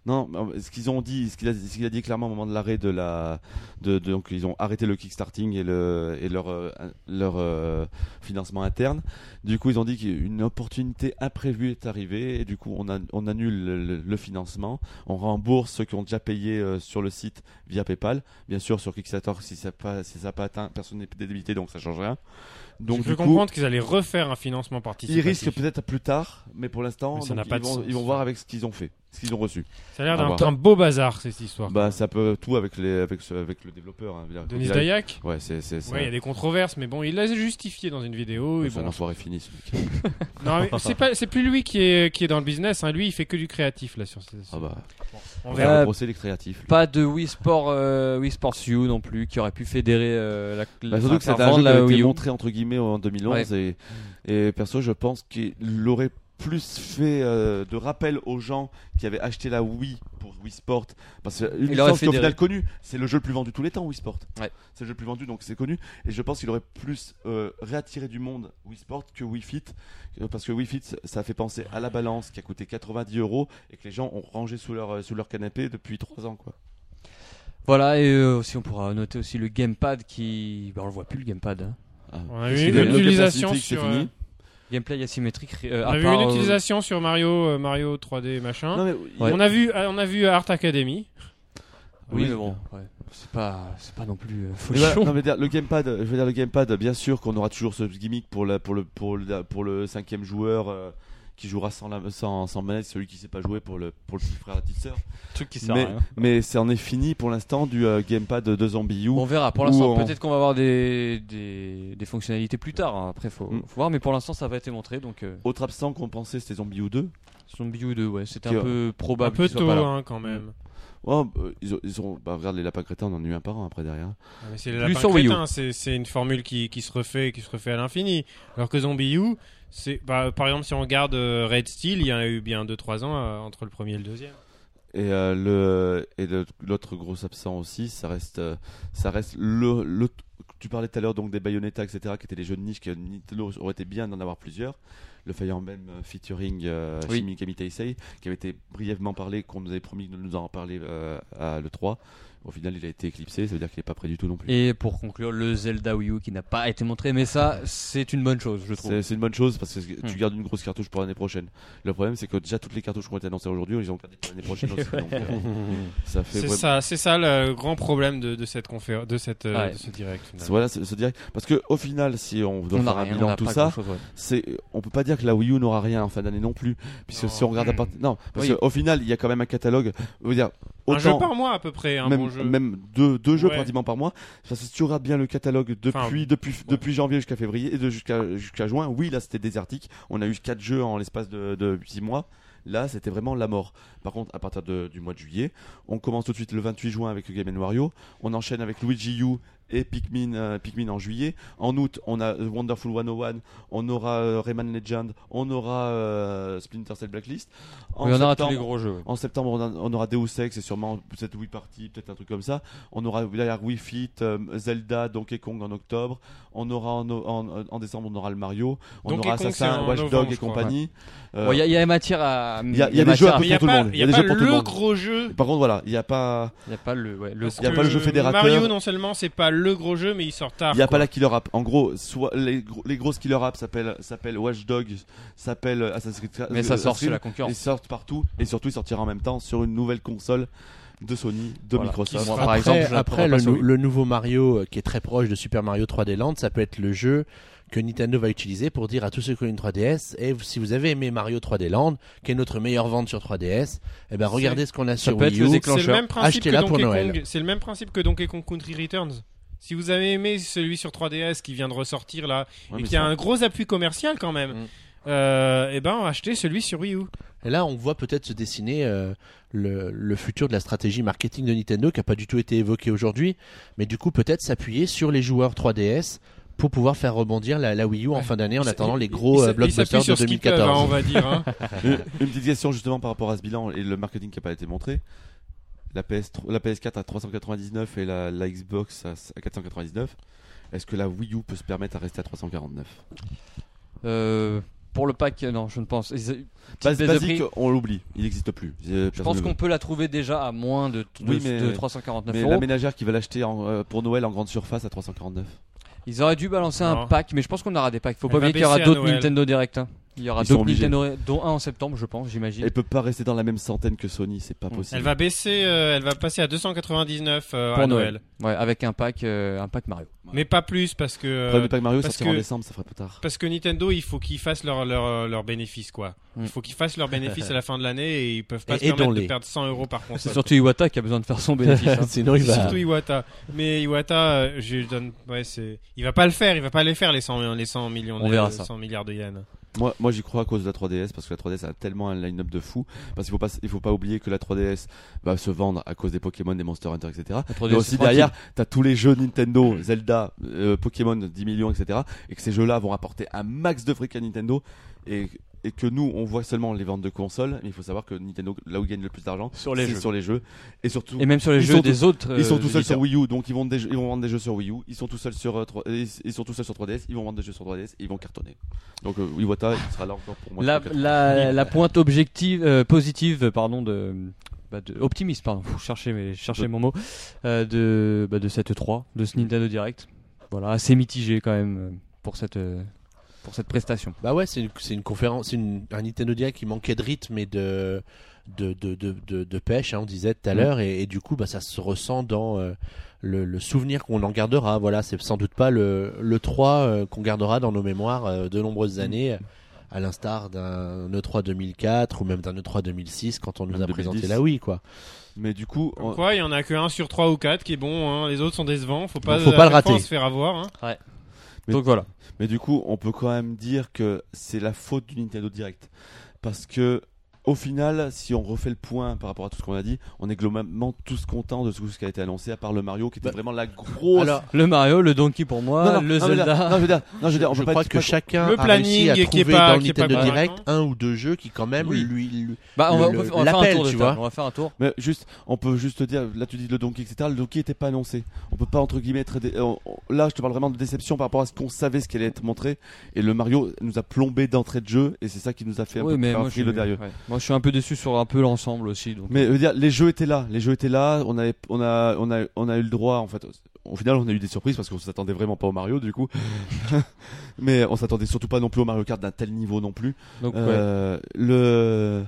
B: Non, mais euh, ce qu'ils ont dit, ce qu'il a, ce qu'il a dit clairement au moment de l'arrêt de la. De, de- donc, ils ont arrêté le kickstarting et, le, et leur, euh, leur euh, financement interne. Du coup, ils ont dit qu'une opportunité imprévue est arrivée et du coup, on, a- on annule le, le- le financement. On rembourse ceux qui ont déjà payé euh, sur le site via PayPal. Bien sûr, sur Kickstarter, si ça n'a pas, si ça a pas atteint, personne n'est débité, donc ça change rien.
D: Donc,
B: Donc,
D: je
B: du
D: peux
B: coup,
D: comprendre qu'ils allaient refaire un financement
B: Ils
D: participatif.
B: risquent peut-être plus tard, mais pour l'instant,
D: Mais ça
B: donc,
D: n'a pas
B: ils,
D: de
B: vont-
D: sens.
B: ils vont voir avec ce qu'ils ont fait, ce qu'ils ont reçu.
D: Ça a l'air
B: À
D: d'un
B: voir.
D: d'un beau bazar cette histoire.
B: Ah Bah, ça peut tout avec les avec ce- avec le développeur. Hein, je veux dire,
D: Denis
B: quand il a-
D: Dayak
B: Ouais, c'est c'est c'est.
D: Ouais, il y a des controverses, mais bon, il l'a justifié dans une vidéo. et
B: c'est un
D: bon.
B: enfoiré fini ce mec.
D: Non,
C: <laughs>
D: mais c'est pas, c'est plus lui qui est qui est dans le business. hein. Lui, il fait que du créatif là sur. ce-
B: Ah bah,
D: On
B: on
D: verra.
C: Euh,
B: va brosser les créatifs.
C: Pas de Wii Sport, euh, Wii Sports U non plus, qui aurait pu fédérer euh, la,
B: Bah,
C: la-
B: surtout que
C: faire
B: c'était un jeu
C: vendre
B: qui
C: la
B: avait
C: Wii
B: été
C: U.
B: montré entre guillemets en 2011 et et perso, je pense qu'il aurait plus fait euh, de rappel aux gens qui avaient acheté la Wii pour Wii Sport parce que une
C: Il aurait
B: licence qui, au
C: fédéré.
B: final connue c'est le jeu le plus vendu tous les temps Wii Sport
C: Ouais.
B: c'est le jeu le plus vendu donc c'est connu et je pense qu'il aurait plus euh, réattiré du monde Wii Sport que Wii Fit Euh, parce que Wii Fit ça fait penser à la balance qui a coûté 90 euros et que les gens ont rangé sous leur euh, sous leur canapé depuis 3 ans quoi
C: Voilà, et euh, aussi on pourra noter aussi le gamepad qui. Bah, on le voit plus le gamepad. hein.
B: Ah.
D: On a
B: Parce que
D: eu une
B: le- le Game
D: utilisation
B: Pacific, c'est
D: sur.
B: fini.
D: euh,
C: Gameplay asymétrique. euh,
D: On
C: à
D: a vu
C: part,
D: une
C: euh,
D: utilisation sur Mario, euh, Mario 3D machin.
B: Non, mais-
C: ouais.
D: On a vu, ah, on a vu Art Academy.
C: Oui,
B: Oui.
C: mais bon, ouais. c'est pas, c'est pas non plus euh,
B: Mais voilà,
C: folichon.
B: Eh ben, non, mais dire, le gamepad, je veux dire le gamepad, bien sûr qu'on aura toujours ce gimmick pour la pour le pour le pour le cinquième joueur euh, qui jouera sans, la, sans, sans manette, celui qui sait pas jouer pour le, pour le petit frère, la petite sœur.
C: Truc qui sert à
B: Mais,
C: rien.
B: mais ça en est fini pour l'instant du euh, gamepad de Zombie U.
C: <laughs> On verra. Pour l'instant,
B: on-
C: peut-être qu'on va avoir des, des, des fonctionnalités plus tard. hein. Après, faut,
B: Mm.
C: faut voir. Mais pour l'instant, ça va été montré. Donc, euh,
B: Autre absent qu'on pensait, c'était Zombie U 2.
C: Zombie U 2, ouais, c'était
B: Qui,
C: un
B: euh,
C: peu
D: Un
C: probable.
D: peu
C: qu'il Bah, soit
D: tôt,
C: pas là.
D: hein, quand même.
B: Oh, euh, ils, ont, ils ont- bah, regarde les lapins crétins, on en a eu un par un après derrière.
D: Ah, mais c'est le
C: Plus
D: lapin
C: sur Wii U.
D: crétin, c'est c'est une formule qui, qui se refait qui se refait à l'infini. Alors que Zombie U, c'est bah, par exemple si on regarde euh, Red Steel, il y en a eu bien 2-3 ans euh, entre le premier et le deuxième.
C: <laughs>
B: Et euh, le et le- l'autre gros absent aussi, ça reste euh, ça reste le, le- tu parlais tout à l'heure donc des Bayonetta etc qui étaient les jeux de niche qui euh, Nintendo aurait été bien d'en avoir plusieurs. Le Fire Emblem euh, featuring euh,
C: Oui.
B: Shin Mikami Tensei, qui avait été brièvement parlé qu'on nous avait promis de nous en parler euh, à le 3. Au final, il a été éclipsé, ça veut dire qu'il est pas prêt du tout non plus.
C: Et pour conclure, le Zelda Wii U qui n'a pas été montré, mais ça, c'est une bonne chose, je trouve.
B: C'est c'est une bonne chose parce que tu
C: Hmm.
B: gardes une grosse cartouche pour l'année prochaine. Le problème, c'est que déjà toutes les cartouches qui ont été annoncées aujourd'hui, ils ont gardé pour l'année
C: <laughs>
B: prochaine aussi. donc, euh, ça fait
D: C'est
B: vraiment-
D: ça, c'est ça le grand problème de, de cette conférence, de cette euh,
C: Ouais.
D: de ce direct. finalement.
B: Voilà, ce, ce direct. Parce que au final, si on doit
C: n'a
B: faire un
C: rien,
B: bilan
C: n'a
B: de tout
C: pas
B: ça,
C: grand-chose, ouais.
B: c'est, on peut pas dire que la Wii U n'aura rien en fin d'année non plus, puisque
D: Non.
B: si on regarde à partir, non, parce
C: Oh. Oui.
B: qu'au final, il y a quand même un catalogue. Je veux dire,
D: Un jeu
B: autant
D: par mois à peu près, un
B: même,
D: bon jeu.
B: même deux, deux jeux
D: Ouais.
B: pratiquement par mois. Parce que si tu regardes bien le catalogue depuis,
D: Enfin,
B: depuis, depuis janvier jusqu'à février et de jusqu'à jusqu'à juin, oui, là c'était désertique. On a eu quatre jeux en l'espace de, de six mois. Là, c'était vraiment la mort. Par contre, à partir de- du mois de juillet, on commence tout de suite le 28 juin avec Game Wario. On enchaîne avec Luigi U et Pikmin, euh, Pikmin en juillet. En août, on a euh, Wonderful 101. On aura euh, Rayman Legend. On aura euh, Splinter Cell Blacklist. En
C: Oui, on aura tous
B: septembre,
C: les gros jeux. ouais.
B: en septembre, on, a- on aura Deus Ex et sûrement cette Wii Party, peut-être un truc comme ça. On aura derrière Wii Fit, euh, Zelda, Donkey Kong en octobre. On aura en, no- en- en décembre, on aura le Mario. On
D: Donkey
B: aura
D: Kong, c'est
B: Assassin,
D: en
B: Watch
D: novembre,
B: Dog et
D: je crois,
B: compagnie. Euh,
C: Bon, Il y, a- il y a matière à.
B: il y a- il y a
C: matière
B: des jeux à
C: à-
D: Mais Ah, il n'y a
B: pour tout le
D: pas,
B: monde.
D: il y a
B: des
D: pas
B: jeux pour tout le
D: le
B: monde.
D: gros jeu.
B: Par contre, voilà, il n'y a pas,
C: Il n'y a pas le. ouais, le
D: Parce
B: y a
D: que
B: pas le jeu fédérateur.
D: Mario, non seulement c'est pas le gros jeu, mais il sort tard.
B: il y a
D: quoi.
B: pas la killer app. En gros, soit les, gros- les grosses killer apps s'appellent, s'appellent Watch Dogs, s'appellent Assassin's Creed.
C: Mais ça sort
B: Assassin's
C: sur la
B: Creed. Ils
C: concurrence.
B: sortent partout et surtout ils sortiront en même temps sur une nouvelle console de Sony, de
C: Voilà.
B: Microsoft.
D: Qui
C: Moi,
D: sera
C: par
D: prêt
C: exemple, je la
F: après
C: prends
F: le,
C: pas sur
F: nou-
C: Wii.
F: le nouveau Mario euh, qui est très proche de Super Mario 3D Land, ça peut être le jeu que Nintendo va utiliser pour dire à tous ceux qui ont une 3DS et Eh, si vous avez aimé Mario 3D Land, qui est notre meilleure vente sur 3DS, eh ben regardez ce qu'on a
C: Ça
F: sur
C: peut être
F: Wii
C: le
F: U.
D: C'est le
C: déclencheur.
D: même principe que
F: Achetez-la pour
D: Donkey
F: Noël.
D: Kong. C'est le même principe que Donkey Kong Country Returns. Si vous avez aimé celui sur 3DS qui vient de ressortir là
B: Ouais,
D: et
B: mais
D: qui a
B: ça-
D: un gros appui commercial quand même,
F: Mm.
D: euh, eh ben achetez celui sur Wii U.
F: Et là, on voit peut-être se dessiner euh, le, le futur de la stratégie marketing de Nintendo qui n'a pas du tout été évoqué aujourd'hui, mais du coup peut-être s'appuyer sur les joueurs 3DS pour pouvoir faire rebondir la, la Wii U en
D: Ouais.
F: fin d'année en
D: Il-
F: attendant
D: il-
F: les
D: il-
F: gros
D: il
F: euh,
D: s'appuie sur
F: blockbusters de
D: ce qu'ils peuvent, hein, on
F: 2014.
D: va dire. hein.
B: une <laughs> une petite question justement par rapport à ce bilan et le marketing qui n'a pas été montré. La, ps la PS4 à 399 et la, la Xbox à, à 499. Est-ce que la Wii U peut se permettre à rester à 349
C: Euh, Pour le pack, euh, non, je ne pense. Ils- petite
B: Bas-
C: baisse de
B: Basique,
C: prix.
B: on l'oublie. Il n'existe plus. Euh,
C: Je
B: personne
C: pense
B: ne
C: qu'on
B: veut.
C: peut la trouver déjà à moins de, de-
B: Oui, mais-
C: de 349
B: Mais
C: euros.
B: la ménagère qui va l'acheter en, euh, pour Noël en grande surface à 349.
C: Ils auraient dû balancer
D: Non.
C: un pack, mais je pense qu'on aura des packs. Faut pas
D: Elle va
C: oublier qu'il y aura
D: baisser à
C: d'autres
D: Noël.
C: Nintendo Direct. hein. Il y aura
B: Ils sont
C: d'autres
B: obligés.
C: Nintendo, dont un en septembre, je pense, j'imagine.
B: Elle peut pas rester dans la même centaine que Sony, c'est pas possible.
D: Elle va baisser, euh, elle va passer à 299 euh,
C: Pour
D: à Noël.
C: Noël. Ouais, avec un pack, euh, un pack Mario.
D: mais pas plus parce que euh,
B: Après, le pack Mario
D: parce
B: sortira en
D: que-
B: décembre, ça fera plus tard.
D: parce que Nintendo, il faut qu'ils fassent leur leur leur bénéfice quoi.
C: Mm.
D: Il faut qu'ils fassent leur bénéfice à la fin de l'année et ils peuvent pas
F: Et-
D: se
F: et
D: permettre de
F: dont-les.
D: perdre 100 euros par
C: C'est
D: console.
C: surtout Iwata qui a besoin de faire son <laughs> bénéfice.
F: <laughs>
C: hein.
F: Sinon, il
D: C'est
F: va.
D: Surtout Iwata. Mais Iwata, euh, je lui donne, ouais, c'est, il va pas le faire, il va pas les faire les 100, les 100 millions,
C: On
D: de-
C: verra
D: les
C: ça.
D: 100 milliards de yens.
B: Moi, moi j'y crois à cause de la 3DS parce que la 3DS a tellement un line-up de fou. Parce qu'il faut pas, il faut pas oublier que la 3DS va se vendre à cause des Pokémon, des Monster Hunter, etc.
C: La 3DS,
B: Mais aussi
C: c'est tranquille.
B: derrière, t'as tous les jeux Nintendo, Zelda, euh, Pokémon, 10 millions, etc. Et que ces jeux-là vont rapporter un max de fric à Nintendo. Et, et que nous, on voit seulement les ventes de consoles. Mais il faut savoir que Nintendo, là où ils gagnent le plus d'argent,
C: Sur les
B: c'est
C: jeux.
B: sur les jeux. Et surtout,
C: Et même sur les
B: Ils
C: jeux
B: sont
C: des autres.
B: ils sont
C: euh,
B: tout seuls sur
C: éditeurs.
B: Wii U, donc ils vont, des jeux- ils vont vendre des jeux sur Wii U. Ils sont tout seuls sur, euh, 3 euh, ils, ils sont tout seuls sur 3DS. Ils vont vendre des jeux sur 3DS. Ils vont cartonner. Donc euh, Iwata, il sera là encore pour moi.
C: La, la, la pointe objective, euh, positive, pardon, de, bah, de- optimiste, pardon, Pff, cherchez, mes- cherchez mon mot, euh, de, bah, de cette 3, de ce Nintendo Direct. Voilà, assez mitigé quand même euh, pour cette, euh, pour cette prestation.
F: Bah ouais, c'est une, c'est une conférence, c'est une- un Nintendo Direct qui manquait de rythme et de de, de, de, de- de pêche, hein, on disait tout à
C: Mm.
F: l'heure, et, et du coup, bah, ça se ressent dans euh, le, le souvenir qu'on en gardera.
B: Mm.
F: Voilà, c'est sans doute pas le, le 3 euh, qu'on gardera dans nos mémoires euh, de nombreuses années. euh, à l'instar d'un E E3 2004 ou même d'un E E3 2006 quand on nous a
B: 2010.
F: présenté la Wii, quoi.
B: Mais du coup,
D: Comme
B: en-
D: Quoi, il y en a que un sur trois ou quatre qui est bon, hein, les autres sont décevants, faut pas,
F: Donc, faut
D: à
F: pas le
D: chaque fois,
F: rater.
D: on se faire avoir. hein.
B: Mais-
C: Donc voilà.
B: Mais du coup, on peut quand même dire que c'est la faute du Nintendo Direct. Parce que, au final, si on refait le point par rapport à tout ce qu'on a dit, on est globalement tous contents de tout ce qui a été annoncé, à part le Mario qui était
F: Bah,
B: vraiment la grosse.
F: Alors, ah,
C: Le Mario, le Donkey pour moi, le
B: mais là-
C: Zelda.
B: non, je veux dire, non, je veux dire, on
F: je
B: peut pas
F: crois
B: être
F: que chacun
D: Le
F: a réussi à
D: planning qui est
F: trouver
D: pas-
F: dans le
D: qui est pas hein.
F: Nintendo Direct
D: convaincant.
F: un ou deux jeux qui quand même
B: Oui.
F: lui, lui-
C: Bah, on,
F: le-
C: va,
F: le-
C: on va faire un
F: l'appel,
C: tour de
F: tu
C: table,
F: vois.
C: On va faire un tour.
B: Mais juste, on peut juste dire, là tu dis le Donkey, etc. Le Donkey était pas annoncé. On peut pas entre guillemets être. dé- on- on- Là, je te parle vraiment de déception par rapport à ce qu'on savait ce qui allait être montré. Et le Mario nous a plombé d'entrée de jeu, et c'est ça qui nous a fait un
C: Oui,
B: peu
C: mais
B: faire
C: moi je,
B: frileux
C: suis,
B: derrière.
C: ouais. moi, je suis un peu déçu sur un peu l'ensemble aussi. Donc.
B: Mais je veux dire, les jeux étaient là, les jeux étaient là, on avait, on a, on a, on a eu le droit, en fait. Au final, on a eu des surprises parce qu'on s'attendait vraiment pas au Mario, du coup. <laughs> Mais on s'attendait surtout pas non plus au Mario Kart d'un tel niveau non plus.
C: Donc, ouais.
B: Euh, le,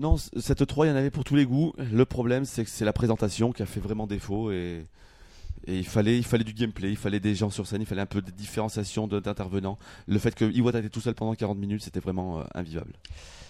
B: non, c- cette 3, il y en avait pour tous les goûts. Le problème, c'est que c'est la présentation qui a fait vraiment défaut et, et il fallait, il fallait du gameplay, il fallait des gens sur scène, il fallait un peu de différenciation de- d'intervenants. Le fait que Iwata était tout seul pendant 40 minutes, c'était vraiment euh, invivable.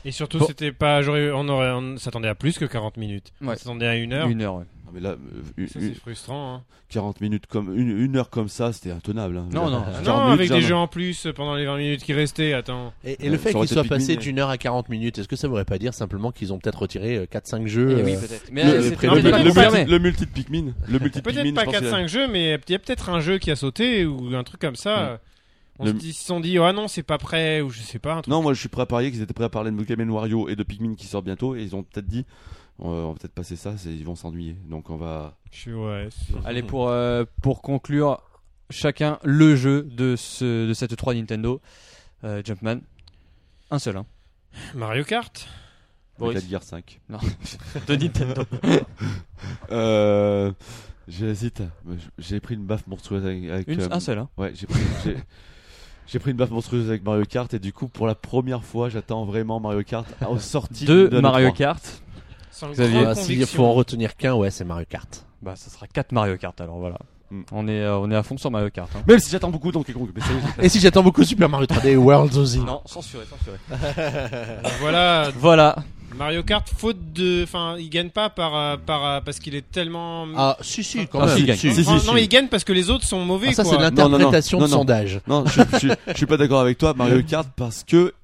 D: Et surtout,
C: Bon.
D: c'était pas, j'aurais- on aurait, on s'attendait à plus que 40 minutes. On
C: Ouais.
D: s'attendait à une heure.
C: Une heure, ouais.
B: Non, mais là, euh, une-
D: Ça,
B: une-
D: c'est frustrant. hein.
B: 40 minutes comme une, une heure comme ça, c'était intenable. hein. <laughs>
C: Non, non.
D: Ah
B: 40
D: non,
B: minutes,
D: avec des
B: genre,
D: jeux en plus pendant les 20 minutes qui restaient, attends.
F: Et, et
B: Ouais,
F: le
B: ça
F: fait
B: aurait
F: qu'il
B: été
F: soit
B: Pikmin,
F: passé
B: mais-
F: d'une heure à 40 minutes, est-ce que ça voudrait pas dire simplement qu'ils ont peut-être retiré euh, 4-5 jeux euh,
C: Mais
B: Le,
C: euh,
B: le-
C: c'est-
B: le-
D: non, mais
B: le-
D: pas
B: le
D: confirmé.
B: multi, le multi de Pikmin, le multi de Pikmin,
D: Peut-être
B: je
D: pas
B: pense que-
D: 4-5 jeux, mais il y a peut-être un jeu qui a sauté ou un truc comme ça. On
B: Le-
D: se dit- ils se sont dit, ah non, c'est pas prêt, ou je sais pas, un truc.
B: Non, moi je suis prêt à parier qu'ils étaient prêts à parler de Game Wario et de Pikmin qui sort bientôt et ils ont peut-être dit on va- on va peut-être passer ça, c'est- ils vont s'ennuyer. Donc on va
D: Je suis, ouais. c'est-
C: Allez, pour, euh, pour conclure, chacun le jeu de, ce, de cette 3 Nintendo. Euh, Jumpman. Un seul, hein.
D: Mario Kart
C: Boris.
B: Metal Gear 5.
C: Non. <laughs> de Nintendo.
B: <laughs> Euh, J'hésite. Mais j- J'ai pris une baffe monstrueuse avec. avec,
C: Une-
B: euh,
C: un seul, hein.
B: Ouais, j'ai pris. j'ai- J'ai pris une baffe monstrueuse avec Mario Kart et du coup pour la première fois j'attends vraiment Mario Kart aux sorties
C: Deux
B: de la
C: Mario
B: 3.
C: Kart.
D: Sans
C: Xavier.
D: grande
F: Ah, S'il
D: conviction.
F: faut en retenir qu'un, ouais, c'est Mario Kart.
C: Bah, ça sera 4 Mario Kart, alors voilà.
B: Mm.
C: On, est, euh, on est à fond sur Mario Kart. hein.
B: Même si j'attends beaucoup Donkey Kong. Mais ça y est,
F: Et si j'attends beaucoup Super Mario 3D World aussi.
C: Non, censuré, censuré.
D: Voilà,
C: Voilà.
D: Mario Kart, faute de. Enfin, il gagne pas par, euh, par, euh, parce qu'il est tellement.
F: Ah, si, si, quand
C: Ah, si,
F: même.
C: il gagne.
F: si.
B: Si, si.
D: Enfin, non, il gagne parce que les autres sont mauvais,
F: Ah, ça, c'est
D: quoi.
F: de
B: Non, non, non.
F: l'interprétation de
B: Non, non.
F: sondage.
B: Non, je, je- je suis pas d'accord avec toi, Mario Kart, parce que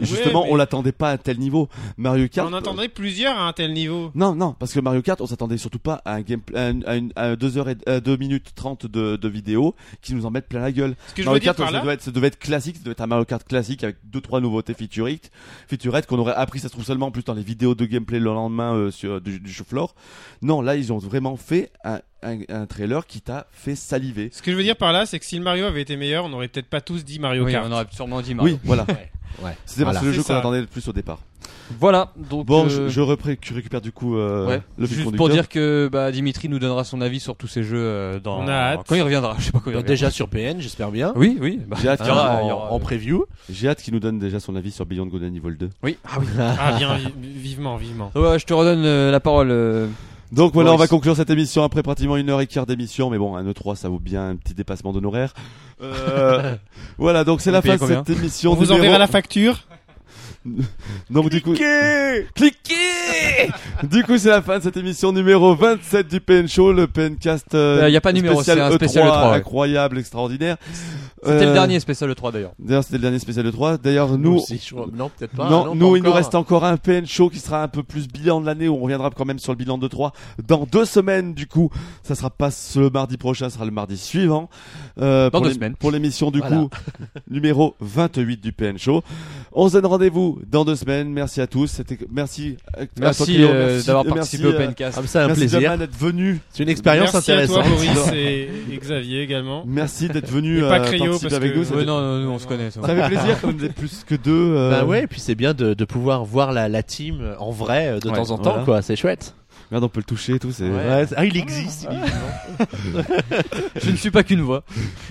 B: justement,
D: mais-
B: on l'attendait pas à un tel niveau. Mario Kart. euh,
D: On attendrait plusieurs à un tel niveau.
B: Non, non, parce que Mario Kart, on s'attendait surtout pas à un gameplay, à une- à une- à deux heures et à deux minutes 30 de, de vidéo qui nous en mettent plein la gueule.
D: Ce que je
B: Mario
D: veux dire
B: Kart,
D: par
B: ça
D: là,
B: devait être, ça devait être classique, ça devait être un Mario Kart classique avec deux trois nouveautés featurettes, featurettes qu'on aurait appris ça se trouve seulement en plus dans les vidéos de gameplay le lendemain euh, sur, du, du show-floor. Non, là, ils ont vraiment fait un, un, un trailer qui t'a fait saliver.
D: ce que je veux dire par là, c'est que si le Mario avait été meilleur, on n'aurait peut-être pas tous dit Mario
C: Oui,
D: Kart.
C: on aurait sûrement dit Mario.
B: Oui, voilà.
F: Ouais.
B: C'était parce
F: Voilà.
B: que le
D: C'est
B: jeu qu'on
D: ça.
B: attendait le plus au départ.
C: Voilà. Donc,
B: Bon,
C: euh,
B: je, je repré- tu récupères du coup euh,
C: ouais.
B: le fil
C: Juste
B: conducteur.
C: pour dire que bah, Dimitri nous donnera son avis sur tous ces jeux euh, dans...
D: On a hâte.
C: quand il reviendra. Je sais pas
B: Bah,
C: quand il
F: Donc,
C: reviendra.
F: déjà sur PN, j'espère bien.
C: Oui, oui. bah,
B: J'ai hâte,
F: Hein,
C: Il y aura-
F: en,
C: il y aura-
F: en preview.
B: j'ai hâte qu'il nous donne déjà son avis sur Beyond Good and Evil 2.
C: oui. Ah oui.
D: Ah, bien, vi- vivement, vivement.
C: Ouais, je te redonne euh, la parole. euh,
B: Donc voilà,
C: Boris.
B: on va conclure cette émission après pratiquement une heure et quart d'émission, mais bon, un E3 ça vaut bien un petit dépassement d'honoraires.
C: <laughs>
B: Euh, voilà, donc c'est
C: Vous
B: la
C: payez
B: fin de
C: combien
B: cette émission.
D: On vous
B: numéro-
D: enverra la facture.
B: Donc du coup, cliquez. <laughs> du coup, c'est la fin de cette émission numéro 27 du PN Show, le PNcast.
C: Euh, y a pas de numéro, c'est un spécial E3, ouais.
B: E incroyable, extraordinaire.
C: C'était
B: Euh,
C: le dernier spécial E3 d'ailleurs.
B: D'ailleurs, c'était le dernier spécial E3. D'ailleurs, nous,
F: aussi, je crois. non, peut-être pas.
B: non,
F: Ah
B: nous,
F: pas
B: il nous
F: encore.
B: reste encore un PN show qui sera un peu plus bilan de l'année où on reviendra quand même sur le bilan de 3 dans deux semaines du coup. Ça sera pas le mardi prochain, ça sera le mardi suivant. Euh,
C: Dans
B: pour
C: deux
B: l'ém-
C: semaines.
B: Pour l'émission du
F: Voilà.
C: <laughs>
B: coup, numéro 28 du PN show. On se donne rendez-vous dans deux semaines. Merci à tous. C'était, merci. à- à toi,
C: Merci
B: Cléo.
C: euh,
B: Merci-
C: d'avoir
B: merci,
C: participé
B: euh,
C: au Pencast.
F: Ah, c'est un
B: merci
F: plaisir.
B: Jamal d'être venu.
F: C'est une expérience
D: Merci à toi,
F: intéressante.
D: Boris
F: <laughs>
D: et, et Xavier également.
B: Merci d'être venu
D: Et pas
B: euh,
D: Créo,
B: participer
D: parce
B: avec
D: que-
B: nous.
D: Ouais,
B: Ça,
C: Ouais,
B: fait-
C: non, non, nous on se connaît. ça.
B: ça fait
D: <laughs>
B: plaisir comme vous êtes plus que deux. euh,
C: Bah
F: Bah ouais, et puis c'est bien de, de pouvoir voir la, la team en vrai euh, de
C: Ouais,
F: temps en temps,
B: voilà.
F: quoi. C'est chouette.
B: Merde, on peut le toucher et tout. c'est-
F: Ouais, c'est- Ah, il existe. il existe.
C: Je ne suis pas qu'une voix.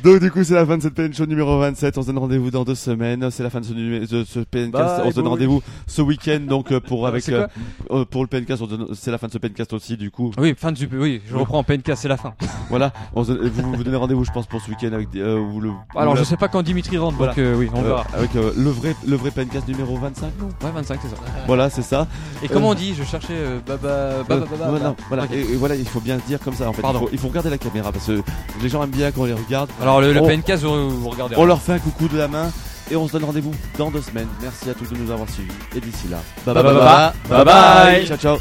B: Donc, du coup, c'est la fin de cette PN Show numéro 27. On se donne rendez-vous dans deux semaines. C'est la fin de ce, numé- de ce PNcast.
C: Bye,
B: on se donne
C: bye.
B: rendez-vous ce week-end. Donc, euh,
C: <laughs>
B: pour, avec,
C: C'est quoi
B: euh, pour le PNcast, on se donne- c'est la fin de ce PNcast aussi. Du coup,
C: Oui, fin du. Oui, je reprends PNK, c'est la fin.
B: voilà. On se- vous vous donnez rendez-vous, je pense, pour ce week-end avec des- euh, où le.
C: Alors,
B: où
C: je
B: la-
C: sais pas quand Dimitri rentre,
B: Voilà.
C: donc euh, oui, on
B: euh,
C: verra.
B: avec euh, le vrai le vrai PNcast numéro 25 non
C: Ouais, 25, c'est ça.
B: voilà c'est ça
C: Et comment on dit Je cherchais euh, Baba. Baba,
B: Euh,
C: Baba,
B: non,
C: Baba.
B: non, voilà
C: bah, Ok.
B: et, et voilà il faut bien le dire comme ça en fait il
C: Pardon.
B: faut, il faut regarder la caméra parce que les gens aiment bien quand on les regarde
C: Alors, le, le
B: On-
C: PNK, vous, vous regardez.
B: on leur fait un coucou de la main et on se donne rendez-vous dans deux semaines merci à tous de nous avoir suivis et d'ici là
F: Ba, ba, ba, ba.
B: bye bye ciao ciao